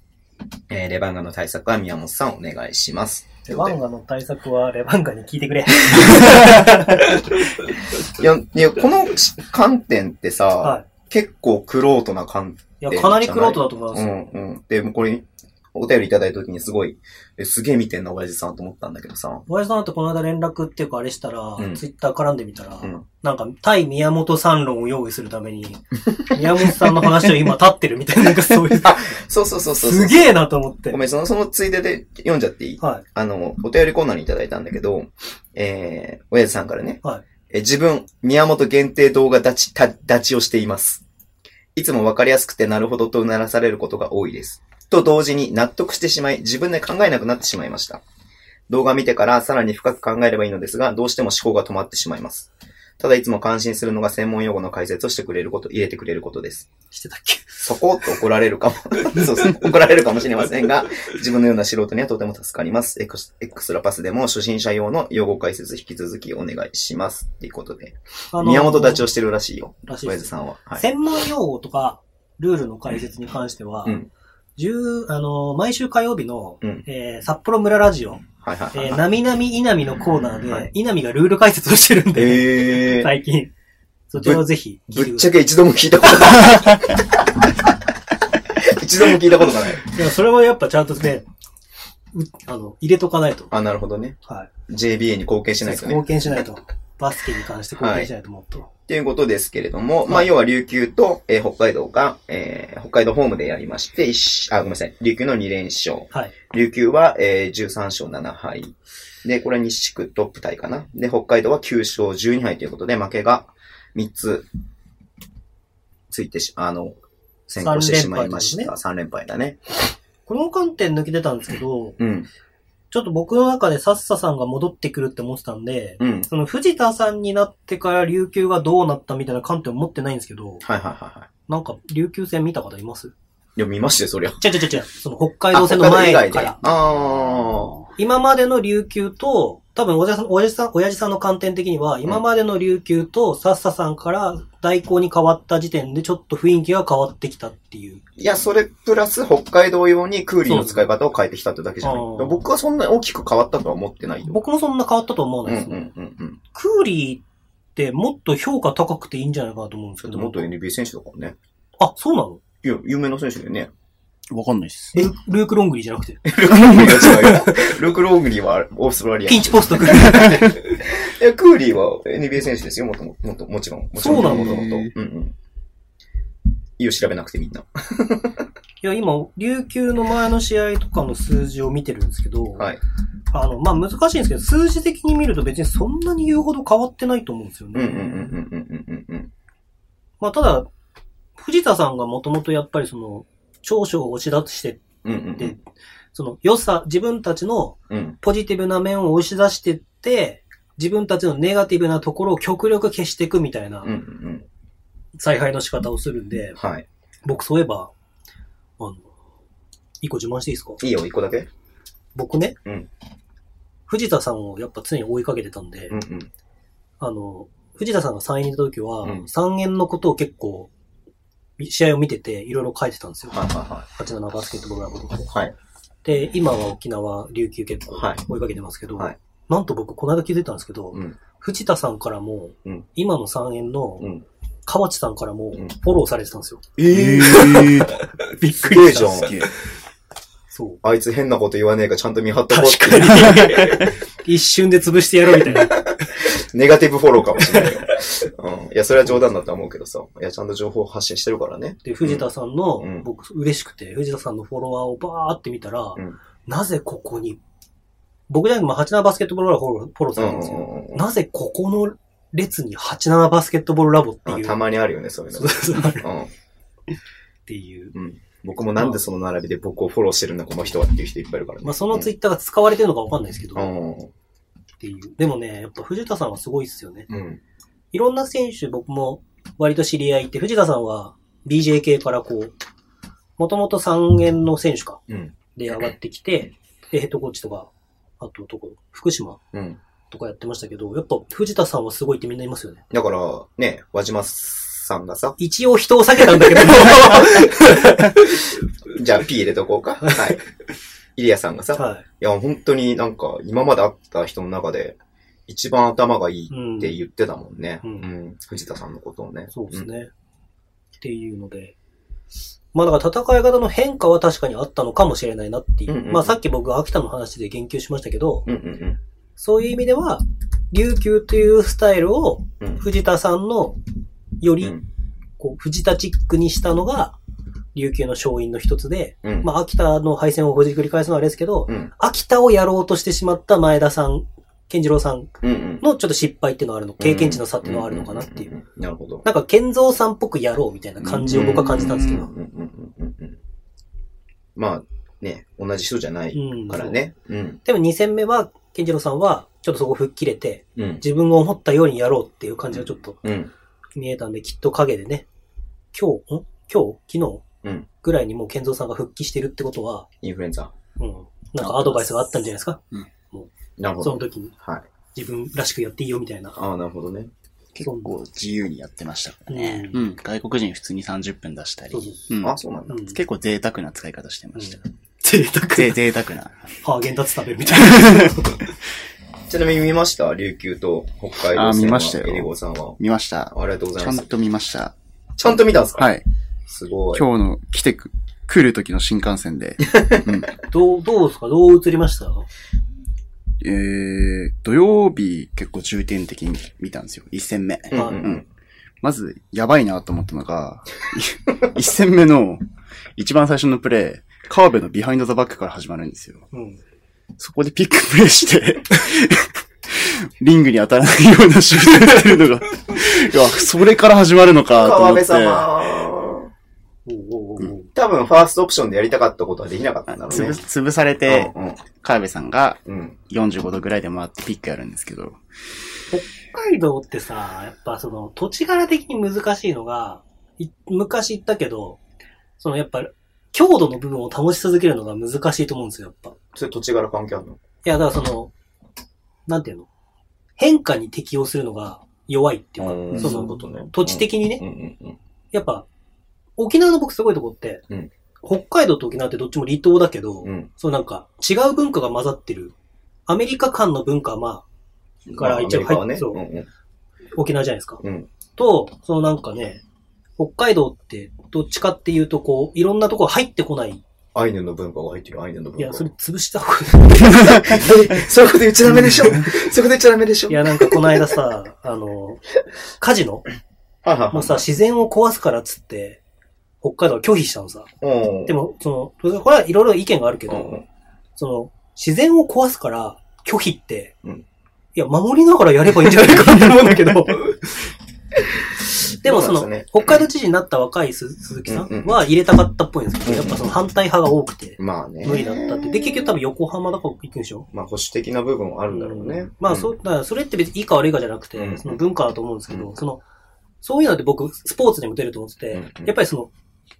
えーレバンガの対策は宮本さんお願いします。レバンガの対策はレバンガに聞いてくれ。いや、いや、この観点ってさ、は結構クロートな観い。いや、かなりクロートだと思いますうよ。んうん。で、もうこれ、お便りいただいた時にすごい、えすげえ見てんな、親父さんと思ったんだけどさ。親父さんとこの間連絡っていうかあれしたら、んツイッター絡んでみたら、うんなんか対宮本三論を用意するた めに、宮本さんの話を今立ってるみたいな、なんかそ ういう。そうそうそうそうそう。すげえなと思ってご。めん、その、そのついでで読んじゃっていいはい。あの、お便りコーナーにいただいたんだけど、えー、親父さんからね、はいえ自分、宮本限定動画立ち、た立ちをしています。いつもわかりやすくてなるほどとうならされることが多いです。と同時に納得してしまい、自分で考えなくなってしまいました。動画見てからさらに深く考えればいいのですが、どうしても思考が止まってしまいます。ただいつも感心するのが専門用語の解説をしてくれること、入れてくれることです。してたっけそこって怒られるかも、そうそう、怒られるかもしれませんが、自分のような素人にはとても助かります。エクスエクストラパスでも初心者用の用語解説引き続きお願いします。っていうことで。あの宮本たちをしてるらしいよ。らしい小で泉す。さんは。はい。専門用語とか、ルールの解説に関しては、うん十あの、毎週火曜日の、うんえー札幌村ラジオ、はいはいはいえー、はい。なみなみいなみのコーナーで、はいいなみがルール解説をしてるんで、えー、最近。そちらをぜひ聞いぶってくだちさいゃ。け一度も聞いたこと ない。一度も聞いたことがない。いや、それはやっぱちゃんとね、うあの、入れとかないと。あ、なるほどね。はい。 JBA に貢献しないとね貢。献しないと。バスケに関して貢献しないともっと。っていうことですけれども、まあ、要は琉球と、えー北海道が、えー北海道ホームでやりまして、一あ、ごめんなさい、琉球の2連勝。はい。琉球は、えー13勝7敗。で、これは西地区トップタイかな。で、北海道は9勝12敗ということで、負けが3つ、ついてし、あの、先行してしまいまし三連た。3連敗だね。この観点抜けてたんですけど、うん。ちょっと僕の中でサッサさんが戻ってくるって思ってたんで、うん。その藤田さんになってから琉球がどうなったみたいな観点を持ってないんですけはど、いはいはいはい。なんか琉球戦見た方いますいや、見ましたよ、そりゃ。違う違う違う違う。その北海道戦の前あ北海道以外でからあ。あ。今までの琉球と、多分おじさん、おじさん、親父さんの観点的には、今までの琉球とサッサさんから代行に変わった時点でちょっと雰囲気が変わってきたっていう。いや、それプラス北海道用にクーリーの使い方を変えてきたってだけじゃないそうです。あー僕はそんなに大きく変わったとは思ってないよ。僕もそんな変わったと思わうなんいうですね。んうんうん。クーリーってもっと評価高くていいんじゃないかなと思うんですちょけっど。と元 NBA 選手だからね。あ、そうなのいや、有名な選手だよね。わかんないっす。ルルーク・ロングリーじゃなくて。ルク・ローグリーは違うよ。ル ク・ローグリーはオーストラリア。ピンいチポスト クーリや、クーリーは NBA 選手ですよ、もともと。もともちろん。もちろんそうなもんとだもと。うんうん。いいよ、調べなくてみんな。いや、今、琉球の前の試合とかの数字を見てるんですけど、はい。あの、まあ、難しいんですけど、数字的に見ると別にそんなに言うほど変わってないと思うんですようね。んうんうんうんうんうんうんまあ、ただ、藤田さんがもともとやっぱりその、長所を押し出して、うん。うんうんでその良さ、自分たちのうん。うん。ポジティブな面を押し出してって、自分たちのネガティブなところを極力消していくみたいなうんうんうん。采配の仕方をするんで、はい。僕そういえば、あの、一個自慢していいですかいいよ、一個だけ。僕ね、うん藤田さんをやっぱ常に追いかけてたんで、うんうん。あの、藤田さんが3円にいた時は、うん3円のことを結構、試合を見てて、いろいろ書いてたんですよ。はいは87バスケットボールのこといはい。はい。で。で、今は沖縄、琉球結構はい追いかけてますけど、はいなんと僕、この間気づいたんですけど、うん藤田さんからも、うん今の3円のうん。河内さんからも、うんフォローされてたんですよ。ええびっすげえじゃん。そう。あいつ変なこと言わねえかちゃんと見張っとこうって確かに。 一瞬で潰してやろうみたいな。ネガティブフォローかもしれないよ。うん。いや、それは冗談だとは思うけどさ。いや、ちゃんと情報発信してるからね。で、藤田さんの、うん僕嬉しくて、藤田さんのフォロワーをバーって見たら、うんなぜここに、僕じゃなくて、まあ、87バスケットボールラボフォローフォローうさんれうてるんですけど、んうんなぜここの列に87バスケットボールラボってあいう。たまにあるよね、そういうそうの。そうそうっうん。ていう。僕もなんでその並びで僕をフォローしてるんだ、この人はっていう人いっぱいいるからね。まあ、そのツイッターが使われてるのかわかんないですけど、うっん。うんていう。でもね、やっぱ藤田さんはすごいですよね。うん。いろんな選手、僕も割と知り合いって、藤田さんは BJK からこう、もともと3円の選手か、うん。で上がってきて、で、ヘッドコーチとか、あと、どこ、福島うん。とかやってましたけど、やっぱ藤田さんはすごいってみんな言いますよね。だから、ね、和島さんがさ、一応人を避けたん だけど、じゃあ P 入れとこうか。はい。イリアさんがさ、はいや、本当になんか、今まで会った人の中で、一番頭がいいい。うんって言ってたもんね。う。うんん藤田さんのことをね。そうですね。っていうので。まあだから戦い方の変化は確かにあったのかもしれないなっていう。うんうんうんまあさっき僕秋田の話で言及しましたけど、うん。うんうんそういう意味では、琉球というスタイルをうん。うん。藤田さんのようりんこう藤田チックにしたのが琉球の勝因の一つで、うん。まあ秋田の敗戦をほじくり返すのはあれですけど、うん。秋田をやろうとしてしまった前田さん、健次郎さんうんうん。のちょっと失敗っていうのはあるの、経験値の差っていうのはあるのかなっていう。んんんん。なるほど。なんか、健三さんっぽくやろうみたいな感じを僕は感じたんですけうどん。うんうんうんうんうんまあ、ね、同じ人じゃなういん。から。ね。うん。でも2戦目は、健次郎さんは、ちょっとそこ吹っ切れて、うん。自分が思ったようにやろうっていう感じがちょっとうん。見えたんで、きっと影でね、今日、ん今日昨日、うんぐらいにもう健三さんが復帰してるってことは、インフルエンザ。うん。なんかアドバイスがあったんじゃないですかなるほそのど。時にはい。自分らしくやっていいよみたいな。ああ、なるほどね。結構自由にやってましたからね。ううん。外国人普通に30分出したりそう。そう。うん。あそうなんだう。ん結構贅沢な使い方してました。贅沢ぜ贅沢な。ハーゲンダッツ食べるみたいな。ちなみに見ました琉球と北海道あ戦見はましたよエリゴーさんは。見ました。ありがとうございちゃまんす。と見ました。ちゃんと見たんですかはい。すごい。今日の来てく、来る時の新幹 線で。うんどう、どうですかどう映りましたえー、土曜日結構重点的に見たんですよ。一戦目。うんうんうん。まず、やばいなと思ったのが、 い一戦目の一番最初のプレイ、川辺のビハインドザバックから始まるんですよ。うん。そこでピックプレイして、リングに当たらないようなシュートやってる のが、いや、それから始まるのかと川思っ辺て。様。おうおうおうおう多分、ファーストオプションでやりたかったことはできなかったんだろう潰ね。潰されて、うんうん川辺さんがうん。 45度ぐらいで回ってピックやるんですけど、北海道ってさ、やっぱその土地柄的に難しいのが、い昔言ったけど、そのやっぱ強度の部分を保ち続けるのが難しいと思うんですよ、やっぱ。いそれ土地柄関係あるのや、だからその、なんていうの変化に適応するのが弱いっていうか、そそういうのことね。土地的にねう、んうんうん。やっぱ沖縄の僕すごいとこって、うん北海道と沖縄ってどっちも離島だけど、うんそうなんか違う文化が混ざってる。アメリカ間の文化はまうん。から一応まあアメリカはね。そううんうんあ沖縄じゃないですか。うん。と、そのなんかね、北海道ってどっちかっていうとこう、いろんなとこ入ってこない。アイヌの文化が入ってる、アイヌの文化。いや、それ潰した方がいそういうこと言っちゃダメでしょそういうこと言っちゃダメでしょい。いや、なんかこの間さ、 あの、カジはいノはいはいもうさ、自然を壊すからっつって、北海道は拒否したのさ。うん。でも、その、これはいろいろ意見があるけうど、ん、その、自然を壊すから拒否って、うんいや、守りながらやればいいんじゃないかなって思うんだけど。でもその、そうなんですよね北海道知事になった若い鈴鈴木さうんうんんは入れたかったっぽいんですけど、うんうんやっぱその反対派が多くて、まあね。無理だったって。で、結局多分横浜だから行くんでしょまあ保守的な部分はあるんだろうね。まあ、そう、だからそれって別にいいか悪いかじゃなくうて、んその文化だと思うんですけうど、んその、そういうのって僕、スポーツにも出ると思っうててんうん、やっぱりその、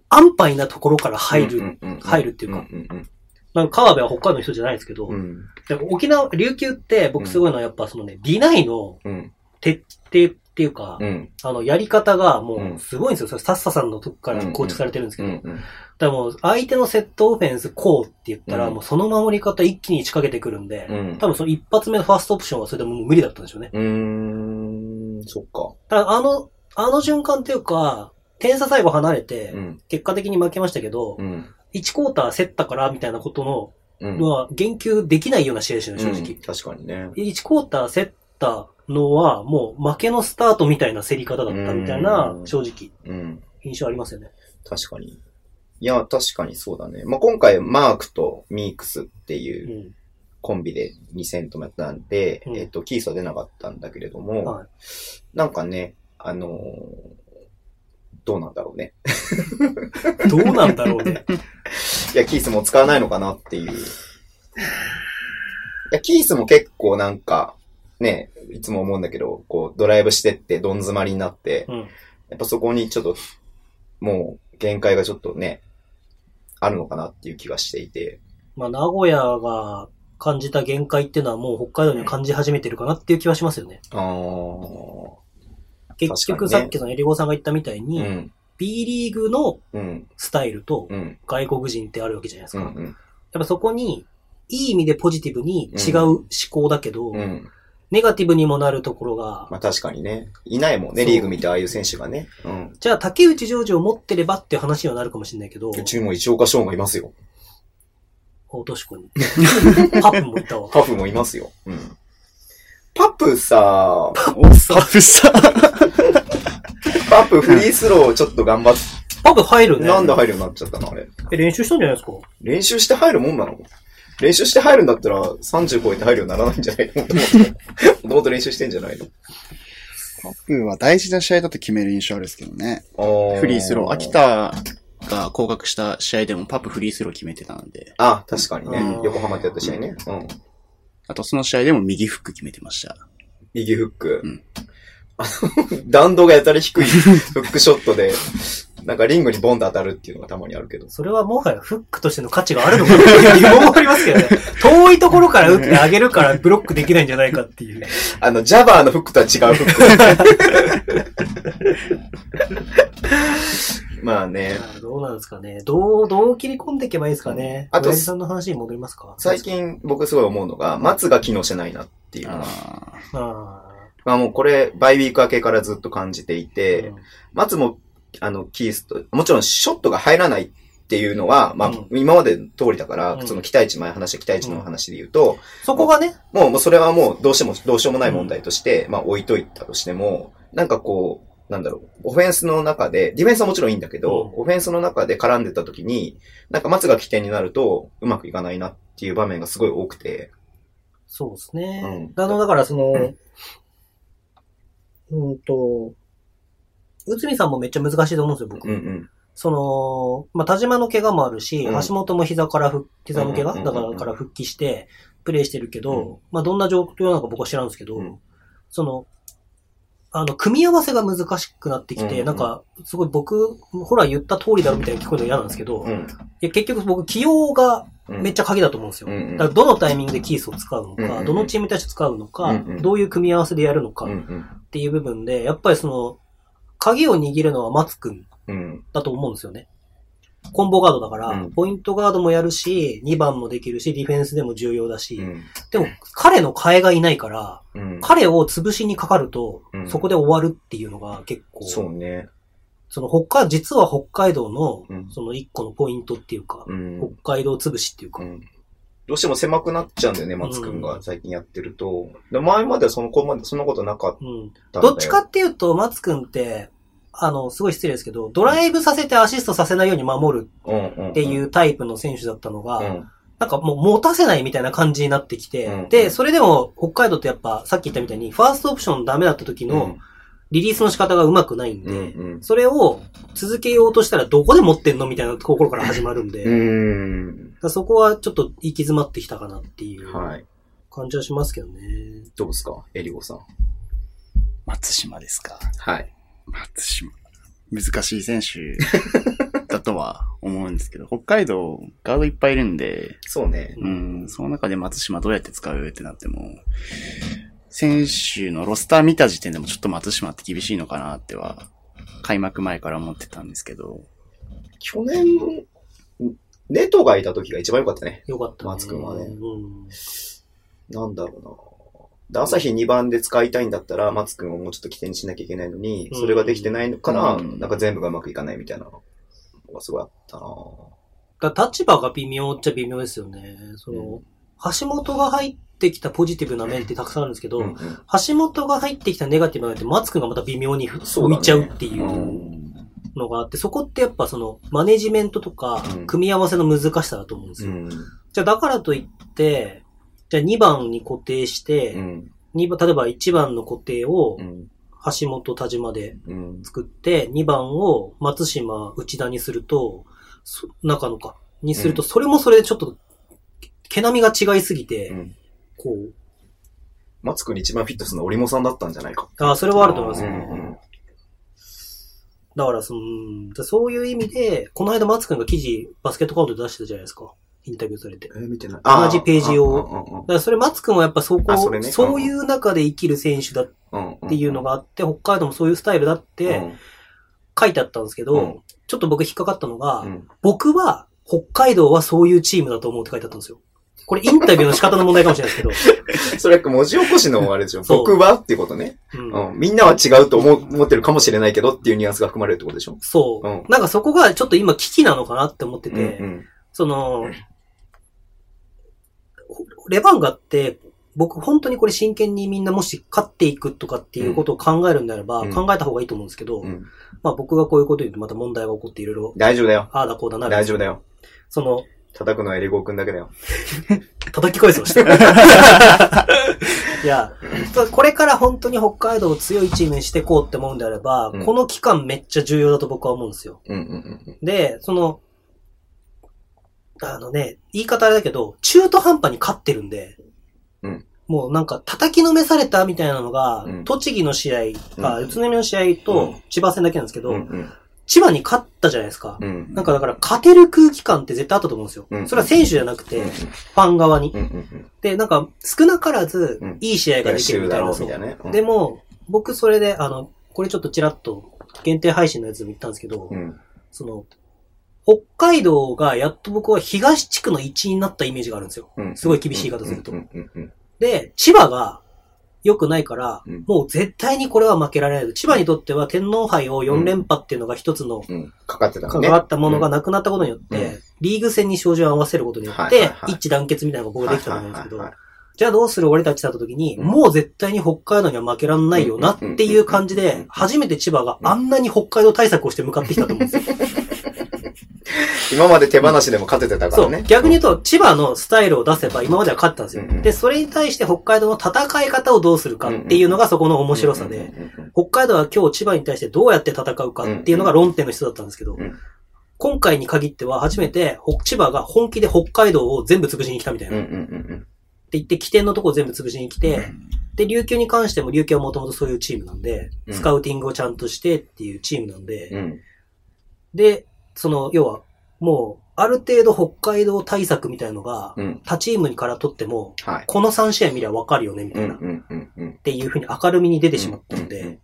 安牌なところから入うる。んうんん入るっていうかんうんなんか川辺は北海道の人じゃないですけどう、ん。でも沖縄、琉球って僕すごいのはやっぱそのね、ディナイのうん。徹底っていうか、うん。あの、やり方がうもんうすごいんですよ。それサッサさんの時かうらんうん構築されてるんですけうど。ん。うんだからもう相手のセットオフェンスこうって言ったら、うんもうその守り方一気に仕掛けてくるんで、うん多分その一発目のファーストオプションはそれでもう無理だったんでしょうね。うーん。そっか。ただあの、あの瞬間っていうか、点差最後離れてう、ん。結果的に負けましたけど、うん。 1クォーター競ったからみたいなことうん。の、は言及できないような試合でしたね、正うん直。確かにね。 1クォーター競ったのは、もう負けのスタートみたいな競り方だったみたいなう、ん正直、うん。印象ありますよね。。確かに。いや、確かにそうだね。まあ、今回、マークとミークスっていううんコンビで2戦ともやったんで、うんえっと、キースは出なかったんだけれども、はいなんかね、あのーどうなんだろうね。どうなんだろ うね。いや、キースも使わないのかなっていう。いや、キースも結構なんか、ね、いつも思うんだけど、こう、ドライブしてって、どん詰まりになって、うん。やっぱそこにちょっと、もう、限界がちょっとね、あるのかなっていう気がしていて。まあ、名古屋が感じた限界っていうのはもう北海道には感じ始めてるかなっていう気はしますよね。あー結確かに局、ねさっきのエリゴさんが言ったみたいに、うん、 B リーグのうん、スタイルとうん、外国人ってあるわけじゃないですうか。ん、やうっん、ぱそこに、いい意味でポジティブに違う思考だけど、うん。ネガティブにもなるところが、まあ確かにね、いないもんね、そうリーグ見てああいう選手がね。うん。じゃあ竹内ジョージを持ってればっていう話にはなるかもしれないけど、うちも一岡翔もいますよ。おとしこに。パップもいたわ。パフもいますよ。うん。パプさ、 おっさふさ。パプフリースローちょっと頑張っパップ入るて、ね。なんで入るようになっちゃったのあれ。え、練習したんじゃないですか練習して入るもんなの練習して入るんだったら30超えて入るようにならないんじゃないのもともともともと練習してんじゃないのカップは大事な試合だと決める印象あるんですけどね。フフリースロー。秋。田が降格した試合でもパップフリースロー決めてたんで。あ、確かにねうん。横浜ってやった試合ね。うん。あとその試合でも右フック決めてました。右フック。うんあの、 弾道がやたら低いフックショットで、なんかリングにボンと当たるっていうのがたまにあるけど。それはもはやフックとしての価値があるのかっていう疑問もありますけどね。遠いところから打ってあげるからブロックできないんじゃないかっていう。あの、ジャバーのフックとは違うフッ ク。まあね。どうなんですかね。どう、どう切り込んでいけばいいですかね。ああとと、さんの話に戻りますか。最近僕すごい思うのが、松が機能してないなっていうのが。あああ。まあもうこれ、バイウィーク明けからずっと感じていーて、松も、あの、キースと、もちろんショットが入らないっていうのは、まあ、うん今までの通りだから、うんその期待値、前話した期待値の話で言うと、そこがね、もう、もうそれはもうどうしても、どうしようもない問題として、まあ置いといたとしても、なんかこう、なんだろう、オフェンスの中で、ディフェンスはもちろんいいんだけど、うオフェンスの中で絡んでた時に、なんか松が起点になると、うまくいかないなっていう場面がすごい多くて、そうですね。うんあの、だからその、んうんと、内海さんもめっちゃ難しいと思うんですよ、僕。うんうん。その、まあ、田島の怪我もあるし、うん橋本も膝から復、膝の怪うんうん我うんうだんからから復帰して、プレイしてるけど、うんまあ、どんな状況なのか僕は知らんですけど、うんその、あの、組み合わせが難しくなってきて、うんうんなんか、すごい僕、ほら言った通りだろみたいに聞こえるの嫌なんですけど、ういん。や結局僕、起用がうんめっちゃ鍵だと思うんですよ。うんうんだからどのタイミングでキースを使うのか、うんうんどのチームに対して使うのか、うんうんどういう組み合わせでやるのかうんっうんていう部分で、やっぱりその、鍵を握るのは松くんうん。だと思うんですよね。コンボガードだから、うんポイントガードもやるし、2番もできるし、ディフェンスでも重要だし、うん。でも彼の替えがいないから、うん。彼を潰しにかかると、うんそこで終わるっていうのが結構、そうね。その北海、実は北海道の、うんその1個のポイントっていうか、うん。北海道潰しっていうか、うんどうしても狭くなっちゃうんだよね、松くんが最近やってると。で前まではそのこまでそんなことなかっうん。たんだよどっちかっていうと、松くんって、あの、すごい失礼ですけど、ドライブさせてアシストさせないように守るっっていううタイプの選手だったのが、んうんうんなんかもう持たせないみたいな感じになってきて、うんで、それでも北海道ってやっぱさっき言ったみたいにファーストオプションダメだった時のリリースの仕方がうまくないんで、うんうんそれを続けようとしたらどこで持ってんのみたいな心から始まるんうで、だかん。らそこはちょっと行き詰まってきたかなっていうはい。感じはしますけどね。どうですかエリゴさん。松島ですか。はい。松島。難しい選手だとは思うんですけど、 北海道ガードいっぱいいるんで、そうね。うん、その中で松島どうやって使うってなっても、選手のロスター見た時点でもちょっと松島って厳しいのかなっては、開幕前から思ってたんですけど、去年、ネトがいた時が一番良かったね。よかった、ね。松君はねうん。なんだろで朝日2番で使いたいんだったら、松君をもうちょっと起点にしなきゃいけないのに、それができてないのから、うん。なんか全部がうまくいかないみたいなのがすごいあったなぁだから立場が微妙っちゃ微妙ですよね。その、うん橋本が入ってきたポジティブな面ってたくさんあるんですけど、うん橋本が入ってきたネガティブな面って松君がまた微妙にそうだね浮いちゃうっていううんのがあって、そこってやっぱその、マネジメントとかうん、組み合わせの難しさだと思うんですうよ。ん。じゃあだからといって、じゃあ2番に固定して、うん。二番例えば1番の固定をうん。橋本田島でうん。作って、2番を松島内田にすると、そ中野か、にすると、うそれもそれでちょっと、毛並みが違いすぎて、うんこう、マツ君に一番フィットするのはオリモさんだったんじゃないか。あそれはあると思いますうよ。んうんだからその、うんそういう意味で、この間松君が記事、バスケットカウントで出してたじゃないですか。インタビューされて。だかえー、見てない。同じページを。らそれ松君はやっぱそこあそそれねういう中で生きる選手だっうんうんていうのがあって、北海道もそういうスタイルだっうてん書いてあったんですけど、うんちょっと僕引っかかったのが、うん僕は北海道はそういうチームだと思うって書いてあったんですよ。これインタビューの仕方の問題かもしれないですけそれは文字起こしのあれでしょ。そう僕はっていうことね。ど。うんうん。みんなは違うと思う思ってるかもしれないけどっていうニュアンスが含まれるってことでしょ。そう、うんなんかそこがちょっと今危機なのかなって思ってうんて、うんその、レバンガって、僕本当にこれ真剣にみんなもし勝っていくとかっていうことを考えるんであれば、うん考えた方がいいと思うんですけど、うん。まあ僕がこういうこと言うとまた問題が起こっていろいろ、大丈夫だよ。ああだこうだな、大丈夫だよ。その、叩くのはエリゴー君だけだよ。叩き返す をして。いや、これから本当に北海道を強いチームにしていこうって思うんであれば、うんこの期間めっちゃ重要だと僕は思うんですよ。うんうんうんで、その、あのね、言い方あれだけど、中途半端に勝ってるんで、うんもうなんか叩きのめされたみたいなのが、うん栃木の試合、あうん宇都宮の試合うとん千葉戦だけなんですけど、うん。うん千葉に勝ったじゃないですか。うん。うんなんかだから勝てる空気感って絶対あったと思うんですよ。うんそれは選手じゃなくて、うんファン側に。うんうんで、なんか少なからずうんいい試合うがん。できしてるるみただいろな。うみたいなね。そうでも、僕それで、あの、これちょっとちらっと限定配信のやつでも言ったんですけど、うん、うん。その、北海道がやっと僕は東地区の一位になったイメージがあるんですよ。うんすごい厳しい言い方するとうんうんうんで、千葉が良くないから、うんもう絶対にこれは負けられない。千葉にとっては天皇杯を4連覇っていうのが一つのうん。かかってたの関ね。わったものがなくなったことによって、うんリーグ戦に照準を合わせることによっはいはてい、はい一致団結みたいなのが僕できたと思うんですけはいどはいはい、じゃあどうする俺たちだった時に、うんもう絶対に北海道には負けらんないよなっていう感じうんで、初めて千葉があんなに北海道対策をして向かってきたと思うんですよ今まで手放しでも勝ててたからそう、ね。逆に言うと、千葉のスタイルを出せば今までは勝ってたんですよ。うんうんで、それに対して北海道の戦い方をどうするかっていうのがそこの面白さで、うん北海道は今日千葉に対してどうやって戦うかっていうのが論点の人だったんですけど、うんうん今回に限っては初めて北千葉が本気で北海道を全部潰しに来たみたいな。うんうっんうんて言って、起点のとこ全部潰しに来て、で、琉球に関しても琉球はもともとそういうチームなんで、うんスカウティングをちゃんとしてっていうチームなんで、うんうん。で、その、要は、もう、ある程度北海道対策みたいのが、うん。他チームにから取っても、はい。この3試合見りゃわかるよね、みうたんいうな。っんうんうん。ていうふうに明るみに出てしまったのうんうんうんで、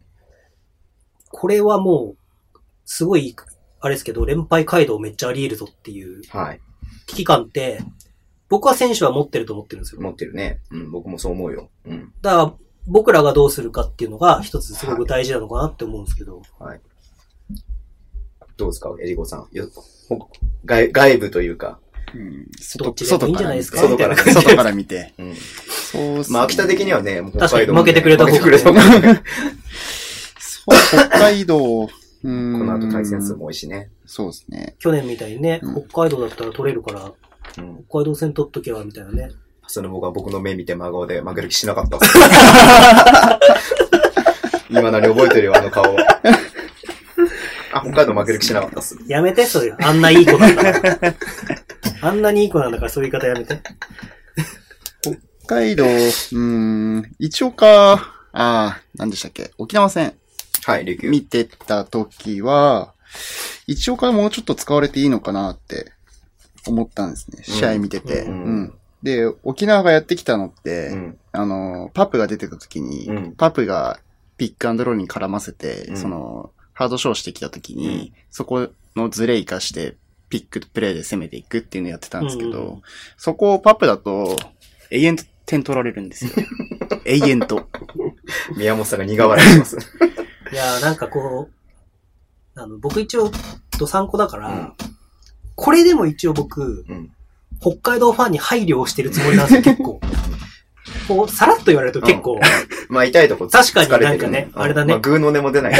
これはもう、すごい、あれですけど、連敗街道めっちゃあり得るぞっていうはい。危機感って、僕は選手は持ってると思ってるんですよ。持ってるね。うん、僕もそう思うよ。うん。だから、僕らがどうするかっていうのが一つすごく大事なのかなって思うんですけど。はい。どうですか、エリゴさん。よほ外外部というか。うんどっ外ちでもいいんじゃないですか外から見てみたいな感じ外から見て。うん。そうっすねまあ、秋田的にはね、もう北海道確かに負けてくれた方方がが。負けてくれた方が。そう北海道、ここのの後対戦数も多いしね。そうですね。去年みたいにねう、ん北海道だったら取れるから、うん。北海道戦取っとけば、みたいなね。その僕は僕の目見て真顔で負ける気しなかったっ す。今なり覚えてるよ、あの 顔。あ、北海道負ける気しなかったっす。やめて、それ。あんないい子なんだから。 あんなにいい子なんだから、そういう言い方やめて。北海道、うーん、一応か、ああ、何でしたっけ沖縄戦はい、琉球。見てた時は、一応からもうちょっと使われていいのかなって思ったんですね。うん試合見てて。ううんんで、沖縄がやってきたのって、うん。あの、パプが出てた時に、うんパプがピックアンドロールに絡ませて、うんその、ハードショーしてきた時に、そこのズレ生かして、ピックプレイで攻めていくっていうのをやってたんですけど、うんうんそこをパプだと、永遠と点取られるん ですよ。永遠と。宮本さんが苦笑いします。いやーなんかこう、あの、僕一応、ドサンコだから、うんこれでも一応僕、うん北海道ファンに配慮をしてるつもりな んですよ、結構。こう、さらっと言われると結 構、まあ、痛いとこ確かに疲れてるなんかねあれだねまあ、グーの音も出 ない。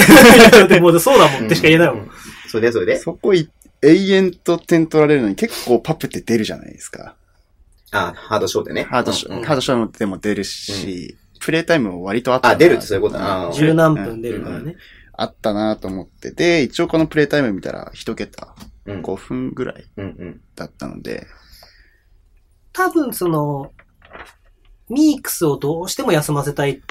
でもそうだもんってしか言えないもん。うそれでそれで。そこい、永遠と点取られるのに結構パプって出るじゃないですか。あ、ハードショーでね。ハードショー、うんうんハードショーでも出るし、プレイタイムも割とあったなあ、出るってそういうことな。あー十何分出るからね。あったなと思って。で、一応このプレイタイム見たら一桁、うん5分ぐらいうんうん。だったので、多分その、ミークスをどうしても休ませたい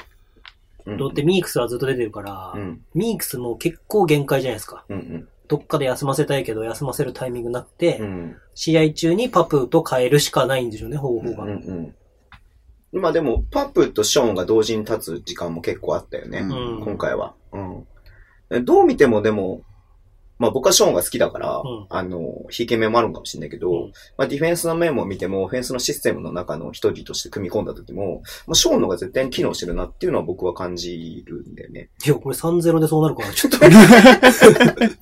うんとって、ミークスはずっと出てるから、うんミークスも結構限界じゃないですか。うんどっかで休ませたいけど、休ませるタイミングなくて、うん。うん試合中にパプと変えるしかないんでしょうね、方法が。うんうん。まあでも、パップとショーンが同時に立つ時間も結構あったよね。うん今回は。うん。どう見てもでも、まあ僕はショーンが好きだから、うんあの、引け目もあるのかもしれないけど、うんまあディフェンスの面も見ても、オフェンスのシステムの中の一人として組み込んだ時も、まあショーンの方が絶対に機能してるなっていうのは僕は感じるんだよね。いや、これ3-0でそうなるから、ちょっと。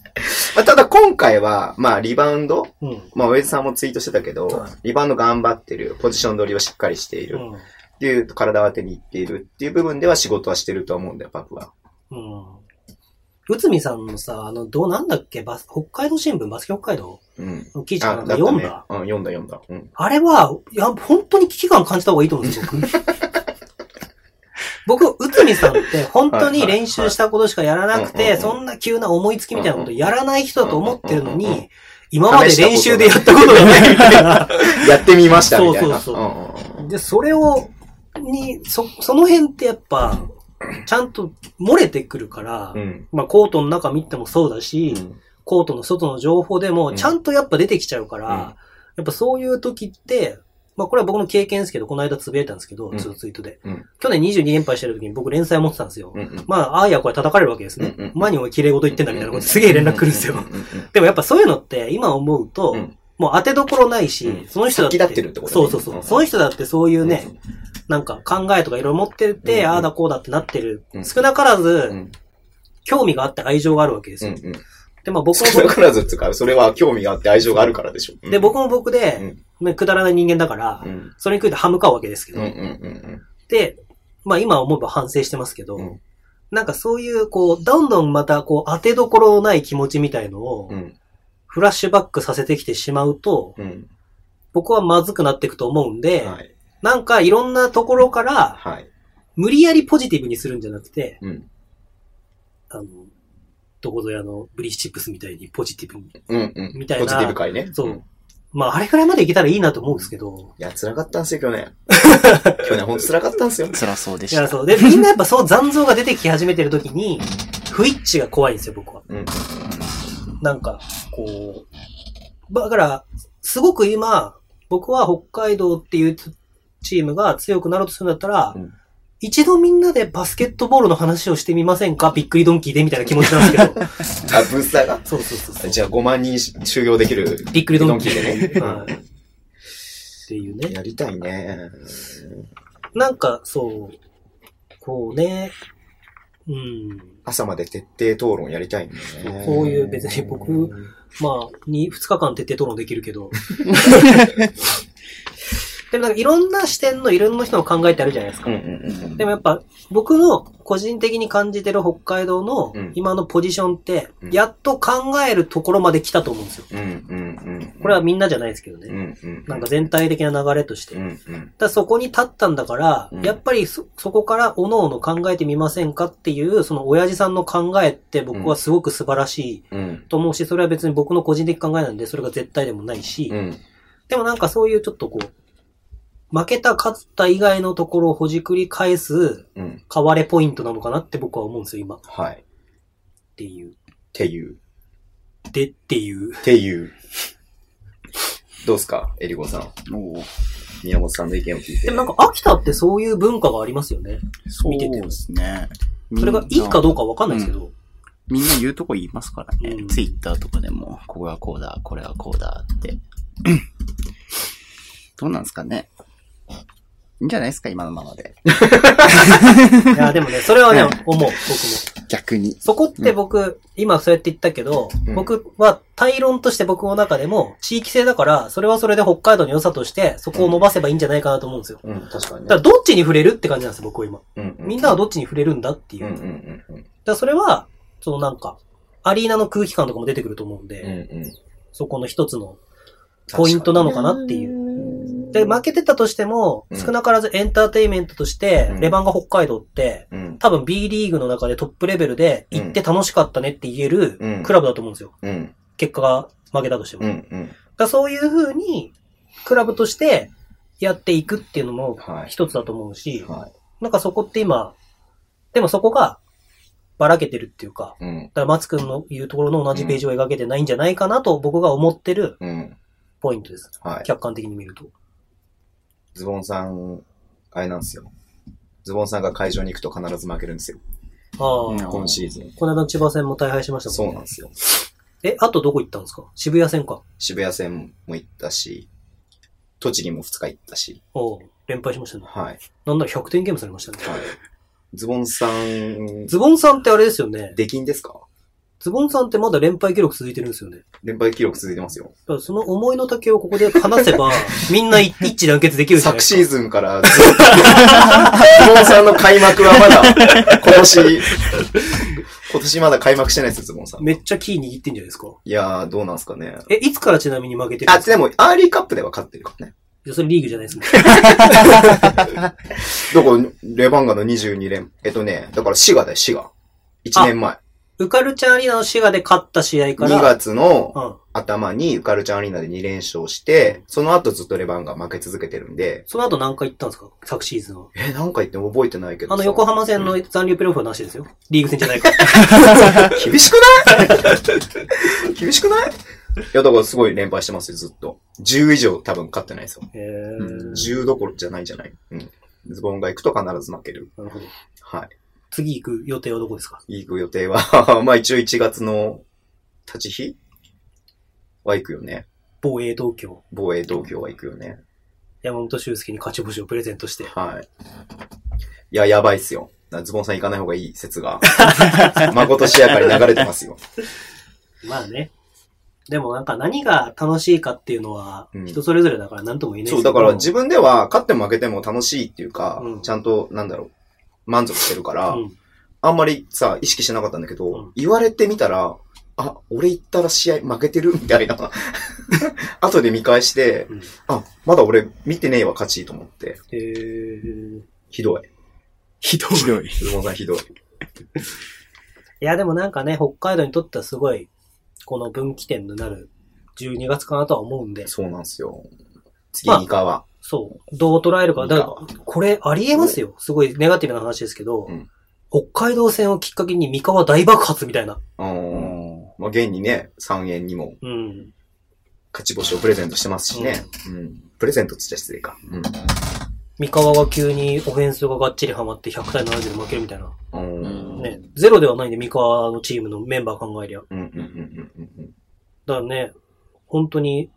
まあただ今回は、まあリバウンド、うん。まあ、ウェイズさんもツイートしてたけど、はいリバウンド頑張ってる、ポジション取りをしっかりしている、っていう、体を当てにいっているっていう部分では仕事はしてるとは思うんだよ、パプは。うん。うん。内海さんのさ、あの、どうなんだっけバス、北海道新聞、バスケ北海道うん。の記事あ、かだなっんたかね。う読んんだ。、読んだ、読んだ。うん。あれは、いや、本当に危機感感じた方がいいと思うんですよ、 僕。僕、内海さんって本当に練習したことしかやらなくはいはいて、はいうんうんそんな急な思いつきみたいなことやらない人だと思ってるのうんうんうんに、今まで練習でやったことがないから、やってみました、そうみたいな。そうそうんうんうんで、それを、に、そ、その辺ってやっぱ、ちゃんと漏れてくるから、うん。まあコートの中見てもそうだし、うんコートの外の情報でうもんちゃんとやっぱ出てきちゃうから、うんやっぱそういう時って、まあこれは僕の経験ですけど、この間つぶやいたんですけど、うんツイートで。うん去年22連敗してる時に僕連載持ってたんですよ。うんうん。まあ、ああいやこれ叩かれるわけですね。うんうん前におい綺麗事言ってんだみたいなことすげえ連絡来るんですよう。うんうんうんでもやっぱそういうのって今思うと、うんもう当てどころないし、うんその人だって。先立ってるってことねそうそうそう。うんその人だってそういうね、うんなんか考えとかいろいろ持ってて、うんああだこうだってなってる。うん少なからず、うん。興味があって愛情があるわけですうよ。んうん。で、まあ僕も少な僕、からずっていうか、それは興味があって愛情があるからでしょ。で、僕も僕で、うんねくだらない人間だから、うん。それに食いて歯向かうわけですけうど、んうんうんで、まあ今思えば反省してますけど、うんなんかそういう、こう、どんどんまた、こう、当てどころのない気持ちみたいのをう、ん。フラッシュバックさせてきてしまうと、うん。僕はまずくなっていくと思うんうで、ん。はい。なんかいろんなところから、はい。無理やりポジティブにするんじゃなくて、うん。あの、どこぞやのブリッチップスみたいにポジティブに。うんうん。みたいなポジティブ会ね。そうんまあ、あれくらいまでいけたらいいなと思うんですけど、いや、辛かったんすよ、去年。去年ほんと辛かったんすよ。辛そうでいしや、た。そう。で、みんなやっぱそう残像が出てき始めてる時に、不一致が怖いんですよ、僕は。うん。なんか、こう、だから、すごく今、僕は北海道っていうチームが強くなろうとするんだったら、うん一度みんなでバスケットボールの話をしてみませんかびっくりドンキーでみたいな気持ちなんです けど。あ、ブースターが。そうそうそうそう。じゃあ5万人収容できる。びっくりドンキードンキーでねはい。っていうね。やりたいね。なんか、そう、こうね、うん。朝まで徹底討論やりたいね。こういう別に僕まあ、に、二日間徹底討論できるけど。 でもなんかいろんな視点のいろんな人の考えってあるじゃないですか。うんうんうんでもやっぱ、僕の個人的に感じてる北海道のうん今のポジションってう、んやっと考えるところまで来たと思うんですよ。うん。うんうんうん。これは、みんなじゃないですけどうね。んうん。なんか、全体的な流れとして。うだかんうん。らそこに立ったんだからうん、やっぱりそ、そこから各々考えてみませんかっていう、その親父さんの考えって僕はすごく素晴らしいうん。と思うし、それは別に僕の個人的考えなんで、それが絶対でもないし、うん。でもなんかそういうちょっとこう、負けた勝った以外のところをほじくり返す、うん。変われポイントなのかなって僕は思うんですよ、今。っはい。っていう。ていう。でっていう。っていう。どうすかえりこさん。おー宮本さんの意見を聞いて。でもなんか秋田ってそういう文化がありますよね。そう見ててですね。それがいいかどうかわかんないですけど。みんな言うとこ言いますからね。うんツイッターとかでも、ここがこうだ、これはこうだって。どうなんですかね。いんじゃないですか、今のままで。いや、でもね、それはねうん、思う、僕も。逆に。そこって僕、今そうやって言ったけどう、ん僕は、対論として僕の中でも、地域性だから、それはそれで北海道の良さとして、そこを伸ばせばいいんじゃないかなと思うんですよ。うん、確かにだから、どっちに触れるって感じなんですよ、僕は今。うんみんなはどっちに触れるんだっていう。うんうんだかうんうん。ら、それは、そのなんか、アリーナの空気感とかも出てくると思うんうで、んうん。そこの一つのポイントなのかなっていう。うで、負けてたとしても、うん少なからずエンターテインメントとしてう、んレバンガ北海道って、うん。多分 B リーグの中でトップレベルで行って楽しかったねって言えうるんクラブだと思うんですよ。うん。結果が負けたとしてうも。だかんうん。らそういう風に、クラブとしてやっていくっていうのもはい。一つだと思うし、はい。なんかそこって今、でもそこがばらけてるっていうか、うん。だから松くんの言うところの同じページを描けてないんじゃないかなと僕が思ってるうん。ポイントです。はい。客観的に見ると。ズボンさん、あれなんですよ。ズボンさんが会場に行くと必ず負けるんですよ。ああ、うん今シーズン。この間の千葉戦も大敗しましたもんそね。うなんですよ。え、あとどこ行ったんですか渋谷戦か。渋谷戦も行ったし、栃木も2日行ったし、おう連敗しましたね。はい。なんなら100点ゲームされましたね。 はい。ズボンさん、ズボンさんってあれですよね。出禁ですかズボンさんってまだ連敗記録続いてるんですよね。だ連敗記録続いてますよ。からその思いの丈をここで話 せば、みんな一致団結できるじゃない昨ですシか。ーズンからずっと、 ズボンさんの開幕はま だ、今年、今年まだ開幕してないですよ、ズボンさん。めっちゃキー握ってんじゃないですか。いやー、どうなんすかね。え、いつからちなみに負けてるんあ、ですでかも、アーリーカップでは勝ってるからね。いやそれリーグじゃないですね。どこ、レバンガの22連、えっとね、だから滋賀だよ、滋賀。1年前。ウカルチャアリーナの滋賀で勝った試合か2ら、月のうん。頭にウカルチャンアリーナで2連勝して、その後ずっとレバンガ負け続けてるんで、その後何回行ったんですか昨シーズンは。え、なんか言っても覚えてないけどあさの横浜戦の残留プレーオフはなしですよ。リーグ戦じゃな いから。厳しくない 厳しくないいや、だからすごい連敗してますよ、ずっと。10以上多分勝ってないですよ。へうん、ー10どころじゃないんじゃないうん。ズボンが行くと必ず負ける。なるほど。は次行く予定はどこですかい。行く予定は、 まあ一応1月の立ち日は行くよね。防衛東京。防衛東京は行くよね。山本修介に勝ち星をプレゼントして。はい。いや、やばいっすよ。ズボンさん行かない方がいい説 が、誠しやかに流れてますよ。まあね。でもなんか何が楽しいかっていうのはうん人それぞれだから何とも言えないそう、ですけだどから自分では勝っても負けても楽しいっていうか、うんちゃんと、なんだろう、満足してるから、うんあんまりさ、意識しなかったんだけど、うん言われてみたら、あ、俺行ったら試合負けてるみたいな。 後で見返して、うんあ、まだ俺見てねえわ、勝ちと思って。えーいひどい。ひどい。ひどい。ズボンさんひどい。やでもなんかね、北海道にとってはすごい、この分岐点になる12月かなとは思うんで、そうなんですよ。次、ニカワ。そう、どう捉えるか。ニカだかワ。ら、これありえますよ。すごいネガティブな話ですけど、うん北海道戦をきっかけに三河大爆発みたいな。うーん。まあ、現にね、3円にもうん。勝ち星をプレゼントしてますしね。うん。プレゼントっつっちゃ失礼か。うん。三河が急にオフェンスががっちりハマって100対70で負けるみたいな。うん。うんうんね、ゼロではないんで、三河のチームのメンバー考えりゃ。うんうんうんうんうん。だからね、本当に、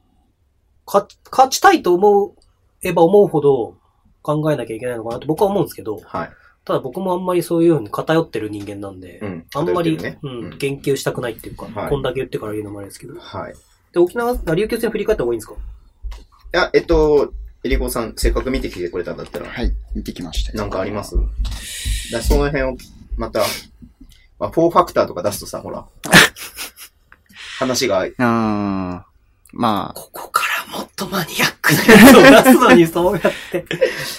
勝ち、勝ちたいと思えば思うほど考えなきゃいけないのかなと僕は思うんですけど、はい。ただ僕もあんまりそういうふうに偏ってる人間なんで、んあんまり、偏ってうるねん、言及したくないっていうか、はいこんだけ言ってから言うのもあれですけど。はい。いで、沖縄、琉球戦振り返った方がいいんですかや、えっと、えりこさん、せっかく見てきてくれたんだったら、はい。見てきましたよなんかありますだその辺を、また、まあ、4ファクターとか出すとさ、ほら、話が、あー。まあ、ここからもっとマニアックなやつを出すのに、そうやって。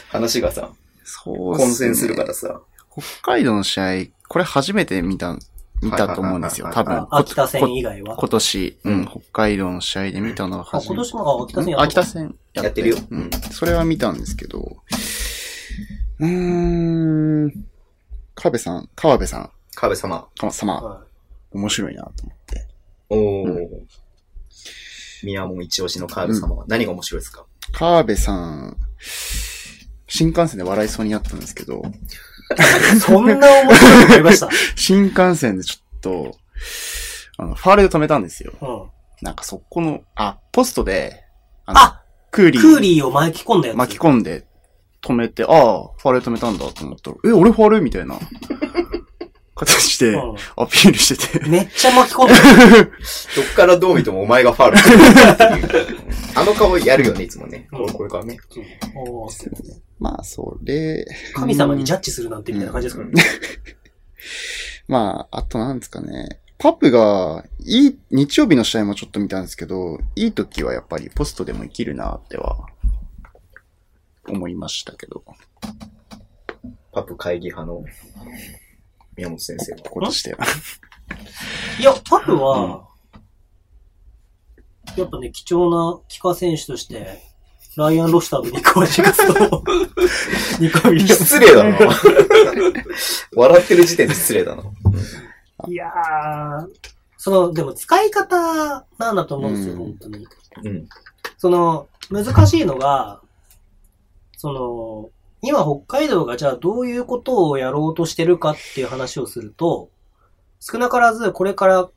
話がさ、そうっ混戦するからさ、北海道の試合、これ初めて見た、見たと思うんですよ。はい多はいはい分 あ。秋田こ戦以外は。今年、ううんん、北海道の試合で見たのがあ、初今めて。年も、あ、秋田戦うやん秋田戦。戦やってるようん。それは見たんですけど、うーん、河辺さん、河辺さん、河辺様。河様、はい面白いなと思って。おー。う宮門一押しの河辺様は、何が面白いですか河辺さん、新幹線で笑いそうになったんですけど、そんな面白いことありました。新幹線でちょっと、あの、ファールで止めたんですよ。うん。なんかそこの、あ、ポストで、あのあクーリー クーリーを巻き込んだやつ。巻き込んで止めて、ああ、ファレ止めたんだと思ったら、え、俺ファレみたい な形でうんアピールしてて。めっちゃ巻き込んでる。どっからどう見てもお前がファウルっていう。あの顔やるよね、いつもね。うんこういう顔ね。おー まあ、それ、神様にジゃ、ャッジするなんてみたいな感じですからね。まあ、あとなんですかね。パプが、いい、日曜日の試合もちょっと見たんですけど、いい時はやっぱりポストでも生きるなっては、思いましたけど、こパプ会議派の宮本先生は。こでしては。いや、パプは、やっぱね、貴重な帰化選手として、ライアン・ロシターのニコ・ワジカスと、ニコ・ウィ リアムス失礼だな。笑ってる時点で失礼だな。いやー、その、でも使い方なんだと思うんですよ、うん本当に。うん。その、難しいのが、その、今北海道がじゃあどういうことをやろうとしてるかっていう話をすると、少なからずこれから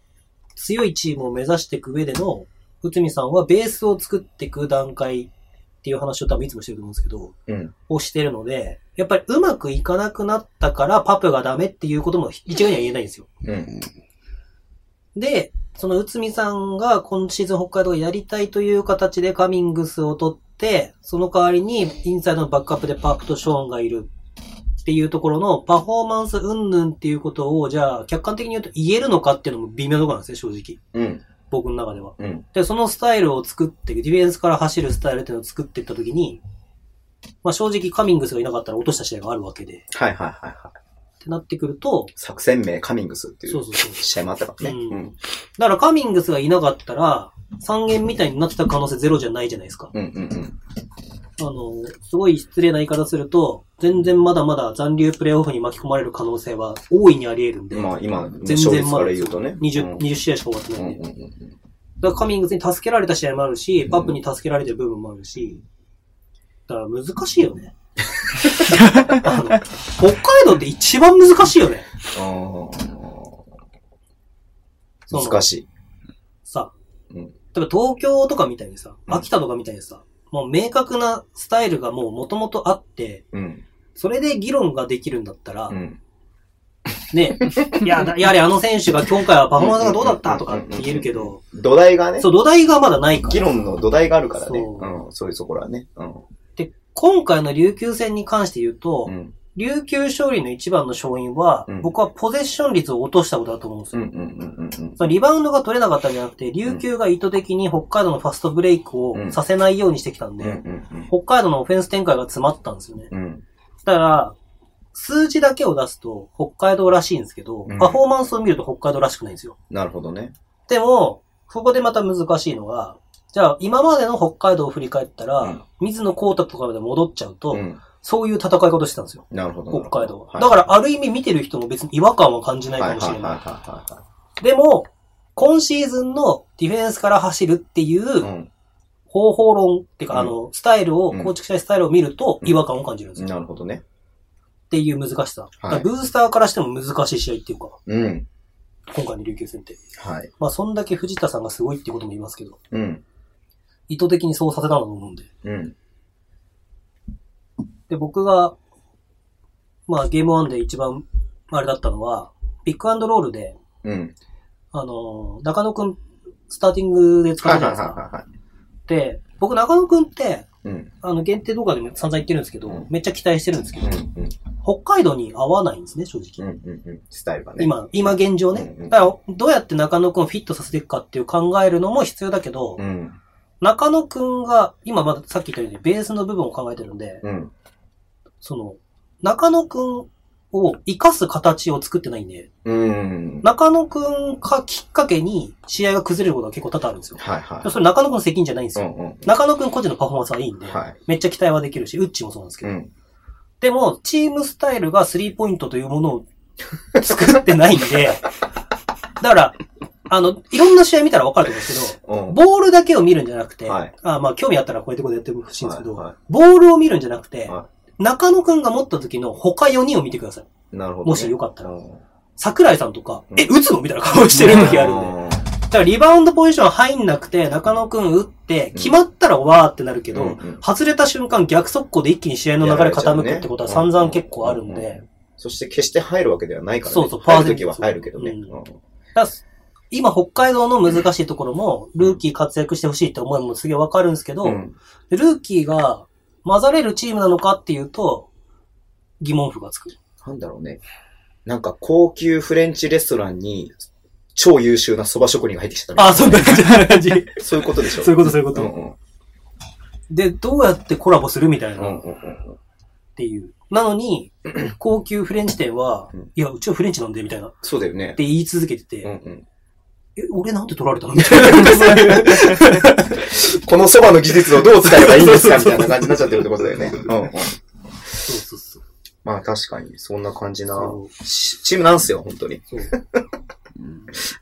強いチームを目指していく上での、内海さんはベースを作っていく段階っていう話を多分いつもしてると思うんですけど、うん。をしてるので、やっぱりうまくいかなくなったからパプがダメっていうことも一概には言えないんですよ。うん。で、その内海さんが今シーズン北海道やりたいという形でカミングスを取って、その代わりにインサイドのバックアップでパープとショーンがいるっていうところのパフォーマンス云々っていうことを、じゃあ客観的に言うと言えるのかっていうのも微妙なところなんですね、正直。うん。僕の中では。うん。で、そのスタイルを作って、ディフェンスから走るスタイルっていうのを作っていったときに、まあ正直カミングスがいなかったら落とした試合があるわけで、はいはいはいはい。ってなってくると、作戦名カミングスっていそううそうそう。試合もあったからね。うんうん。だからカミングスがいなかったら、三元みたいになってた可能性ゼロじゃないじゃないですか。うんうんあの、すごい失礼な言い方すると、全然まだまだ残留プレイオフに巻き込まれる可能性は大いにあり得るんうん。で、まあ今、全勝然率まかだら言うとね。 20、うん20試合しか終わってうないんんで。うんうだんからカミングスに助けられた試合もあるし、んパップに助けられてる部分もあるし、だから難しい よね。あの北海道って一番難しいよね。あそのー。難しい。さ、うん例えば東京とかみたいにさ、うん秋田とかみたいにさ、もう明確なスタイルがもう元々あって、うん。それで議論ができるんだったら、うん。ね、いや、だやはりあの選手が今回はパフォーマンスがどうだったとかって言えるけど、土台がねそ、う、土台がまだないから。議論の土台があるからね。そううん。そういうところはね。うん。で、今回の琉球戦に関して言うと、うん。琉球勝利の一番の勝因は、うん僕はポゼッション率を落としたことだと思うんですうよ。んうんうんうんそのリバウンドが取れなかったんじゃなくて、琉球が意図的に北海道のファストブレイクをさせないようにしてきたんうで、ん。うんうん北海道のオフェンス展開が詰まったんですよね。うん。うん。だから、数字だけを出すと北海道らしいんですけど、うんパフォーマンスを見ると北海道らしくないんですよ。なるほどね。でも、そこでまた難しいのが、じゃあ今までの北海道を振り返ったら、うん水野光太とかまで戻っちゃうと、うん。そういう戦い方してたんですよ。なるほど。北海道は。はいだからある意味見てる人も別に違和感は感じないかもしれない。はいはいはいはでも、今シーズンのディフェンスから走るっていいはうい。方法論、っていうか、うんあの、スタイルを、うん構築したスタイルを見ると違和感を感じるんですうん。よ。なるほどね。っていう難しさ。だはいからブースターからしても難しい試合っていうか、うん。今回の琉球戦って。はい。まあ、そんだけ藤田さんがすごいっていうことも言いますけど、うん。意図的にそうさせたんだと思うんで。うん。で、僕が、まあ、ゲーム1で一番、あれだったのは、ピックアンドロールで、うん。あのー中野くん、スターティングで使はっいてはいたはんいですか。はで、僕中野くんって、い。うん。あの、限定動画でも散々言ってるんですけど、うんめっちゃ期待してるんですけうど、んうん北海道に合わないんですね、正直。うんうんうん。スタイルがね。。今、今現状ねうんう。んだから、どうやって中野くんをフィットさせていくかっていう考えるのも必要だけど、うん。中野くんが、今まださっき言ったようにベースの部分を考えてるんで、うん。その、中野くんを活かす形を作ってないんで、うん。中野くんかきっかけに試合が崩れることが結構多々あるんですよ。はいはでもい。それ中野くんの責任じゃないんですうよ。んうん。中野くん個人のパフォーマンスはいいんで、はい。めっちゃ期待はできるし、ウッチもそうなんですけうど。ん。でも、チームスタイルがスリーポイントというものを作ってないん で、だから、あの、いろんな試合見たらわかると思うんですけうんど、。ボールだけを見るんじゃなくて、はいあまあ興味あったらこうやってことやってほしいんですけど、はいはボールを見るんじゃなくて、は中野くんが持った時の他4人を見てください。いなるほどね。もしよかったらうん桜井さんとか、うんえ、打つのみたいな顔してる時あるんで。うだからリバウンドポジション入んなくて、中野くん打って、決まったらわーってなるけど、うんうん外れた瞬間逆速攻で一気に試合の流れ傾くってことは散々結構あるんやられちゃうねで、そして決して入るわけではないからね。そうそう入るときは入るけどね。うんうんだから今北海道の難しいところも、ルーキー活躍してほしいって思いもすげえわかるんですけど、うんでルーキーが混ざれるチームなのかっていうと、疑問符 がつく。なんだろうね。なんか高級フレンチレストランに超優秀な蕎麦職人が入ってきちゃったみたいあ、そんな感じ、そんな感じ。な。そういうことでしょ。 そういうこと、そういうこうんと。で、どうやってコラボするみたいうんうなっんうんうんうん。ていう。な のに、高級フレンチ店はうん、いや、うちはフレンチなんで、みたいな。っそうだよね。て言い続けてて、うんうん、え、俺なんで取られたのみたいな。そういう この蕎麦の技術をどう伝えればいいんですかみたいな感じになっちゃってるってことだよね。うんうんそうそうそう。まあ確かに、そんな感じな。そうしチームなんすよ、本当に。そう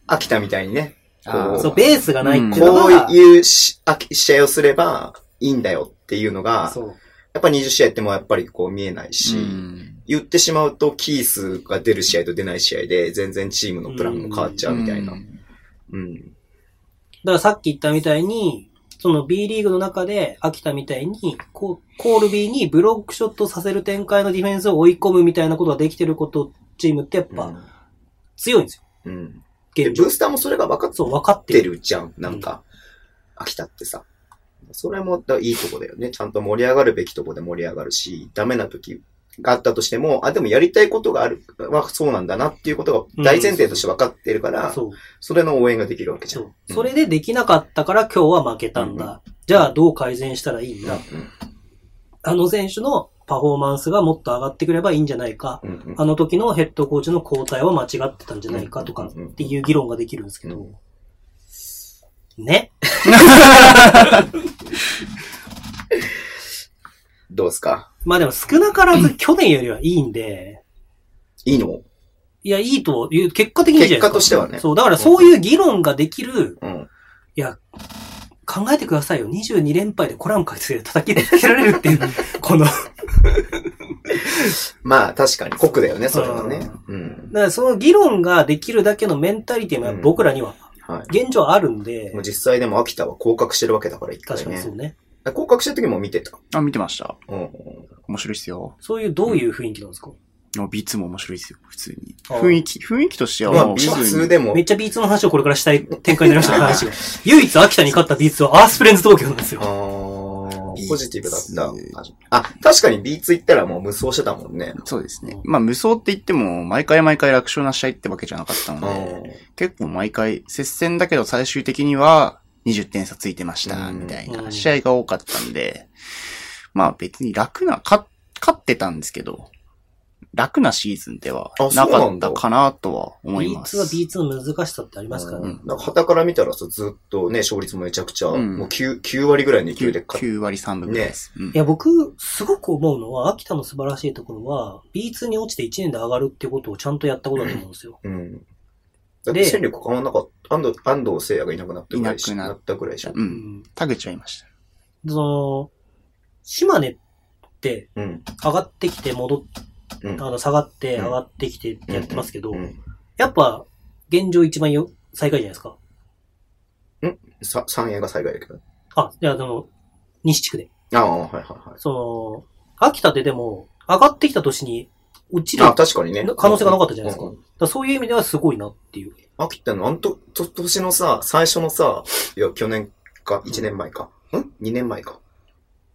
秋田みたいにね。あーそう、ベースがないっていうのこが、ういうしあ試合をすればいいんだよっていうのが、そう。やっぱ20試合やってもやっぱりこう見えないし、うん言ってしまうとキースが出る試合と出ない試合で全然チームのプランも変わっちゃうみたいな。うん。だからさっき言ったみたいに、その B リーグの中で、秋田みたいにコ、コールビーにブロックショットさせる展開のディフェンスを追い込むみたいなことができてること、チームってやっうぱん強いんですよ。うん。で、現ブ状ー。スターもそれが分かっそう、分かっててる。るじゃん、なんか。秋田ってさ。それもだからいいとこだよね。ちゃんと盛り上がるべきとこで盛り上がるし、ダメな時があったとしても、あ、でもやりたいことがある、はそうなんだなっていうことが大前提として分かってるから、そう。それの応援ができるわけじゃそん。う。それでできなかったから今日は負けたんだ。じゃあどう改善したらいいんだ。あの選手のパフォーマンスがもっと上がってくればいいんじゃないか。うんうんあの時のヘッドコーチの交代は間違ってたんじゃないかとかうんうんうんっていう議論ができるんですけうどん。ね。どうですかまあでも少なからず去年よりはいいんで、いいのいや、いいという、結果的にいいじゃないで結果すか。としてはねそう、だからそういう議論ができる、うん。いや、考えてくださいよ。22連敗でコラム解説で叩きつけられるっていう、この、だかまあ確かに酷だよね、それはね。うん。らその議論ができるだけのメンタリティもやっぱ僕らには、は現状あるんでい。もう、実際でも秋田は降格してるわけだから、一回確かにねそ。うね。降格した時も見てた。あ、見てました。うんうん。面白いっすよ。そういう、どういう雰囲気なんですか、でもビーツも面白いっすよ、普通に。あー雰囲気、雰囲気としてはまもあ、うビー普通ツに。でもめっ、ちゃビーツの話をこれからしたい展開になりました、話が。唯一秋田に勝ったビーツはアースプレンズ東京なんですあよ。ーポジティブだったビーツ。あ、確かに B2 行ったらもう無双してたもんね。そうですねうん。まあ、無双って言っても、毎回毎回楽勝な試合ってわけじゃなかったのうんで、結構毎回、接戦だけど最終的には20点差ついてました、うんみたいうんな試合が多かったんで、まあ別に楽な、勝勝ってたんですけど、楽なシーズンではあそうななんだかったかなとは思いビーまツす。はビーツの難しさってありますからね。うんなんか、旗から見たらさ、ずっとね、勝率もめちゃくちゃ、うんもう 9, 9割ぐらいの勢いで勝っ9割3分ぐらいです。うんいや、僕、すごく思うのは、秋田の素晴らしいところは、B2 に落ちて1年で上がるってことをちゃんとやったことだと思うんですよ。うん。だって戦力変わんなかった。安藤、安藤聖也がいなくなったぐらいし、いななくなったぐらいじゃん。う。うん田口はいました。その、島根ってうん。上がってきて戻っ、うんあの、下がってうん上がってきてってやってますけど、うん。やっぱ、現状一番よ、最下位じゃないですか。さ、三円が災害だけど。あ、いや、でも、西地区で。ああ、はいはいはい。その、秋田ででも、上がってきた年に落ちる。あだか確かにね。可能性がなかったじゃないですかうんうんらそういう意味ではすごいなっていう。秋田のあんと、と、年のさ、最初のさ、いや、去年か、1年前か。ん ?2 年前か。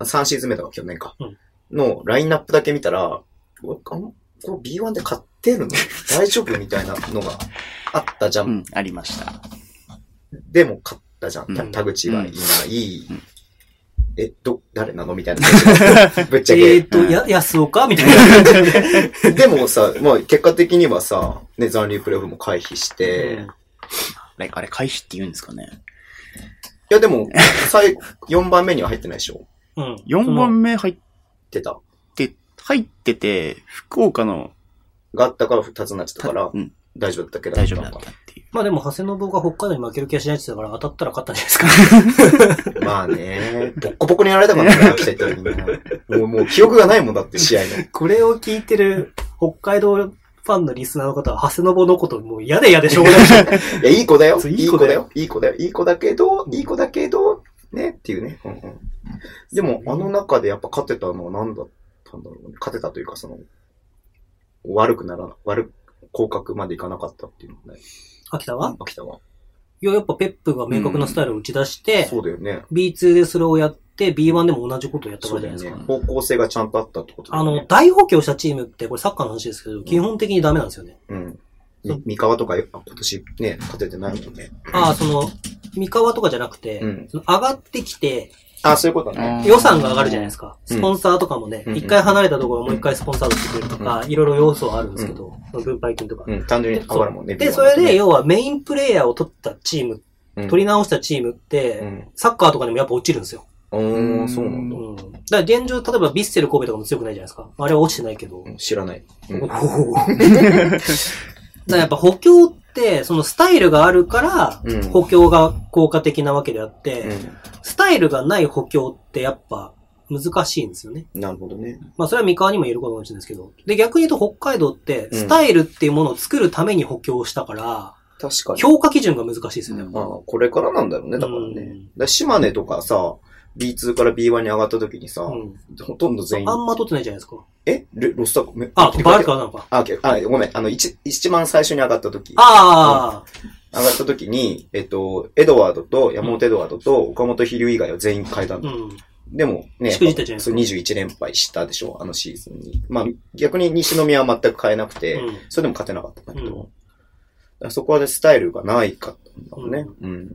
3シーズン目だから去年か。うんの、ラインナップだけ見たら、うわあの、これ B1 で買ってるの大丈夫みたいなのがあったじゃん。うん、ありました。でも買ったじゃん。たうん田口はいない。うんえ、ど、誰なのみたい な。ぶっちゃえーっけ。と、うんや、安岡みたいな感じで。でもさ、まあ結果的にはさ、ね、残留プレーオフも回避して、うんあれ、あれ、回避って言うんですかね。いやでも、最、4番目には入ってないでしょうん。 4番目入っ出た。て、入ってて、福岡の、があったから、二つになっちゃったからう、ん、大丈夫だったけど。大丈夫だったっていう。まあでも、長谷信が北海道に負ける気がしないって言ってたから当たったら勝ったんじゃないです か。まあね、ボッコボコにやられたからね、秋田行った時に。もう、もう記憶がないもんだって、試合の。これを聞いてる北海道ファンのリスナーの方は、長谷信のこと、もう嫌で嫌でしょうがないし。 いや、いい子だよ。そういいいい子子だだよよ。いい子だよ。いい子だけど、いい子だけど、ね、っていうね。うんうん、でも、あの中でやっぱ勝てたのは何だったんだろうね。勝てたというか、その、悪くなら、悪、降格までいかなかったっていうのね。秋田は秋田は。いや、やっぱペップが明確なスタイルを打ち出して、そうだよね。 B2 でそれをやって、B1 でも同じことをやったかそうらじだゃよないですねか。。方向性がちゃんとあったってことだあよの、ね。大補強したチームって、これサッカーの話ですけど、基本的にダメなんですよね。あの、うん。み三河とか今年ね、勝ててないもんね。ああ、その、三河とかじゃなくて、うんその上がってきて、あ、そういうことね。予算が上がるじゃないですか。か。うんスポンサーとかもね、うん一、回離れたところをもう一回スポンサードしてくれるとか、いろいろ要素はあるんですけど、その分配金とか。うん、単純に上がるもんね。で、それで、よ、要はメインプレイヤーを取ったチーム、うん、取り直したチームって、うん。サッカーとかでもやっぱ落ちるんですよ。うーん、そうなんだ。うん。だから現状、例えばヴィッセル神戸とかも強くないじゃないですか。あれは落ちてないけど。うん知らない。うおん。おだからやっぱ補強って、そのスタイルがあるかうんら、補強が効果的なわけであって、うんスタイルがない補強ってやっぱ難しいんですよね。なるほどね。まあそれは三河にも言えることかもしれないですけど。で、逆に言うと北海道って、うんスタイルっていうものを作るために補強したから、確かに。評価基準が難しいですよね。まあ、これからなんだろうね、だからね。うだかんら島根とかさ、B2 から B1 に上がった時にさ、うん。ほとんど全員あ、んま取ってないじゃないですか。えロロスタコめあ、バルかカなのか。あ、オッケーあ、ごめん。あの、一、一番最初に上がった時。あ上がった時に、えっと、エドワードと、山本エドワードと、岡本飛龍以外は全員変えたんあ、だ。うん。でもね、しくじったじゃないでそすかう21連敗したでしょ、あのシーズンに。まあ、逆に西宮は全く変えなくて、うんそれでも勝てなかったんだけど。うだんからそこはね、スタイルがないかったんだろうね。うん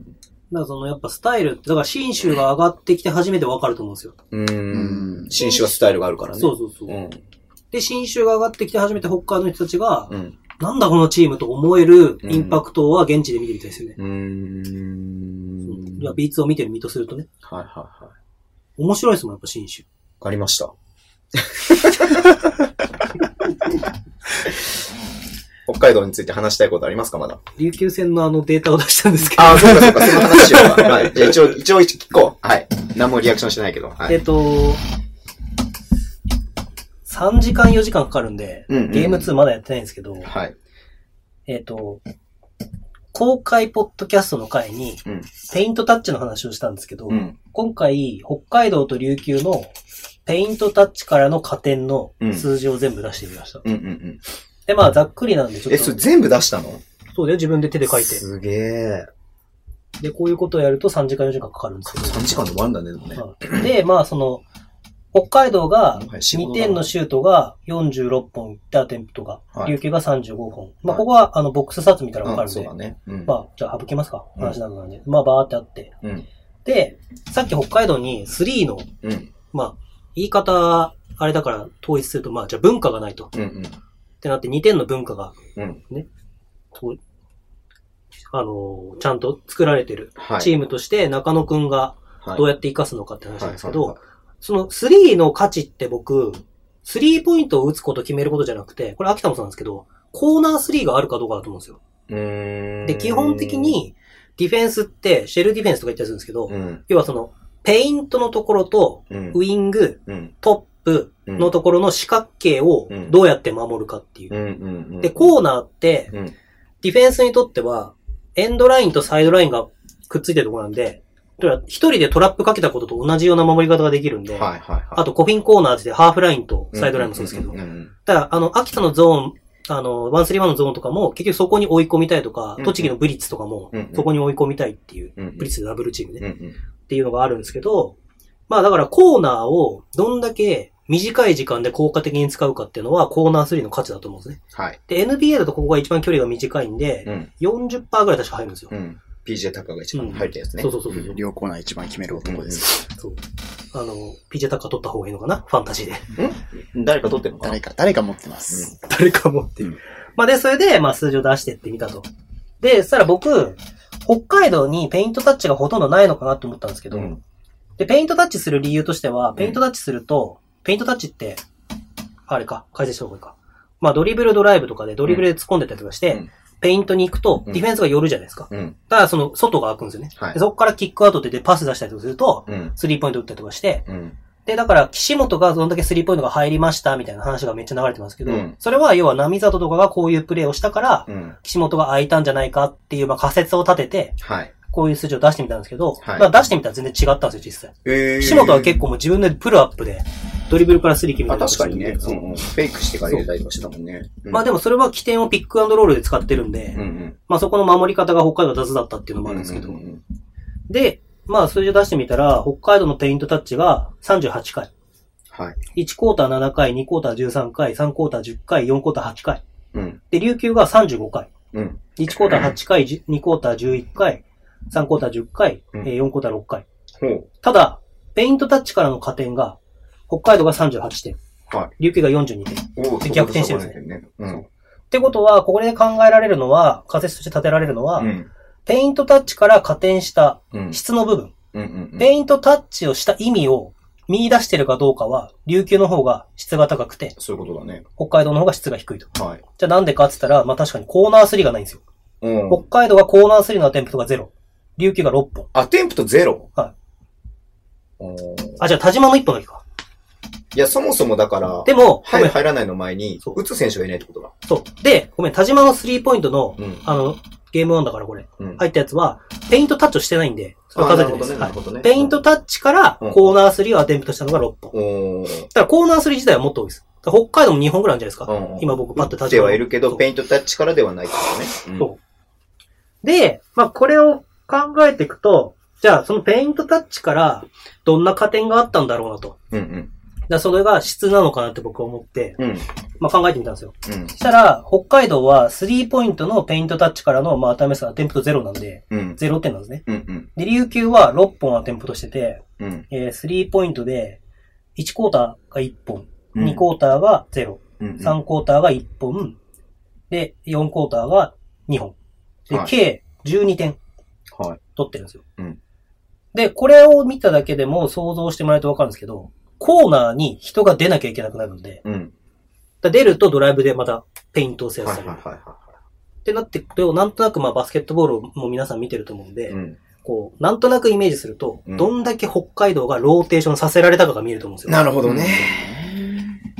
だからそのやっぱスタイルって、だから新州が上がってきて初めてわかると思うんですよ。うーうんん。新種はスタイルがあるからね。そうそうそう。うん。で、新州が上がってきて初めて北海道の人たちが、うん。なんだこのチームと思えるインパクトは現地で見てみたいですよね。うーん。いや B2 を見てる身とするとね。はいはいはい。面白いですもん、やっぱ新州。わかりま した。北海道について話したいことありますかまだ。琉球戦のあのデータを出したんですけど。ああ、そうかそうか、その話し ようか。はい。じゃあ一応、一応聞こう。はい。何もリアクションしないけど。はえい。っと、3時間4時間かかるんで、うんうんゲーム2まだやってないんですけど、はい。えっと、公開ポッドキャストの回に、うん。ペイントタッチの話をしたんですけど、うん。今回、北海道と琉球のペイントタッチからの加点の数字を全部出してみました。うんうんうん。で、まあ、ざっくりなんで、ちょえ、っと、それ全部出したのそうだよ、自分で手で書いて。すげえ。で、こういうことをやると3時間4時間かかるんですけど。 3時間で終わるんだね、でもね。はいで、まあ、その、北海道がはい仕事だ2な点のシュートが46本、ダーテンプトがは、い琉球が35本。まはいあ、ここは、あの、ボックスサーツ見たらわかうるん、んそうでだ。ね。うん。まあ、じゃあ省きますか。うん話なのなんで。まあ、バーってあって。うん。で、さっき北海道に3の、うん。まあ、言い方、あれだから統一すると、まあ、じゃあ文化がないと。っうん。うん。てなって2点の文化が、うん。こうあのーちゃんと作られてるはい。チームとして中野くんがはいどうやって活かすのかって話なんですけはいどは、その3の価値って僕、3ポイントを打つこと決めることじゃなくて、これ秋田もそうなんですけど、コーナー3があるかどうかだと思うんですよ。うーんで、基本的、にディフェンスって、シェルディフェンスとか言ったりするんですけどう、ん。要はその、ペイントのところと、うん。ウイング、うん。トップうんのところの四角形をうんどうやって守るかっていうう。んうんうん。で、コーナーって、うん。ディフェンスにとっては、エンドラインとサイドラインがくっついてるところなんで、だから一人でトラップかけたことと同じような守り方ができるんで、はいはいはい。あとコフィンコーナーってハーフラインとサイドラインもそうですけど、んんうんただ、あの、秋田のゾーン、あの、ワンスリーワンのゾーンとかも、結局そこに追い込みたいとかうん、栃木のブリッツとかもうん、そこに追い込みたいっていう、うんうん。ブリッツダブルチームね、うんっていうのがあるんですけど、まあだからコーナーをどんだけ短い時間で効果的に使うかっていうのはコーナー3の価値だと思うんですね。はい。で、NBA だとここが一番距離が短いんで、うん。 40%ぐらい確か入るんですよう。ん。PJ タカが一番入ったやつね。そうそうそうそう。両コーナー一番決める男です。そうあの、PJ タッカー取った方がいいのかなファンタジーで。うん。誰か取ってんのかな誰か、誰か持ってます。誰かもっていう。まあで、それで、まあ数字を出してってみたと。で、そしたら僕、北海道にペイントタッチがほとんどないのかなと思ったんですけど、うん。で、ペイントタッチする理由としては、ペイントタッチすると、ペイントタッチって、あれか、解説した方がいいか。まあドリブルドライブとかでドリブルで突っ込んでたりとかして、うんペイントに行くと、うんディフェンスが寄るじゃないですか。うん。ただその、外が開くんですよね。はいでそこからキックアウトって言ってパス出したりとかすると、うん。スリーポイント打ったりとかして、うん。で、だから、岸本がどんだけスリーポイントが入りました、みたいな話がめっちゃ流れてますけど、うんそれは要は波里とかがこういうプレーをしたから、うん。岸本が空いたんじゃないかっていう、まあ、仮説を立てて、はい。こういう数字を出してみたんですけど、はいまあ出してみたら全然違ったんですよ、実際。え岸本は結構もう自分でプルアップで、ドリブルからスリー決めたあ、りと確かにしてねるん。ですうよんうんフェイクしてから入れたりとかしてたもんね。まあでもそれは起点をピックアンドロールで使ってるんで、うんうん。まあそこの守り方が北海道は雑だったっていうのもあるんですけど、ううんで、まあ数字を出してみたら、北海道のペイントタッチが38回。はい。 1クォーター7回、2クォーター13回、3クォーター10回、4クォーター8回。うん。で、琉球が35回。うん。 1クォーター8回、じ2クォーター11回、3クォーター10回、うんえー4クォーター6回。ほう。ただ、ペイントタッチからの加点が、北海道が38点、は琉球が42点。っおうで逆転してるんですね。うん。てことは、ここで考えられるのは、仮説として立てられるのは、うん。ペイントタッチから加点したうん。質の部分、うんうんうん。ペイントタッチをした意味を見出してるかどうかは、琉球の方が質が高くて、そういうことだね。北海道の方が質が低いと。はい。じゃあなんでかって言ったら、まあ確かにコーナー3がないんですよ。うん。北海道がコーナー3のアテンプトが0。琉球が6本。アテンプトゼロ。はいおーあ、じゃあ田島の1本だけか。いや、そもそもだから、でも、ご入めるん、入らないの前にそ、う打つ選手がいないってことだ。そう。で、ごめん、田島の3ポイントの、うん。あの、ゲーム1だからこれ、うん入ったやつは、ペイントタッチをしてないんで、それはあな数えるてなほどいですね、。なはるいほどね。ペイントタッチから、うんコーナー3をアテンプトしたのが6本。うん、おー。だからコーナー3自体はもっと多いです。だから北海道も2本ぐらいあるんじゃないですか。うん今僕パッと打っ立てはいるけそど、うペイントタッチからではないってことね。そうで、まあこれを考えていくと、じゃあそのペイントタッチからどんな加点があったんだろうなと。うん。うんだからそれが質なのかなって僕は思って、うん。うん。まあ考えてみたんですよ。うん。そしたら、北海道は3ポイントのペイントタッチからの、まあ、アタメスアテンプト0なんで、うん。 0点なんですね。うん。うん。で、琉球は6本アテンプトしてて、うん。えー、3ポイントで、1クォーターが1本、うん2クォーターが0、うん。うん。 3クォーターが1本、で、4クォーターが2本。で、はい計12点はい。取ってるんですよ。うんで、これを見ただけでも想像してもらえるとわかるんですけど、コーナーに人が出なきゃいけなくなるんで、うん。だから出るとドライブでまたペイントを制圧はいさはれいるは。いはってなってくと、なんとなくまあバスケットボールをもう皆さん見てると思うんで、い。うん。こう、なんとなくイメージすると、うんどんだけ北海道がローテーションさせられたかが見えると思うんですよ。るほどね。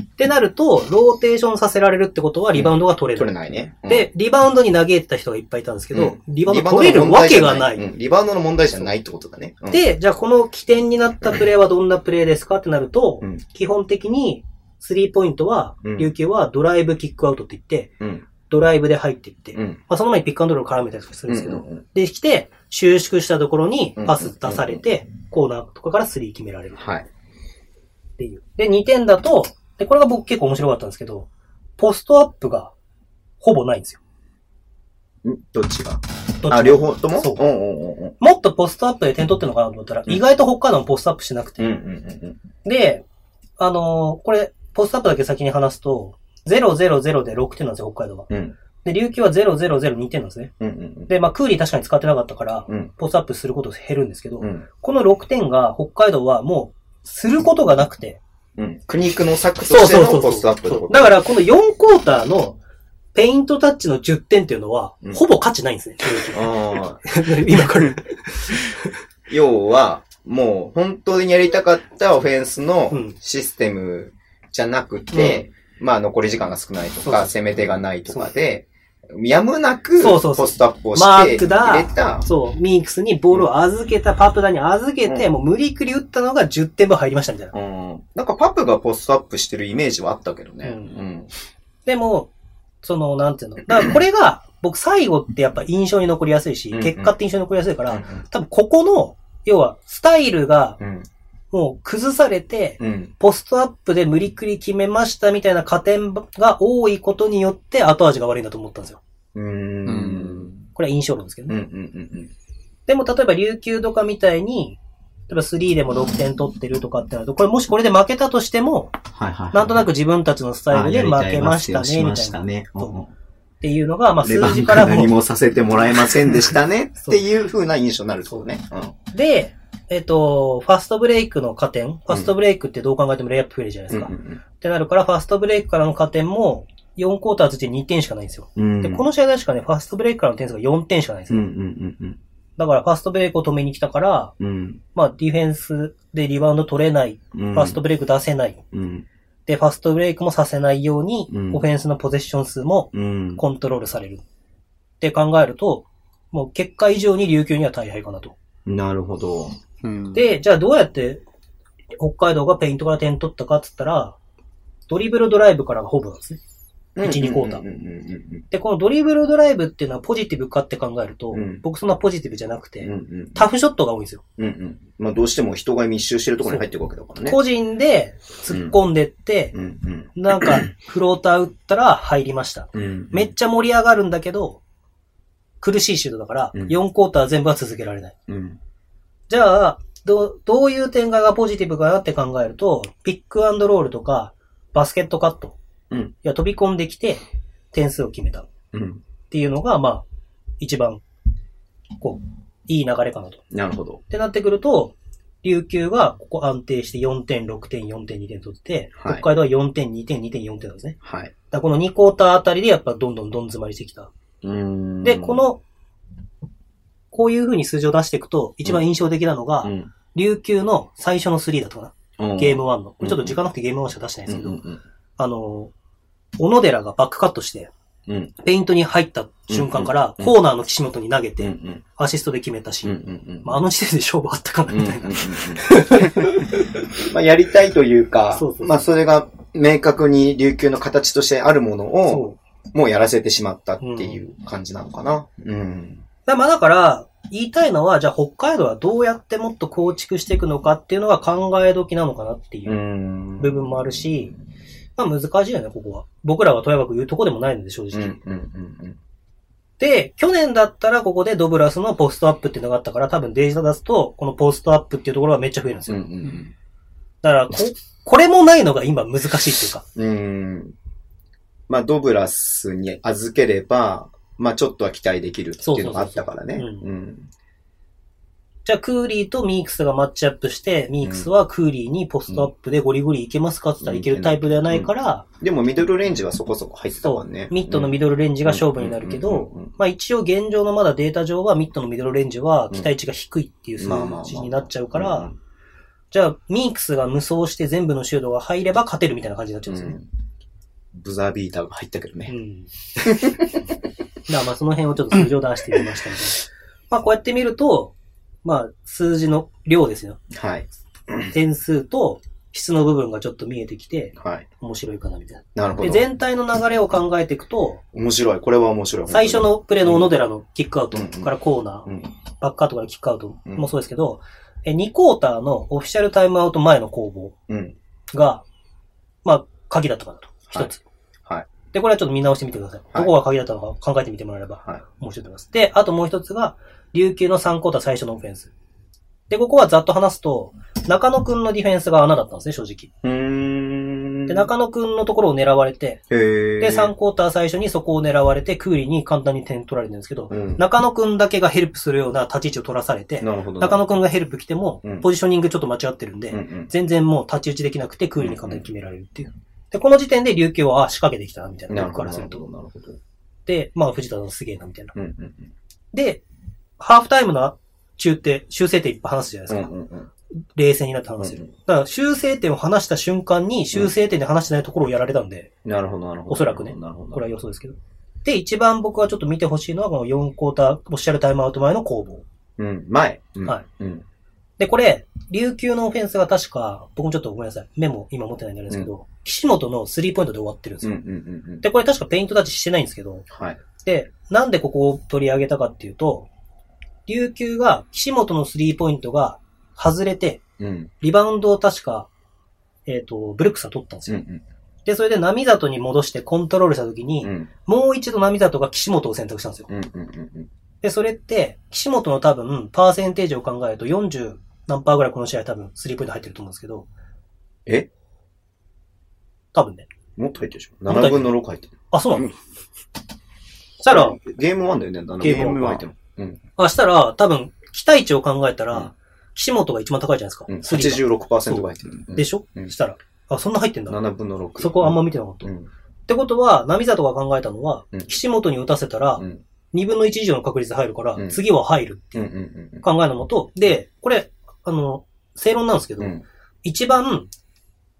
ってなると、ローテーションさせられるってことはリバウンドが取れる。取れないね。うん、で、リバウンドに投げてた人がいっぱいいたんですけうど、んリバウンド取れるわけがない。うんリバウンドの問題じゃないってことだね。うん、で、じゃあこの起点になったプレーはどんなプレーですかってなると、うん基本的に、スリーポイントは、うん琉球はドライブキックアウトって言って、うん。ドライブで入っていって、うまん。あその前にピックアンドロール絡めたりとかするんですけうど、んうんうんできて、収縮したところにパス出されて、コーナーとかからスリー決められるはい。っていう。で、2点だと、で、これが僕結構面白かったんですけど、ポストアップがほぼないんですよ。んどっちがどっちもあ、両方ともそううんうんうんうん。もっとポストアップで点取ってるのかなと思ったら、うん意外と北海道もポストアップしてなくうて。んうんで、あのーこれ、ポストアップだけ先に話すと、000で6点なんですよ、北海道は。うんうん。うん。で、琉球は0002点なんですね。うんうんで、まあ、クーリー確かに使ってなかったから、うん。うん。ポストアップすること減るんですけど、うん。この6点が北海道はもう、することがなくて、うん。苦肉の策としてのポストアップってことだから、この4クォーターの、ペイントタッチの10点っていうのは、うんほぼ価値ないんですね。ああ。 今から。要は、もう本当にやりたかったオフェンスのうんシステムじゃなくて、まあ残り時間が少ないとそうそうか、攻め手がないとかで、やむなくそポうそうそうストアップをマしーてクだ入れた、そう、ミークスにボールを預けた、パプダに預けて、うんもう無理くり打ったのが10点分入りましたみたいな。うん。なんかパプがポストアップしてるイメージはあったけどね。ううん。でも、その、なんていうの。だから、これが、僕最後ってやっぱ印象に残りやすいしうんう、ん結果って印象に残りやすいかうら、ん多分ここの、要は、スタイルがうん。もう崩されて、うん。ポストアップで無理くり決めましたみたいな加点が多いことによって後味が悪いんだと思ったんですよ。うん。うん。ううんん。これは印象論ですけどうん。うね。ん。でも例えば琉球とかみたいに、例えば3でも6点取ってるとかってなると、これもしこれで負けたとしても、はいはい。なんとなく自分たちのスタイルで負けましたね、みたいな。っね。そううんうんていうのが、まあレ数バ字ンかガら何も。もさせてもらえませんでしたね。っ そうていう風な印象になるそうね。で、えっと、ファストブレイクの加点。ファストブレイクってどう考えてもレイアップ増えるじゃないでうすんか。ってなるから、ファストブレイクからの加点も、4クォーターずつで2点しかないんですよ。うん。で、この試合確かね、ファストブレイクからの点数が4点しかないんですようんうんうんうん。だからファストブレイクを止めに来たから、うん。まあディフェンスでリバウンド取れない、うん。ファストブレイク出せない、うん。で、ファストブレイクもさせないように、うんオフェンスのポゼッション数もうん。コントロールされる。って考えると、もう結果以上に琉球には大敗かなと。なるほど。うん、で、じゃあどうやって北海道がペイントから点取ったかっつったら、ドリブルドライブからがほぼなんですね。一二クォーターうんうんうんで、このドリブルドライブっていうのはポジティブかって考えると、うん僕そんなポジティブじゃなくて、うん。うんうん。タフショットが多いんですよ。うんうん。まあどうしても人が密集してるところに入っていくわけだからね。個人で突っ込んでって、うんうん。なんかフローター打ったら入りました。うん。めっちゃ盛り上がるんだけど、苦しいシュートだから、うん4クォーター全部は続けられない。うん。じゃあ、どう、どういう展開がポジティブかなって考えると、ピックアンドロールとか、バスケットカット。うんいや、飛び込んできて、点数を決めたっうん。ていうのが、まあ、一番、こう、いい流れかなと。っなるほど。てなってくると、琉球がここ安定して4点、6点、4点、2点取って、はい北海道は4点、2点、2点、4点なんですね。はい。だからこの2クォーターあたりでやっぱどんどんどん詰まりしてきた。うんで、こ、の、こういう風に数字を出していくと、一番印象的なのが、うん琉球の最初の3だったかな。うんゲーム1の。これちょっと時間なくてゲーム1しか出してないんうでんすけうど、んあの、小野寺がバックカットして、うん。うんペイントに入った瞬間から、うんコーナーの岸本に投げうんうて、んアシストで決めたし、うんうんうん。まあ、あの時点で勝負あったかな、み たいな。まあ、やりたいというか、そうそうそうまあ、それが明確に琉球の形としてあるものを、そう。もうやらせてしまったっていう感じなのかな。うん。。だまあ、だから、言いたいのは、じゃあ北海道はどうやってもっと構築していくのかっていうのが考え時なのかなっていううん部分もあるし、まあ難しいよね、ここは。僕らはとやかく言うとこでもないので、正うん、う直。ん、うん、で、去年だったらここでドブラスのポストアップっていうのがあったから、多分デジタル出すと、このポストアップっていうところがめっちゃ増えるんですうん。うよ。ん、だからこ、これもないのが今難しいっていうか。うん。うん。まあ、ドブラスに預ければ、まあ、ちょっとは期待できるっていうのがあったからね。そうそうそうそううん。じゃあ、クーリーとミークスがマッチアップして、ミークスはクーリーにポストアップでゴリゴリいけますかって言ったらいけるタイプではないから、でも、ミドルレンジはそこそこ入ってたそもう、んね。ミッドのミドルレンジが勝負になるけどうんうんうんうん、まあ一応現状のまだデータ上はミッドのミドルレンジは期待値が低いっていう数まあまあまあ字になっちゃうかうらん、じゃあ、ミークスが無双して全部のシュートが入れば勝てるみたいな感じになっちゃうんですよね。ブザービーターが入ったけどね。うん。だからまあその辺をちょっと数字を出してみ ましたけど。まあこうやって見ると、まあ数字の量ですよ。はい。点数と質の部分がちょっと見えてきてはい。面白いかなみたいな。なるほで、ど。全体の流れを考えていくと、面白い。これは面白い。最初のプレーの小野寺のキックアウトからコーナうー、ん。バックアウトからキックアウトもそうですけど、え2クォーターのオフィシャルタイムアウト前の攻防うん。が、まあ鍵だったかなと。一つ。はい。で、これはちょっと見直してみてください。はいどこが鍵だったのか考えてみてもらえればはい。面白いと思います。で、あともう一つが、琉球の3クォーター最初のオフェンス。で、ここはざっと話すと、中野くんのディフェンスが穴だったんですね、正直。うーん。で、中野くんのところを狙われて、へーで、3クォーター最初にそこを狙われて、クーリーに簡単に点取られてるんですけど、うん。中野くんだけがヘルプするような立ち位置を取らされて、なるほど。中野くんがヘルプ来てもうん、ポジショニングちょっと間違ってるんで、うんうん。全然もう立ち打ちできなくて、クーリーに簡単に決められるっていう。で、この時点で琉球は、あ、仕掛けてきたな、みたいな、なる僕かほど。らすなるるほど。と。なるほど。で、まあ、藤田さんすげえな、みたいな。うんうんで、ハーフタイムの中って修正点いっぱい話すじゃないうん。うんですか。うんうん。冷静になって話せうるん。だから修正点を話した瞬間に修正点で話してないところをやられたんで、なるほど、なるほど。おそらくねなるほど。これはよ。予想ですけど。で、一番僕はちょっと見てほしいのはこの4クォーター、オフィシャルタイムアウト前の攻防。うん。前。うんはい。うん。で、これ、琉球のオフェンスが確か、僕もちょっとごめんなさい、メモ今持ってないんであれですけど、岸本のスリーポイントで終わってるんですうんうんよ。うんうん。で、これ確かペイントタッチしてないんですけど、はい。で、なんでここを取り上げたかっていうと、琉球が岸本のスリーポイントが外れて、うん。リバウンドを確か、えっ、と、ブルックスは取ったんですうんうよ。ん。で、それで波里に戻してコントロールした時に、うんもう一度波里が岸本を選択したんですよ。うんうんうんで、それって、岸本の多分、パーセンテージを考えると40何パーぐらいこの試合多分、スリーポイント入ってると思うんですけど、え多分ね。うん。もっと入ってるでしょ。もっ7と入ってる分の6入ってる。あ、そうなうのんしたら、ゲーム1だよね、7分のゲーム6 1入ってる。うん。あ、したら、多分、期待値を考えたら、うん岸本が一番高いじゃないですか。うん。スリーが86%が入ってる。うんでしょ、うんしたら。あ、そんな入ってんだ。 7分の6。そこあんま見てなかった。うん。ってことは、波里が考えたのは、うん岸本に打たせたら、うん。 2分の1以上の確率で入るから、うん次は入るってうんいううん考えのもと、で、これ、あの、正論なんですけうん。ど、うん。一番、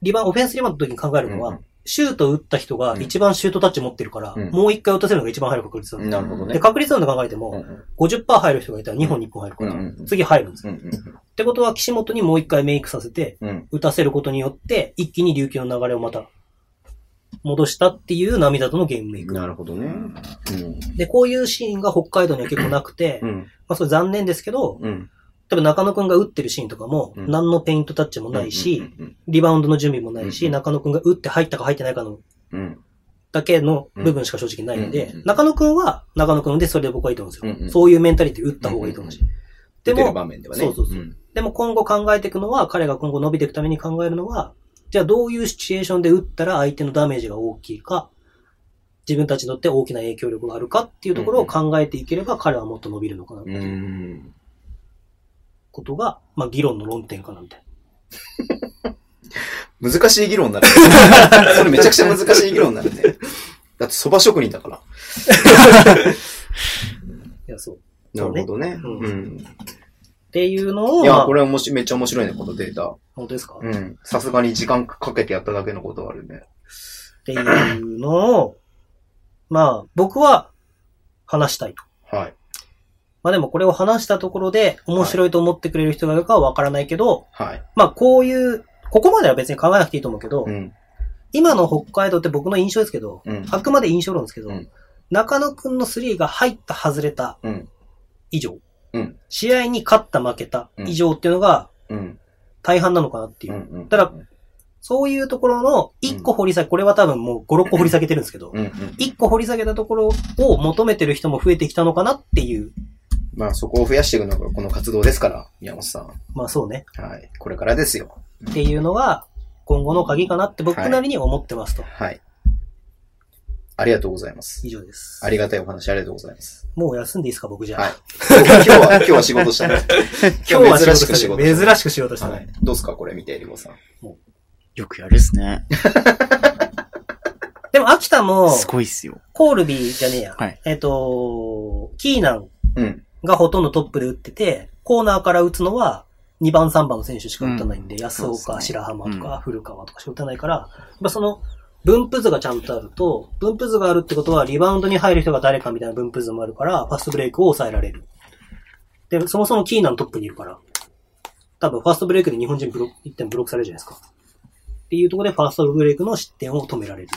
リバウンドオフェンスリバウンドの時に考えるのは、シュート打った人が一番シュートタッチ持ってるから、うんもう一回打たせるのが一番入る確率なんうん。でなるほどで、ね。確率なんで考えても、50%入る人がいたら2本2本入るから、うん次入るんですうよ。んってことは、岸本にもう一回メイクさせて、うん。うん。打たせることによって、一気に琉球の流れをまた、戻したっていう涙とのゲームメイク。なるほどね。で、こういうシーンが北海道には結構なくて、うまん。あそれ残念ですけど、うん。多分中野くんが打ってるシーンとかも、うん何のペイントタッチもないし、うん。リバウンドの準備もないし、うん中野くんが打って入ったか入ってないかのうん。だけの部分しか正直ないんで、うん中野くんは中野くんでそれで僕はいいと思うんですよ。うんうんそういうメンタリティ打った方がいいと思うし。で出てるも、場面ではね。。そうそうそうんでも今後考えていくのは、彼が今後伸びていくために考えるのは、じゃあどういうシチュエーションで打ったら相手のダメージが大きいか、自分たちにとって大きな影響力があるかっていうところを考えていければ彼はもっと伸びるのかなってうーん。ことが、まあ議論の論点かなみたいな。難しい議論に なる。それめちゃくちゃ難しい議論になるね。だって蕎麦職人だから。いや、そう。っなるほどね。そうねうん。ていうのを、いまや、あこれはもしめっちゃ面白いね、このデータ。本当ですか、っうん。さすがに時間かけてやっただけのことはあるね。ていうのを、まあ僕は話したいと。はい。まあでもこれを話したところで面白いと思ってくれる人がいるかはわからないけど、はい。まあこういう、ここまでは別に考えなくていいと思うけど、うん。今の北海道って僕の印象ですけど、うん。あくまで印象論ですけど、うん中野くんの3が入った外れたうん。以上、うん試合に勝った負けた以上っていうのがうん。大半なのかなっていうう。ん。ただ、そういうところの1個掘り下げ、これは多分もう5、6個掘り下げてるんですけど、うん。うん。 1個掘り下げたところを求めてる人も増えてきたのかなっていう、まあ、そこを増やしていくのがこの活動ですから、宮本さん。まあそうね。はい。これからですよ。っていうのが、今後の鍵かなって僕なりに思ってますと。はい。ありがとうございます。以上です。ありがたいお話ありがとうございます。もう休んでいいですか、僕じゃあ。はい。今日は、今日は仕事したね。今日は珍しく仕事し。した珍しくしようとしたね。はい。どうすかこれ見て、りこさん。よくやるっすね。でも、秋田も、すごいっす よ。コールビーじゃねえや。はいえっ、と、キーナンうん。がほとんどトップで打ってて、コーナーから打つのは、2番3番の選手しか打たないんで、安そうです岡、ね白浜とうか、古川とかしか打たないから、やっぱその、分布図がちゃんとあると、分布図があるってことは、リバウンドに入る人が誰かみたいな分布図もあるから、ファストブレイクを抑えられる。で、そもそもキーナントップにいるから、多分ファストブレイクで日本人ブロック、1点ブロックされるじゃないですか。っていうところでファーストブレイクの失点を止められる。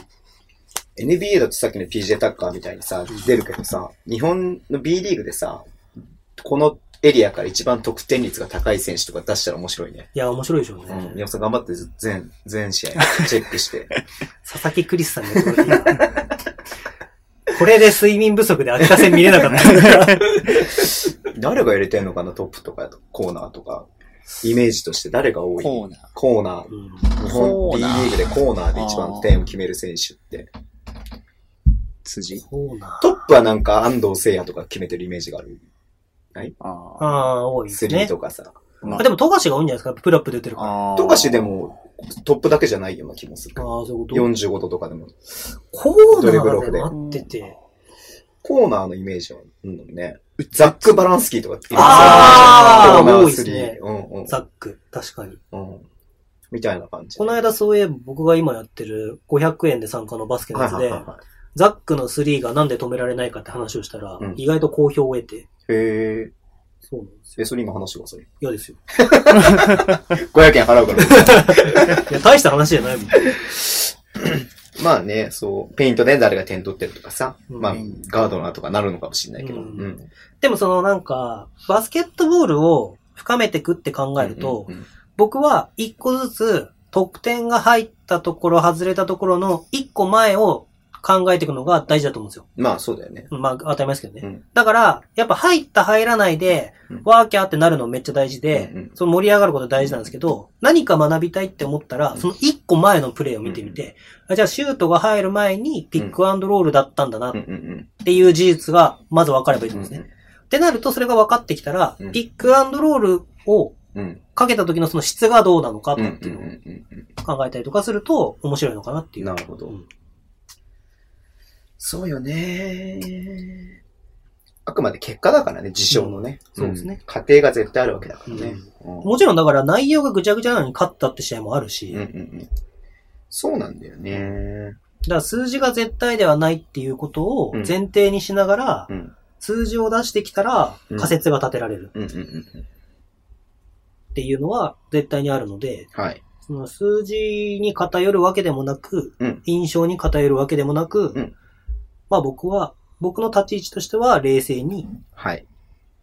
NBA だとさっきの PJ タッカーみたいにさ、出るけどさ、日本の B リーグでさ、このエリアから一番得点率が高い選手とか出したら面白いね。いや、面白いでしょうね。うん。宮本さん頑張ってず全、全試合 チェックして。佐々木クリスさんに言われてたこれで睡眠不足で秋田戦見れなかった。誰が入れてんのかなトップとかコーナーとか。イメージとして誰が多いコーナー。コーナー。うん日本コ B ーリナーーグでコーナーで一番点を決める選手って。辻そうな。トップはなんか安藤聖也とか決めてるイメージがある。あああ。あ、多いですスリーね。とかさ。まあでも、富樫が多いんじゃないですかプラップ出てるから。ああ富樫で。もトップだけじゃないような気もするあ。ー、そういうこと。 45度とかでも。コードリブナルオーフでで待ってて。コーナーのイメージはあるのね。ザック・バランスキーとかってあーコーナ多ーいっすスリねー。うんザック、確かに。うん。うん。みたいな感じ。この間そういえば僕が今やってる500円で参加のバスケのやつはいはいではい、はザックの3がなんで止められないかって話をしたらうん、意外と好評を得て。い。へえ。そうなんですよ。え、それ今話してください。嫌ですよ。 500円払うから。 いや、大した話じゃないもん。まあね、そう、ペイントで誰が点取ってるとかさ、うんまあ、ガードナーとかなるのかもしれないけど、ううんん。でもそのなんか、バスケットボールを深めていくって考えるとう、ん僕は一個ずつ得点が入ったところ、外れたところの一個前を考えていくのが大事だと思うんですよ。まあ、そうだよね。まあ当たり前ですけどね。うんだから、やっぱ入った入らないでうん、ワーキャーってなるのめっちゃ大事で、うんうんその盛り上がること大事なんですけど、何か学びたいって思ったら、その一個前のプレーを見てみて、あじゃあシュートが入る前にピックアンドロールだったんだなっうんうんていう事実がまず分かればいいとうん。思うんですね。ってなると、それが分かってきたら、うんピックアンドロールをうん。かけた時のその質がどうなのかってうん。うん。うんいうのうんうんを考えたりとかすると面白いのかなっていう。なるほどうんそうよねあくまで結果だからね、事象のね。そうですね。過程が絶対あるわけだからね。うんもちろんだから内容がぐちゃぐちゃなのに勝ったって試合もあるし、うんうんうんそうなんだよね。だから数字が絶対ではないっていうことをうん前提にしながら、うん。数字を出してきたらうん仮説が立てられるうんうんうん。っていうのは絶対にあるので、はい。その数字に偏るわけでもなく、うん印象に偏るわけでもなく、うんまあ僕は、僕の立ち位置としては冷静にはい。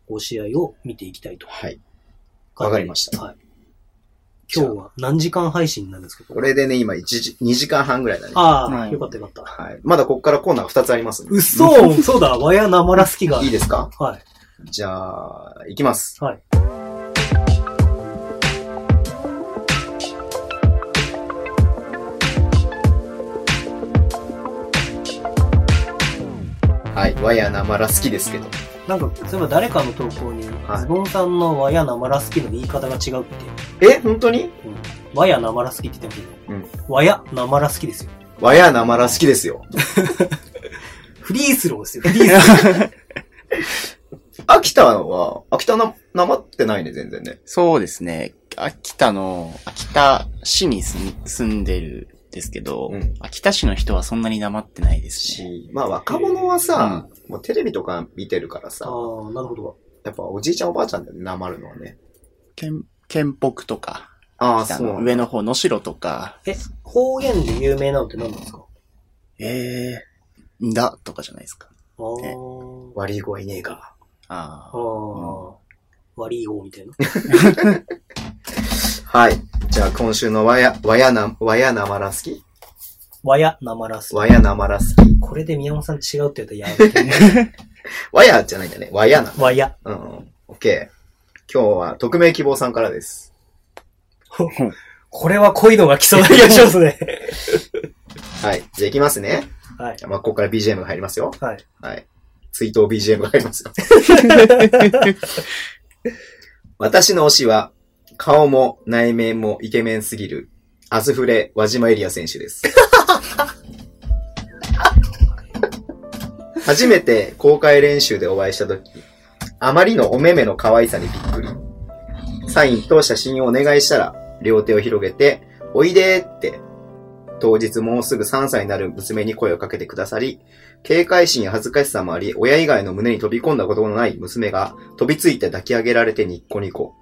こう試合を見ていきたいと。はい。わかりましたはい。今日は何時間配信なんですけど。これでね、今1時、2時間半ぐらいだね。ああ、はいよかったよかった。はい。まだここからコーナー2つありますんでうっそーそうだわやなまらすきが。いいですかはい。じゃあ、いきます。はい。はい。ワイヤーなまら好きですけど。なんか、そういえば誰かの投稿に、はいズボンさんのわやなまらすきの言い方が違うって。え本当にうん、わやなまらすきって言ってもいうい、んわやなまらすきですよ。ワイヤーなまら好きですよ。フリースローですよ。フリースロ秋田は、秋田な、なまってないね、全然ね。そうですね。秋田の、秋田市に住ん住んでるんですけど、うん秋田市の人はそんなに黙ってないですね。し、まあ若者はさ、もうテレビとか見てるからさ、ー。ああ、なるほど。やっぱおじいちゃんおばあちゃんだよね、なまるのはね。県、県北とか、ああ、北そのうなんだ。上の方、能代とか、え、方言で有名なのって何なんですかええんだとかじゃないですか。あーね悪い子はいねえか。あああ。ー。悪い方みたいな。はい。じゃあ今週のワヤ、ワヤな、ワヤなまら好きわやなまらすき。ワヤなまら好き。これで宮本さん違うって言ったら やめて。ワヤじゃないんだね。ワヤな。わや。うんうん。オッケー。今日は匿名希望さんからです。これは濃いのが来そうな気がします ね。はい。じゃあ行きますね。はい。まあ、ここから BGM が入りますよ。はい。はい。追悼 BGM が入りますよ。私の推しは、顔も内面もイケメンすぎる、アズフレ、輪島エリア選手です。初めて公開練習でお会いしたとき、あまりのお目目の可愛さにびっくり。サインと写真をお願いしたら、両手を広げて、おいでーって、当日もうすぐ3歳になる娘に声をかけてくださり、警戒心や恥ずかしさもあり、親以外の胸に飛び込んだことのない娘が飛びついて抱き上げられてニッコニコ。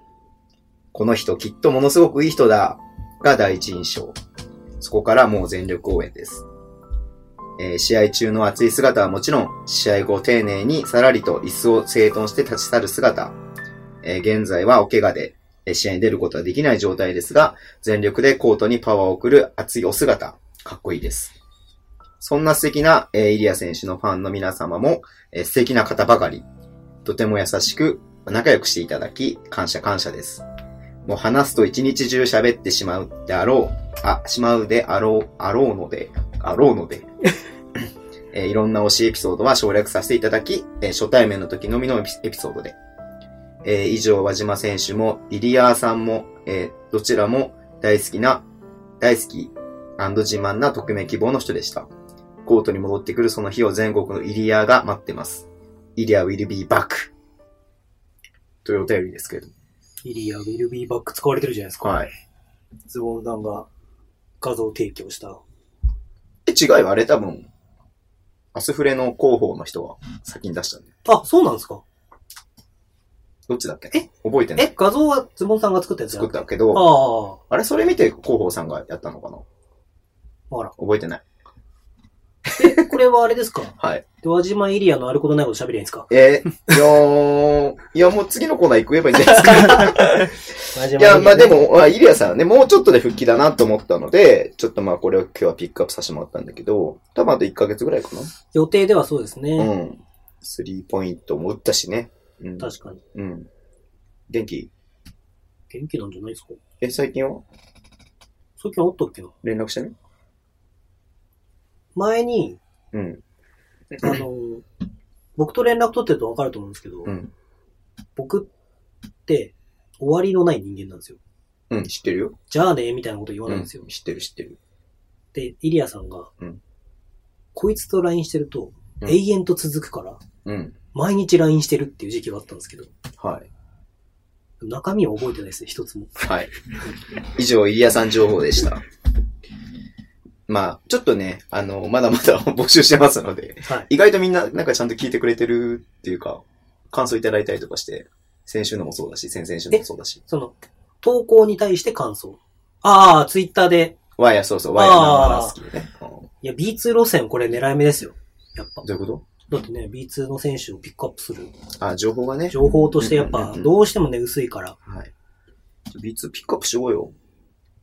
この人きっとものすごくいい人だが第一印象。そこからもう全力応援です。えー試合中の熱い姿はもちろん、試合後丁寧にさらりと椅子を整頓して立ち去る姿。えー現在はお怪我で、えー試合に出ることはできない状態ですが、全力でコートにパワーを送る熱いお姿。かっこいいです。そんな素敵な、えーイリア選手のファンの皆様も、えー素敵な方ばかり、とても優しく、仲良くしていただき、感謝感謝です。もう話すと一日中喋ってしまうであろう、あ、しまうであろう、あろうので、あろうので、 えーいろんな推しエピソードは省略させていただき、えー初対面の時のみのエピエピソードで。えー以上、和島選手も、イリアーさんも、えーどちらも大好きな、大好き、自慢な匿名希望の人でした。コートに戻ってくるその日を全国のイリアが待ってます。イリア will be back. というお便りですけど。イリア・ウィルビーバック使われてるじゃないですか。はい。ズボンさんが画像提供した。え、違うよ。あれ多分、アスフレの広報の人は先に出したんだよ。あ、そうなんですかどっちだっけえ覚えてないえ、画像はズボンさんが作ったやつじゃ作なっくてたけあど、ああ、れそれ見て広報さんがやったのかなあら。覚えてない。えこれはあれですかはい。で、輪島イリアのあることないこと喋りゃいいんですかえー、いやー、 いやもう次のコーナー行くえ ばいいんじゃないですか。輪島いや、まあで、も、まあイリアさんはね、もうちょっとで復帰だなと思ったので、ちょっとまあこれを今日はピックアップさせてもらったんだけど、多分あと1ヶ月ぐらいかな。予定ではそうですね。うん。スリーポイントも打ったしね。うん。確かに。うん。元気元気なんじゃないですかえ、最近は最近あったっけな連絡してね前に、うん。あの、僕と連絡取ってると分かると思うんですけど、うん。僕って終わりのない人間なんですよ。うん、知ってるよ。じゃあね、みたいなこと言わないんですよ。知ってる知ってる。で、イリアさんが、うんこいつと LINE してると、うん永遠と続くから、うん。毎日 LINE してるっていう時期があったんですけど、はい。中身は覚えてないですね、一つも。はい。 以上、イリアさん情報でした。まあ、ちょっとね、あの、まだまだ 募集してますので、はい。意外とみんな、なんかちゃんと聞いてくれてるっていうか、感想いただいたりとかして、先週のもそうだし、先々週のもそうだし。その、投稿に対して感想。ああ、ツイッターで、ワイヤ、そうそう、ワイヤーの話好きでね。うんいや、B2 路線これ狙い目ですよ。やっぱ。どういうことだってね、B2 の選手をピックアップするあ、情報がね。情報としてやうんうっんぱうんうんどうしてもね、薄いから。はい。B2 ピックアップしようよ。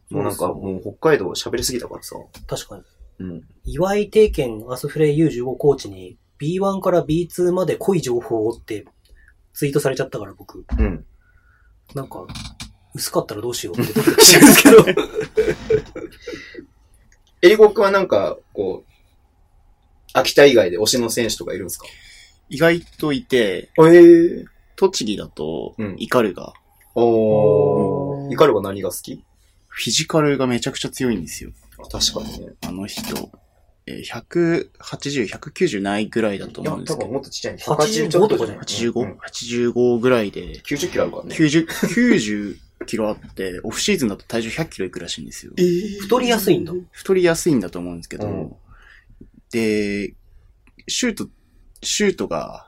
もうなんか、もう北海道喋りすぎたからさ。確かに。うん。岩井定権アスフレ U15 コーチに B1 から B2 まで濃い情報をってツイートされちゃったから僕、うん。なんか薄かったらどうしようってドキドキしてるんですけど。えりこくんはなんか、こう、秋田以外で推しの選手とかいるんですか意外といて、えー。栃木だとうん、イカルが、おおー。ーイカルは何が好きフィジカルがめちゃくちゃ強いんですよ。確かにね。あの人。えー180、190ないぐらいだといや、思うんで多すけ分どもっ。とちっちゃいね。 85ちょっとかじゃないうん 85?85 85ぐらいで、 90キロあるからね。 90、90キロあって、オフシーズンだと体重100キロいくらしいんですよ。太りやすいんだ。太りやすいんだと思うんですけど、うんで、シュート、シュートが、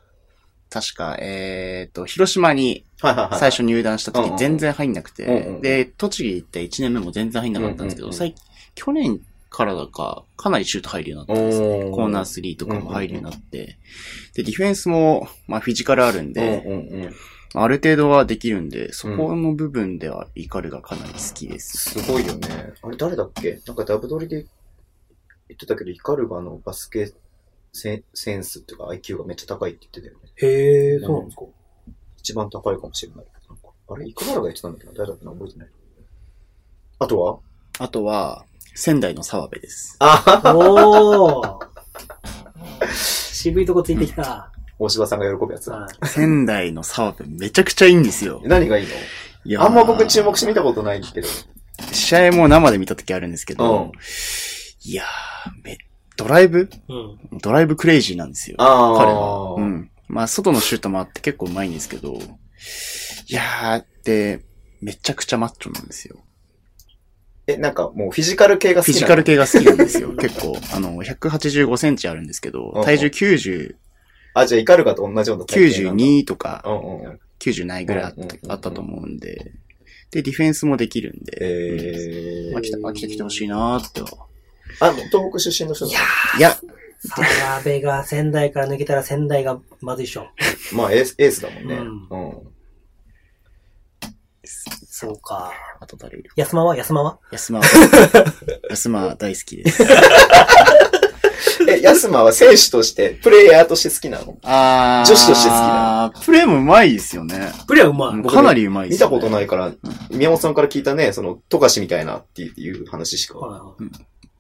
確か、えっ、と、広島にはいはいはい。最初入団したうんうんうん時全然入んなくて、うんうんで、栃木行って1年目も全然入んなかったんですけうんうど、んうん最去年からだか、かなりシュート入るようになったんですねおコーナース3とかも入るようになって、で、ディフェンスも、まあ、フィジカルあるんで、うんうんうん。ある程度はできるんで、そこの部分ではイカルがかなり好きです。すごいよね。あれ誰だっけなんかダブドリで言ってたけど、イカルバのバスケセンセンスっていうか IQ がめっちゃ高いって言ってたよね。へえ、ーそうなんですか。一番高いかもしれない。なんかあれ、イカルバが言ってたんだけど、誰だっけな覚えてない。あとはあとは、仙台の澤部です。あおー。渋いとこついてきた。大柴さんが喜ぶやつ。はい仙台の澤部めちゃくちゃいいんですよ。何 がいいいやのーあんま僕注目して見たことないけど。試合も生で見た時あるんですけうんど、いやーめ、ドライブうん。ドライブクレイジーなんですよ。あ彼は。うん。まあ、外のシュートもあって結構うまいんですけど、いやーって、めちゃくちゃマッチョなんですよ。え、なんかもうフィジカル系が好きフィなジのカル系が好きなんですよ。 結構、あの、185センチあるんですけどうん、体重90、あ、じゃあイカルバと同じような体型なんだ。 92とかう、んうんうん。 90ないぐらいあっうんうんうんうんたあったと思うんで、で、ディフェンスもできるんで、えー。飽きた、飽きてきてほしいなーっては。あ、もう東北出身の人だ。いや、澤部が仙台から抜けたら仙台がまずいっしょ。まあエース、エースだもんね。ううんそうか。あと誰いる安間は安間は安間。 安間大好きです。え、ヤスマは選手として、プレイヤーとして好きなのあ女子として好きなプレーもうまいですよね。プレーうまうんい。かなりうまいで見すよたね。ことないから、宮本さんから聞いたね、その、富樫みたいなっていう話しか。は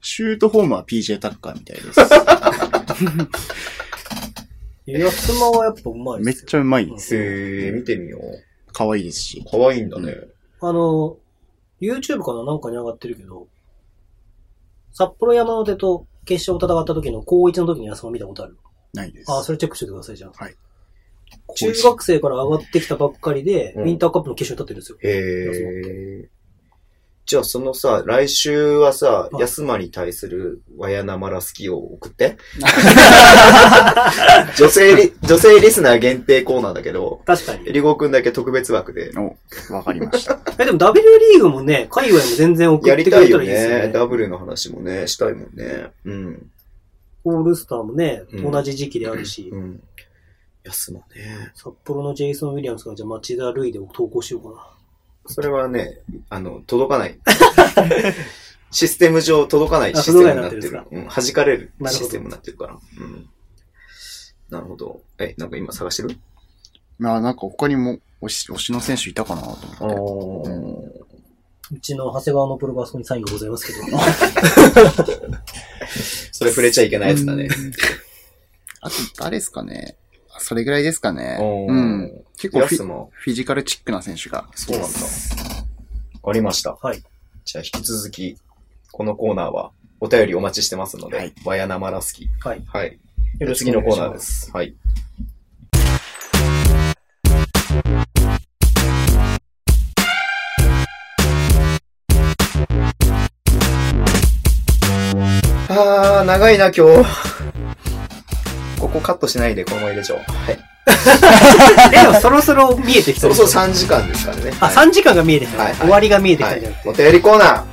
シュートフォームは PJ タッカーみたいです。いはい。安間はやっぱうまいめでっすよ。ちゃうまいです。へえ見てみよう。可愛いですし。可愛いんだね。あの、YouTube かななんかに上がってるけど、札幌山手と決勝を戦った時の高1の時に安間見たことある。ないです。あ、それチェックしててください、じゃあ。はい中学生から上がってきたばっかりで、うんウィンターカップの決勝に立ってるんですよ。へえじゃあそのさ、来週はさ、はいヤスマに対するワヤナマラ好きを送って。女性リ、女性リスナー限定コーナーだけど、確かにえ。りごくんだけ特別枠で。お、わかりました。え、でも W リーグもね、海外も全然送やってりくれたいたよらいいですよね。ね。ダブルの話もね、したいもんね。うん。オールスターもね、うん同じ時期であるし、うん。安間ね。札幌のジェイソン・ウィリアムスがじゃあ町田ルイで投稿しようかそれはね、あの、届かない。 システム上届かないあシステムに不動なって産になってるんでする。かうん、弾かれるなるほどシステムになってるから。うん。なるほど。え、なんか今探してる まあなんか他にも推し、推しの選手いたかなと思っおて。な。うちの長谷川のプロバスコにサインがございますけど。それ触れちゃいけないやつだね。うん。あと誰ですかねあそれぐらいですかね。おーうん。結構フ安ィ間。フィジカルチックな選手が。そうなんだ。わかりました。はい。じゃあ引き続き、このコーナーはお便りお待ちしてますのはでい、ワヤナマラスキ。 はい。はい。よろしく次のお願コーいしナーでます。す。はい。あー、長いな、今日。ここカットしないで、このまま入れちゃおう。はい。でもそろそろ見えてきそたろそろ3時間ですからね。あ、はい3時間が見えてきた、はいはい終わりが見えてきはたんじゃいなく。て。お便りコーナー。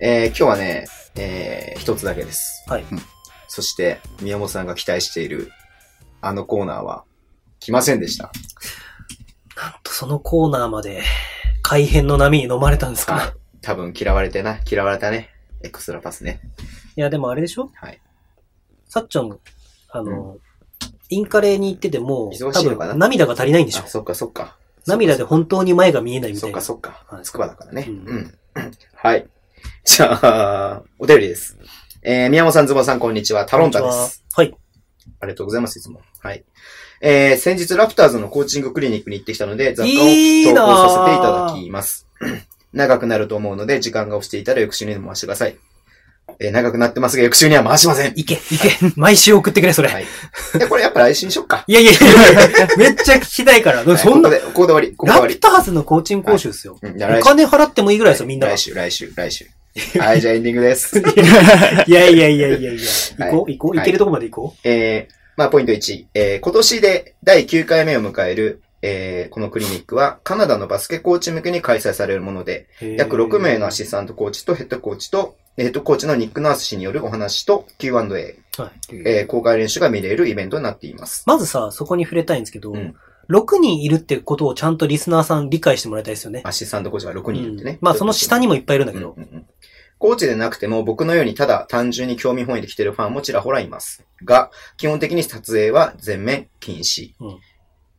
えー、今日はね、えー、一つだけです。はいうんそして、宮本さんが期待している、あのコーナーは、来ませんでした。そのコーナーまで、改変の波に飲まれたんですか、はい。多分嫌われてな、嫌われたね。エクストラパスね。いや、でもあれでしょはい。さっちゃん、あの、インカレに行ってても、忙多しいのかな分涙が足りないんでしょあ、そっかそっか。涙で本当に前が見えないみたそっいなか。そっかは。いつくばだからね。ううんん。 はい。じゃあ、お便りです。えー、宮本さん、ズボンさん、こんにちは。タタロンタです。。はい。ありがとうございます、いつも。はい。えー、先日ラプターズのコーチングクリニックに行ってきたので、雑貨を投いいな稿あさせていただきます。 長くなると思うので、時間が落ちていたら翌週にでも回してください。えー、長くなってますが、翌週には回しません。いけ、いけ、毎週送ってくれ、それ。、はいい。で、これやっぱ来週にしよっか。やいやいやいやめっちゃ聞きたいから。はいそんな、ここで、ここで終わり。ここで終ラわピり。ュターズのコーチング講習ですよ。うん、じゃあお来週。金払ってもいいぐらいですよ、みんなが来。週、来週、来週。はい、じゃあエンディング です。いやいやいやいやいや。はい行こう、行こう、はい行けるとこまで行こえー、まあ、ポイント1。えー、今年で第9回目を迎える、えー、このクリニックは、カナダのバスケコーチ向けに開催されるもので、う。約6名のア足。シスタントコーチとヘッドコーチと、ヘッドコーチのニック・ナース氏によるお話と Q&A、はいえー公開練習が見れるイベントになっています。まずさ、そこに触れたいんですけど、うん6人いるってことをちゃんとリスナーさん理解してもらいたいですよね。アシスタントコーチが6人いるってね。うんまあその下にもいっぱいいるんだけど。うんうんうんコーチでなくても僕のようにただ単純に興味本位で来てるファンもちらほらいます。が、基本的に撮影は全面禁止。うん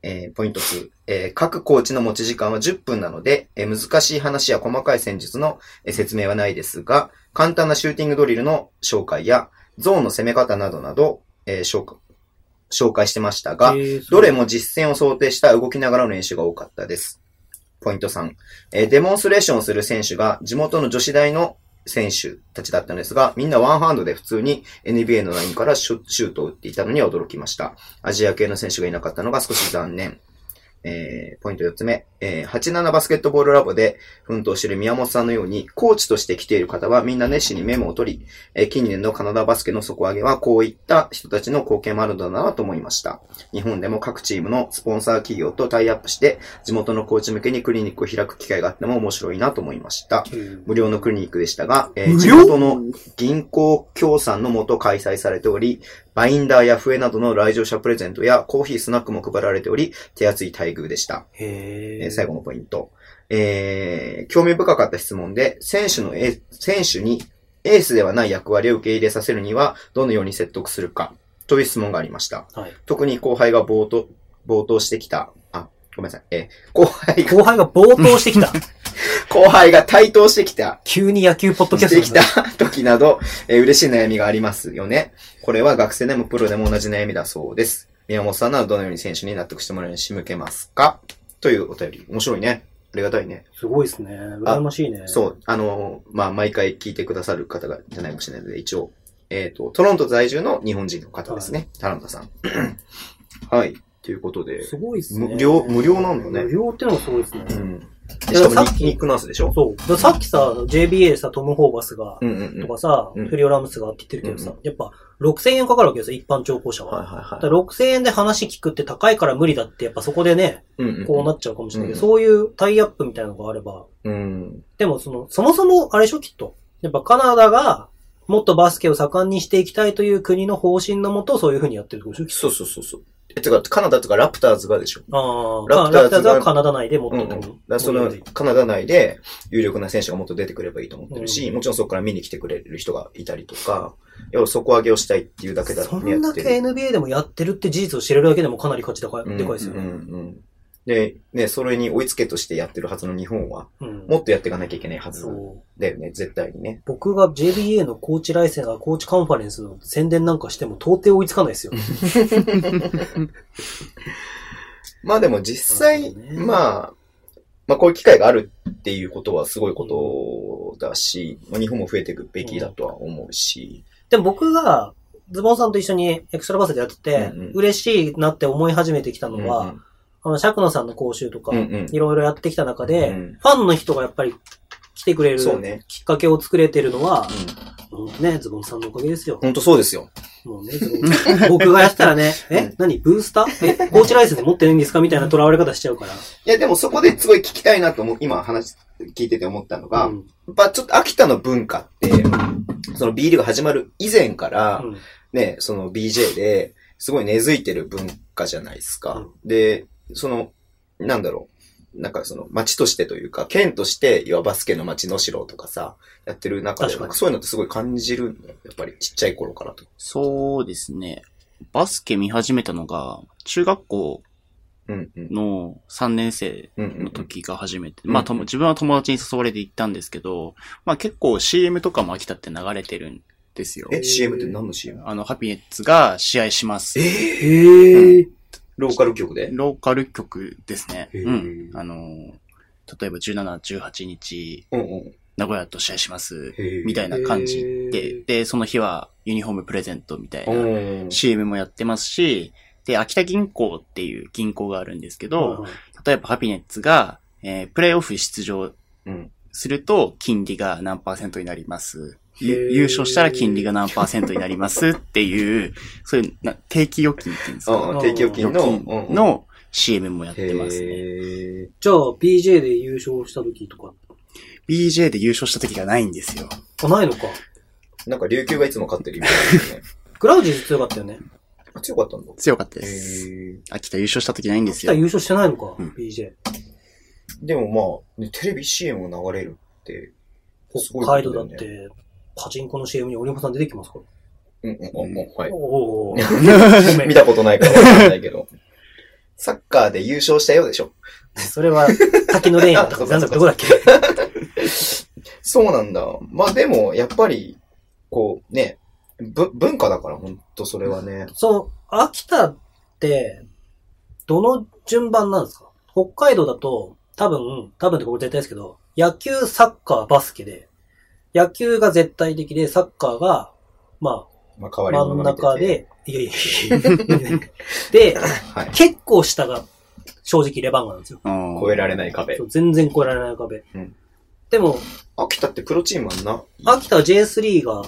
えーポイント2、えー各コーチの持ち時間は10分なので、えー難しい話や細かい戦術のえー説明はないですが、簡単なシューティングドリルの紹介や、ゾーンの攻め方などなど、えー紹介紹介してましたが、えーそどうれも実践を想定した動きながらの練習が多かったです。ポイント3。えーデモンストレーションをする選手が地元の女子大の選手たちだったのですが、みんなワンハンドで普通に NBA のラインからシュシュートを打っていたのには驚きました。アジア系の選手がいなかったのが少し残念。えーポイント4つ目、えー87バスケットボールラボで奮闘している宮本さんのように、コーチとして来ている方はみんな熱心にメモを取り、えー近年のカナダバスケの底上げはこういった人たちの貢献もあるのだなと思いました。日本でも各チームのスポンサー企業とタイアップして、地元のコーチ向けにクリニックを開く機会があっても面白いなと思いました。無料のクリニックでしたが、えー無地料元の銀行協賛のもと開催されており、バインダーや笛などの来場者プレゼントやコーヒースナックも配られており、手厚い待遇でした。えへーー最後のポイント。えー興味深かった質問で、選手のエー選手にエースではない役割を受け入れさせるには、どのように説得するか、という質問がありました。はい特に後輩が冒頭、冒頭してきた、あ、ごめんなさい、えー後輩が、 後輩が冒頭してきた。後輩が対等してきた、急に野球ポッドキャしストてきなんた時など、えー嬉しい悩みがありますよね。これは学生でもプロでも同じ悩みだそうです。宮本さんならどのように選手に納得してもらえるように仕向けますかというお便り。面白いね。ありがたいね。だ。すごいですね。羨ましいね。そう、あの、まあ、毎回聞いてくださる方が、じゃないかもしれないので、一応、えっ、と、トロント在住の日本人の方ですね。タランタさん。 はい。ということで、すごいですね。無料無料なんだね無料ってのがすごいですね。うん。しいやかもさっきニ、ニックナースでしょそう。だからさっきさ、JBA でさ、トム・ホーバスが、うんうんうん。とはいかさ、うんフリオ・ラムスがって言ってるけどさ、うんやっぱ6000円かかるわけですよ、一般聴講者は。はいはだいから6000円で話聞くって高いから無理だって、やっぱそこでね、。うんうんこうなっちゃうかもしれないけど、うそういうタイアップみたいなのがあれば、うん。でもその、そもそも、あれでしょ、きっと。やっぱカナダが、もっとバスケを盛んにしていきたいという国の方針のもと、そういうふうにやってるってことでしそうそうそうそう。え、てか、カナダとかラプターズがでしょょあラあ、ラプターズがプターズはカナダ内でもっうんとうってん。だことからその、カナダ内で有力な選手がもっと出てくればいいと思ってるし、うんもちろんそこから見に来てくれる人がいたりとか、要は底上げをしたいっていうだけだそとんだけ NBA でもやってるって事実を知れるだけでもかなり価値高い、でかいですようんうね。んうんで、ね、それに追いつけとしてやってるはずの日本は、うんもっとやっていかなきゃいけないはずそう。だよね、絶対にね。僕が JBA のコーチライセンス、あコーチカンファレンスの宣伝なんかしても到底追いつかないですよ。まあでも実際、そうねまあ、まあこういう機会があるっていうことはすごいことだし、まあ日本も増えていくべきだとは思うし、でも僕が、ズボンさんと一緒にエクストラバスでやってて、うんうん嬉しいなって思い始めてきたのは、うんあの、釈野さんの講習とか、うんうんいろいろやってきた中で、うんファンの人がやっぱり来てくれるそうねきっかけを作れてるのは、うんほんとね、ズボンさんのおかげですよ。ほんとそうですよ。もうね、ズボン さん僕がやったらね、え何ブースターえコーチライセンス持ってるんですかみたいな囚われ方しちゃうから。いや、でもそこですごい聞きたいなと思う、今話聞いてて思ったのが、うんやっぱちょっと秋田の文化って、その B リーグ始まる以前から、うんね、その BJ で、すごい根付いてる文化じゃないですか。うんで、その、なんだろう。なんかその、町としてというか、県として、いわばバスケの町の城とかさ、やってる中で、確かにそういうのってすごい感じるのやっぱりちっちゃい頃からと。そうですね。バスケ見始めたのが、中学校うんうん。の3年生うんうんの時が初めて。うんまあ、とも自分は友達に誘われて行ったんですけど、まあ結構 CM とかも秋田って流れてるんですよ。え、CM って何の CM? あの、ハピネッツが試合します。えへえ。ローカル局でローカル局ですね。へーうん。あの、例えば17、18日、うんうん。名古屋と試合します。へーみたいな感じへで、ーで、その日はユニフォームプレゼントみたいなうん。 CM もやってますし、で、秋田銀行っていう銀行があるんですけうんど、例えばハピネッツが、えープレイオフ出場うん。すると金利が何パーセントになります。へゆー優勝したら金利が何パーセントになり ますっていう、そういうな定期預金っていうんですか、うん、定期預金の、預うんう金んの CM もやってますね。へーじゃあ、BJ で優勝した時とか、 BJ で優勝した時がないんですよ。あ、ないのか。なんか琉球がいつも勝ってるイメージだよね。クラウジーズ強かったよね。あ強かったんだ。強かったへです。ー秋田優勝した時ないんで来すたよら。優勝してないのか、うん BJ。でもまあ、ねテレビ CM が流れるって、すごい北こ海とだ道だよっねて、パチンコの CM にオリンポさん出てきますから。うんうんうんうん、はい。おお 見たことないからわかんないけど。 サッカーで優勝したようでしょ。それは、滝のレーンや ったかなんだどこだっけそうなんだ。まあでも、やっぱり、こうね、ぶ文化だから、ほんとそれはね。その、秋田って、どの順番なんですか北海道だと、多分、多分ってここ絶対ですけど、野球、サッカー、バスケで、野球が絶対的で、サッカーが、ままあ変あ、わり真者んが見てて中。で、いやいやいやで、はい。結構下が、正直レバンガなんですよ。うん超えられない壁そ。う全然超えられない壁。うんでも、秋田ってプロチームあんな秋田は J3 が、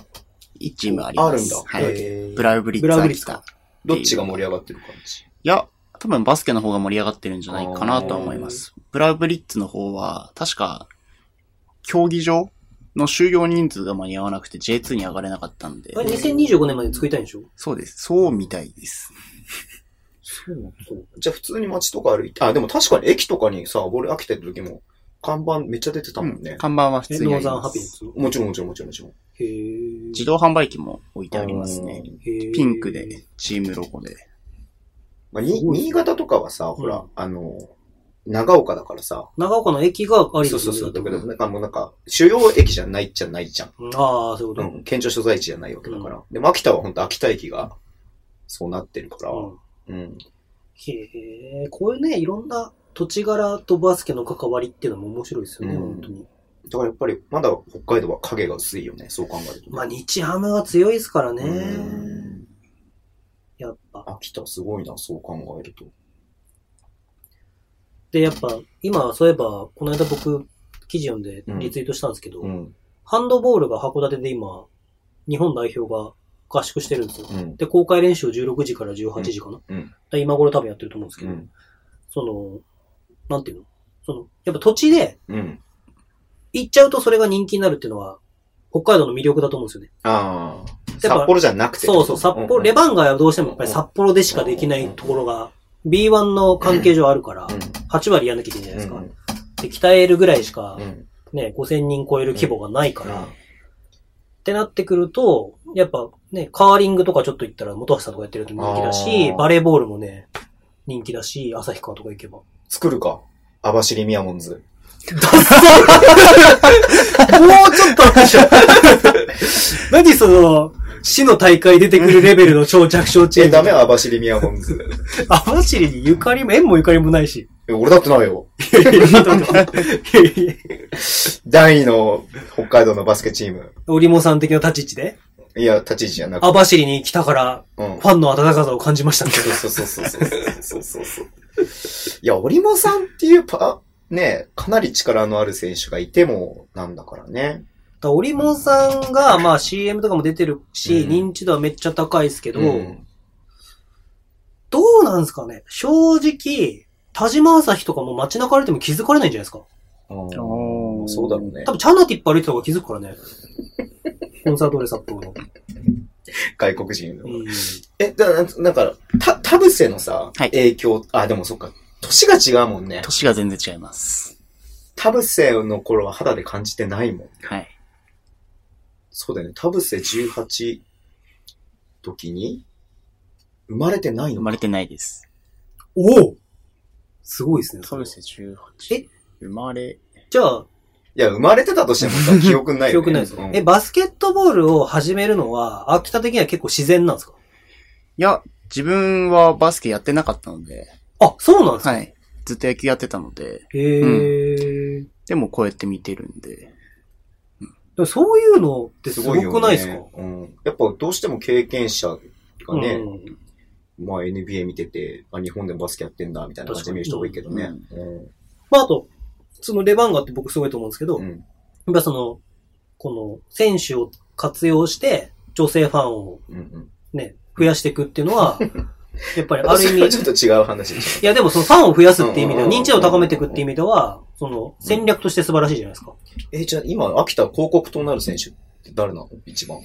一チームありあまるんす。だ。はい。へーブラウブリッブツラウブリッ秋ツか田。どっちが盛り上がってる感じいや、多分バスケの方が盛り上がってるんじゃないかなとは思います。ブラウブリッツの方は、確か、競技場の就業人数が間に合わなくて J2 に上がれなかったんであ、れ2025年まで作りたいんでしょそうです。そうみたいです。そうそう。じゃあ普通に街とか歩いて、あ、でも確かに駅とかにさ、俺飽きてた時も、看板めっちゃ出てたもんうんね。看板は普え通にノーありザンまハピネッす。ツの。もちろんもちろんもちろんもちろん。へー自動販売機も置いてありますね。へーピンクで、チームロゴで。まあ、に新潟とかはさ、ほら、あの、長岡だからさ、長岡の駅がありそうそうそう、だだけけど、ど。なんかもうなんか、主要駅じゃないじゃないじゃん。ああ、そういううこん、県庁所在地じゃないわけだから。でも秋田は本当秋田駅が、そうなってるから、と。うんうん。へえ、こういうね、いろんな土地柄とバスケの関わりっていうのも面白いですよね、うん本当に。だからやっぱり、まだ北海道は影が薄いよね、そう考えると。まあ、日ハムが強いですからね。うんやっぱ。秋田すごいな、そう考えると。で、やっぱ、今、そういえば、この間僕、記事読んでリツイートしたんですけど、うん。ハンドボールが函館で今、日本代表が合宿してるんですよ。うん。で、公開練習16時から18時かな。うん。で今頃多分やってると思うんですけうど、ん。その、なんていうのその、やっぱ土地でうん。行っちゃうとそれが人気になるっていうのは、北海道の魅力だと思うんですよね。ああ。や札っぱ幌じゃなくて。そうそう、札幌、レババンガはどうしてもやっぱり札幌でしかできないところが、B1 の関係上あるから、8割やんなきゃいけないじゃないですか。で、鍛えるぐらいしかう、ん。ね、5000人超える規模がないから、うっんてなってくると、やっぱね、カーリングとかちょっと行ったら、元橋さんとかやってると人気だしあ、ーバレーボールもね、人気だし、旭川とか行けば。作るか。網走宮門図。もうちょっとでしょ。 何その、市の大会出てくるレベルの超弱小チーえ、ム。ダメ網走宮門図。 網走にゆかりも、縁もゆかりもないし。え俺だってないよ。いやいや待って待って待っていやいや第二の北海道のバスケチーム。オリモさん的な立ち位置で、いや、立ち位置じゃなく網走に来たから、て。うんフ。ァンの温かさを感じましたみたいなそうそうそうそうそうそうそう。いや、織茂さんっていうパ、ね、かなり力のある選手がいても、なんだからね。だオリモンさんが、まあ CM とかも出てるし、うん認知度はめっちゃ高いですけど、うんどうなんですかね正直、田島朝日とかも街中歩いても気づかれないんじゃないですかあーそうだろうね多。分チャナティップ歩いてた方が気づくからね。コンサートレ札幌の。外国人うの。ん。え、だから、なんか、た、田臥のさ、はい影響、あ、でもそっか、年が違うもんね。年が全然違います。田臥の頃は肌で感じてないもん。はい。そうだよね。田臥18時に、生まれてない生のまれてないです。おおすごいですね。そうですね、18。え生まれ、じゃあ、いや、生まれてたとしてもさ、記憶ない記よね。憶ないですうねん。え、バスケットボールを始めるのは、秋田的には結構自然なんですかいや、自分はバスケやってなかったので、あ、そうなんですか、はい。ずっと野球やってたので、へー。でもこうやって見てるんで、でもそういうのってすごよくないですかうん。やっぱどうしても経験者がね、うんまあ NBA 見てて、あ、日本でもバスケやってんだ、みたいな感じで見る人多いけどね。うんまあ、あと、そのレバンガって僕すごいと思うんですけど、うやっん。ぱその、この、選手を活用して、女性ファンをうん。うん。ね、増やしていくっていうの は、やっぱりああるれ意は味ち、ょっと違う話で しいやでもそのファンを増やすっていう意味でうは、んうんうん認知度を高めていくっていう意味では、その、戦略として素晴らしいじゃないですか。ょ。え、じゃあ今、秋田広告塔になる選手って誰なの一番。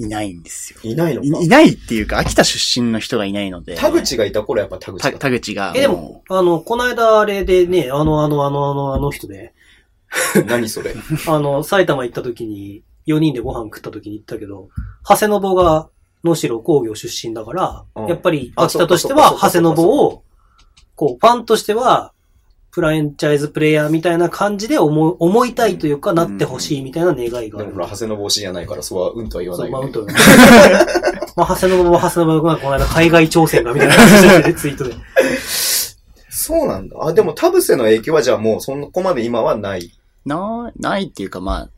いないんですよ。いないのいいか。ないっていうか、秋田出身の人がいないので、田口がいた頃はやっぱ田口だたった。田口が、え、でも、あの、この間あれでね、あの、あの、あの、あの、あの人で、何 それ。あの、埼玉行った時に、4人でご飯食った時に行ったけど、長谷信が能代工業出身だから、うんやっぱりあ秋田としてそはっかそっか長谷そっか信を、こう、ファンとしては、プランチャイズプレイヤーみたいな感じで思う思いたいというか、なってほしいみたいな願いがあでもるほ。ら、長谷の帽子じゃないから、そうはうんとは言わそ、ないうマよウねン。トよね。 まあ、長谷信は長谷信がこの間海外挑戦がみたいな感じでツイートで。そうなんだ。あ、でも田臥の影響はじゃあもう、そこまで今はない。な、ないっていうか、まあ、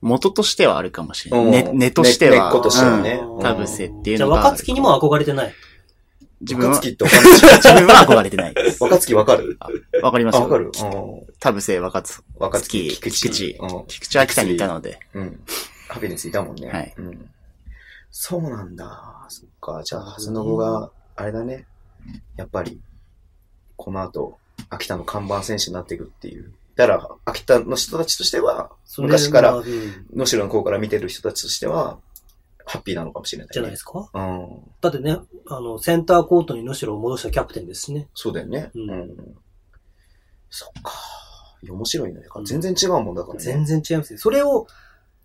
元としてはあるかもしれない。うんね、根としては。根っことしてはねうん田臥っていうじゃあのが。若月にも憧れてない。自分若は、月ってわかるでしょ 自分は憧れてないです。若月わかるわかりますあ、よわかるうん田臥、若月、若月、菊池。菊池うん菊池秋田にいたので。うん。ハピネスいたもんね。はいうん。そうなんだ。そっか。じゃあ、ハスノボが、あれだね。やっぱり、この後、秋田の看板選手になっていくっていう。だから、秋田の人たちとしては、それ昔からまあうん能代の方から見てる人たちとしては、ハッピーなのかもしれない、ね。じゃないですか。うん。だってね、あの、センターコートに能代を戻したキャプテンですしね。そうだよね。うんそっか。いや面白いね。全然違うもんだからね。全然違いますね。それを、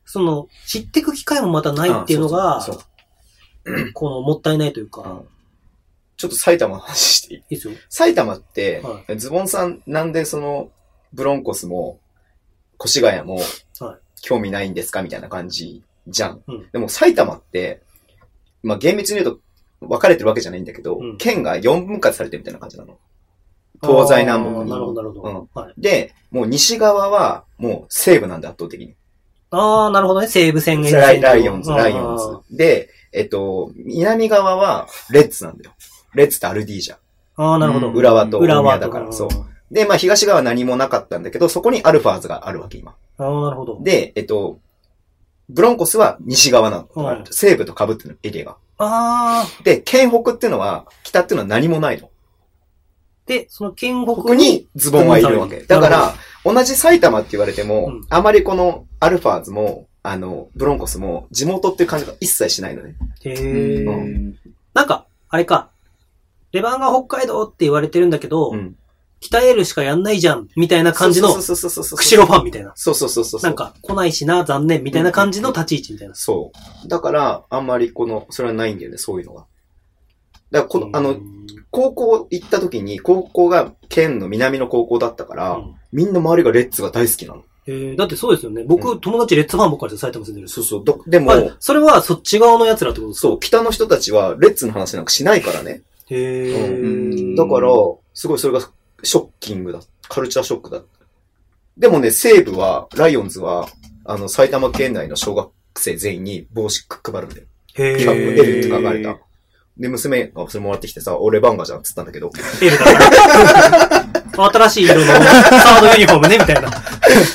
その、知ってく機会もまたないっていうのあが、そうそうこの、もったいないというそううか、んちょっと埼玉の話していいいいですよ。埼玉って、はズボンさんなんでその、ブロンコスも、越谷もはい、興味ないんですかみたいな感じじゃん。うんでも埼玉って、まあ厳密に言うと分かれてるわけじゃないんだけど、うん県が4分割されてるみたいな感じなの。東西南北あーになるほど、なるほど。はい。で、もう西側は、もう西部なんで圧倒的に。ああ、なるほどね。西武戦がライライオンズ、ライオあーンズ。で、えっと、南側はレッツなんだよ。レッツとアルディージャ。ああ、なるほど。うん浦和と裏大は宮だから、そう。で、まあ東側は何もなかったんだけど、そこにアルファーズがあるわけ、今。ああ、なるほど。で、えっと、ブロンコスは西側なの。はい西部と被ってるの、エリアが。ああ、で、県北っていうのは、北っていうのは何もないの。で、その県北北にズボンはいるわけ。だから、、同じ埼玉って言われても、うんあまりこのアルファーズも、あの、ブロンコスも、地元っていう感じが一切しないのね。へうえ。んなんか、あれか。レバンが北海道って言われてるんだけど、うん。鍛えるしかやんないじゃん、みたいな感じの、そうそうそうそうそう。釧路ファンみたいな。そうそうそうそう。なん。か、来ないしな、残念、みたいな感じの立ち位置みたいな。そう。だから、あんまりこの、それはないんだよね、そういうのが。だから、この、あうの、ん、高校行った時に、高校が県の南の高校だったから、うんみんな周りがレッツが大好きなの。えーだってそうですよね。僕、うん友達レッツファンばっかりで埼玉住んでるし。そうそう。どでも、まあ、それはそっち側の奴らってことですかそう、北の人たちはレッツの話なんかしないからね。へえ、うんだから、すごいそれがショッキングだ。カルチャーショックだ。でもね、西部は、ライオンズは、あの、埼玉県内の小学生全員に帽子配るんだよ。へキえ。ャップ L って書かれへたー。で、娘がそれもらってきてさ、俺バンガじゃんって言ったんだけど、 L だから。新しい色のサードユニフォームね、みたいな。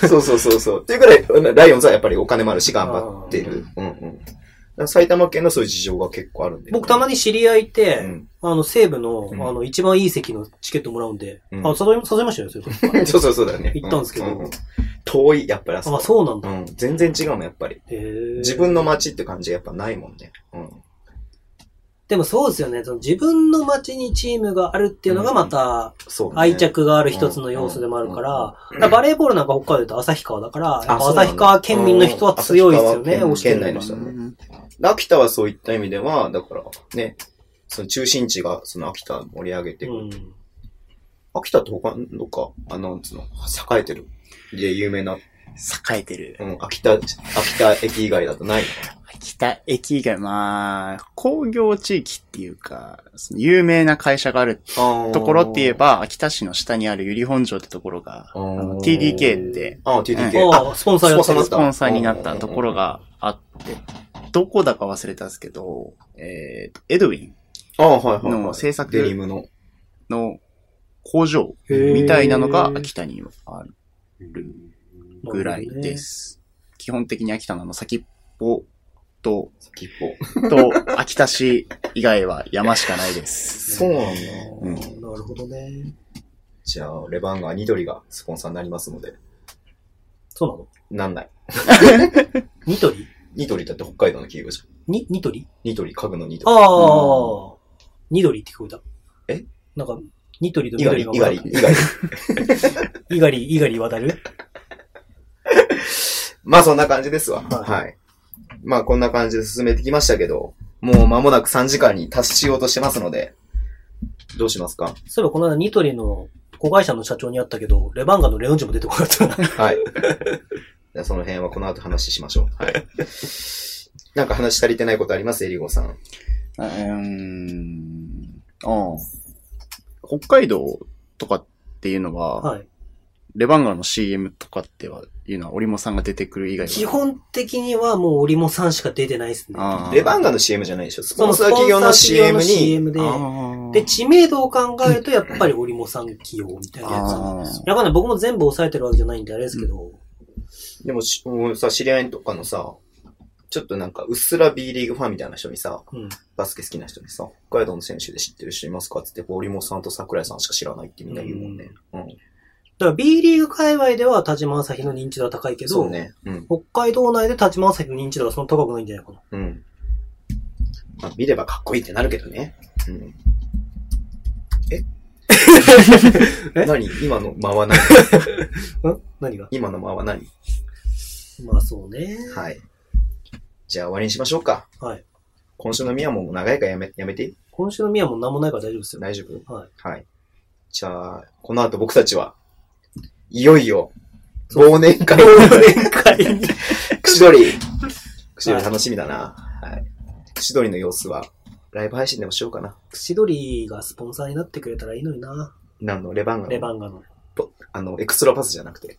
そうそうそうそう。っていうくらい、ライオンズはやっぱりお金もあるし頑張ってる。うんうん。だから埼玉県のそういう事情が結構あるんで、僕たまに。に知り合いいうて、ん。あの、西部の、うんあの、一番いい席のチケットもらうんで、うんあ、誘い、誘いましたよ、それこ そそうそうそうだよね。行ったんですけどうう遠い、やっぱりあそこあ、そうなんうだ。ん。全然違うもん、やっぱり。へー自分の街って感じがやっぱないもんね。うん。でもそうですよね。その自分の街にチームがあるっていうのがまたそう、ね。愛。着がある一つの要素でもあるから、だからバレーボールなんか北海道だと旭川だから、やっぱそうなんだ旭川県民の人は強いですよね、うん推してるの県が内の人秋田はそういった意味では、だから、ね、その中心地が、その秋田を盛り上げて、うん。秋田って他のか、あの、なんつうの、栄えてる。で、有名な、栄えてる。うん、秋田、秋田駅以外だとない秋田駅以外、まあ、工業地域っていうか、その有名な会社があるのところって言え、ば、秋田市の下にある由利本荘ってところが、ああーの TDK って、ああ、TDK。ああ、スポンサーやってるそうスポンサーになったところがあって、どこだか忘れたんですけど、えー、エドウィンああ、はいはいはい。の制作デニムの。の工場へーみたいなのが秋田にあるぐらいで。なるす。基本的に秋田のあの先っぽと、先っぽ。と、秋田市以外は山しかないです。そうなんだ。うんほどねなるほどね。じゃあ、レバンガー緑がスポンサーになりますので、そうななのんない。ニトリニトリだって北海道の企業じゃん。に、ニトリニトリ、家具のニトあリ。あ、ニトリって聞こえた。えなんか、ニトリとイガリ緑、イガリ、イガリ。イガリ、イガリ渡るまあそんな感じですわ。はいはい。まあこんな感じで進めてきましたけど、もう間もなく3時間に達しようとしてますので、どうしますかそういえばこの間ニトリの子会社の社長に会ったけど、レバンガのレオンジも出てこなか ったな。はい。じゃあその辺はこの後話しましょう。はい。なんか話し足りてないことありますエリゴさん。うーん。ああ。北海道とかっていうのは、はい。レバンガの CM とかっては、いうのは、オリモさんが出てくる以外は。基本的にはもうオリモさんしか出てないですね。ああ、レバンガの CM じゃないでしょスポンサー企業の CM スポンサー企に、業の CM で、ああで、知名度を考えるとやっぱりオリモさん起用みたいなやつなんですよ。やっぱね、僕も全部押さえてるわけじゃないんであれですけど、でもしもうさ、知り合いとかのさ、ちょっとなんかうっすら B リーグファンみたいな人にさ、うん。バスケ好きな人にさ、北海道の選手で知ってる人いますかって言って、森本さんと桜井さんしか知らないってみんな言うもんね。うん。だから B リーグ界隈では田島朝日の認知度は高いけそど、うね。うん。北海道内で田島朝日の認知度はそんな高くないんじゃないかな。うん。まあ、見ればかっこいいってなるけどね。うん。 え何今の間は何ん何が今の間は何まあそうね。はい。じゃあ終わりにしましょうか。はい。今週のミヤも長いからやめ、やめていい今週のミヤも何もないから大丈夫ですよ。大丈夫はい。はい。じゃあ、この後僕たちは、いよいよ、忘年会を、会に。串取り。串取り楽しみだな。はい。串取りの様子は、ライブ配信でもしようかな。串取りがスポンサーになってくれたらいいのにな。何のレバンガのレバンガの。ぽあの、エクストラパスじゃなくて。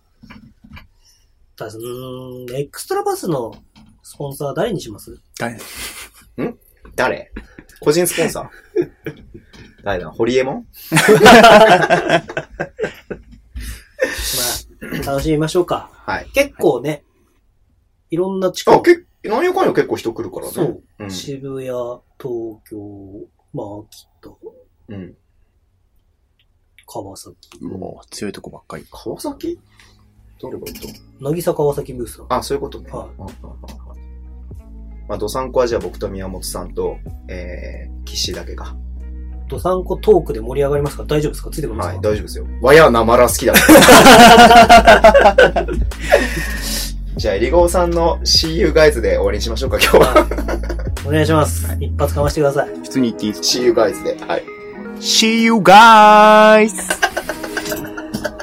ただ、うーん、エクストラバスのスポンサー誰にします 誰誰個人スポン サー誰だホリエモンまあ、楽しみましょうか。はい。結構ね、いろんな地区あ、、結構、何やかんや結構人来るからね。そう。うん。渋谷、東京、まあ、秋田、うん。川崎、もう、強いとこばっかり。川崎どれがいいと渚川崎ブースだ。あ、そういうことね。はいうんうんうんうんまあ、ドサンコはじゃあ僕と宮本さんと、えー、岸だけか。ドサンコトークで盛り上がりますか大丈夫ですかついてくれますはか、い、大丈夫ですよ。わやなまら好きだ。 じゃあ、エリゴーさんの See you guys で終わりにしましょうか、今日は。お願いします。一発かましてください。普通に言っていいですか See you guys で。はい。 ?See you guys!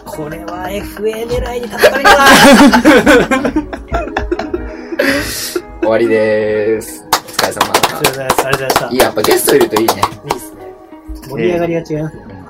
これは FA 狙いに叩かれ たな終わりでーす。お疲れ様。ありがとうございます。ありがとうございまいいや、やっぱゲストいるといいね。した。いいですね。盛り上がりが違いますね。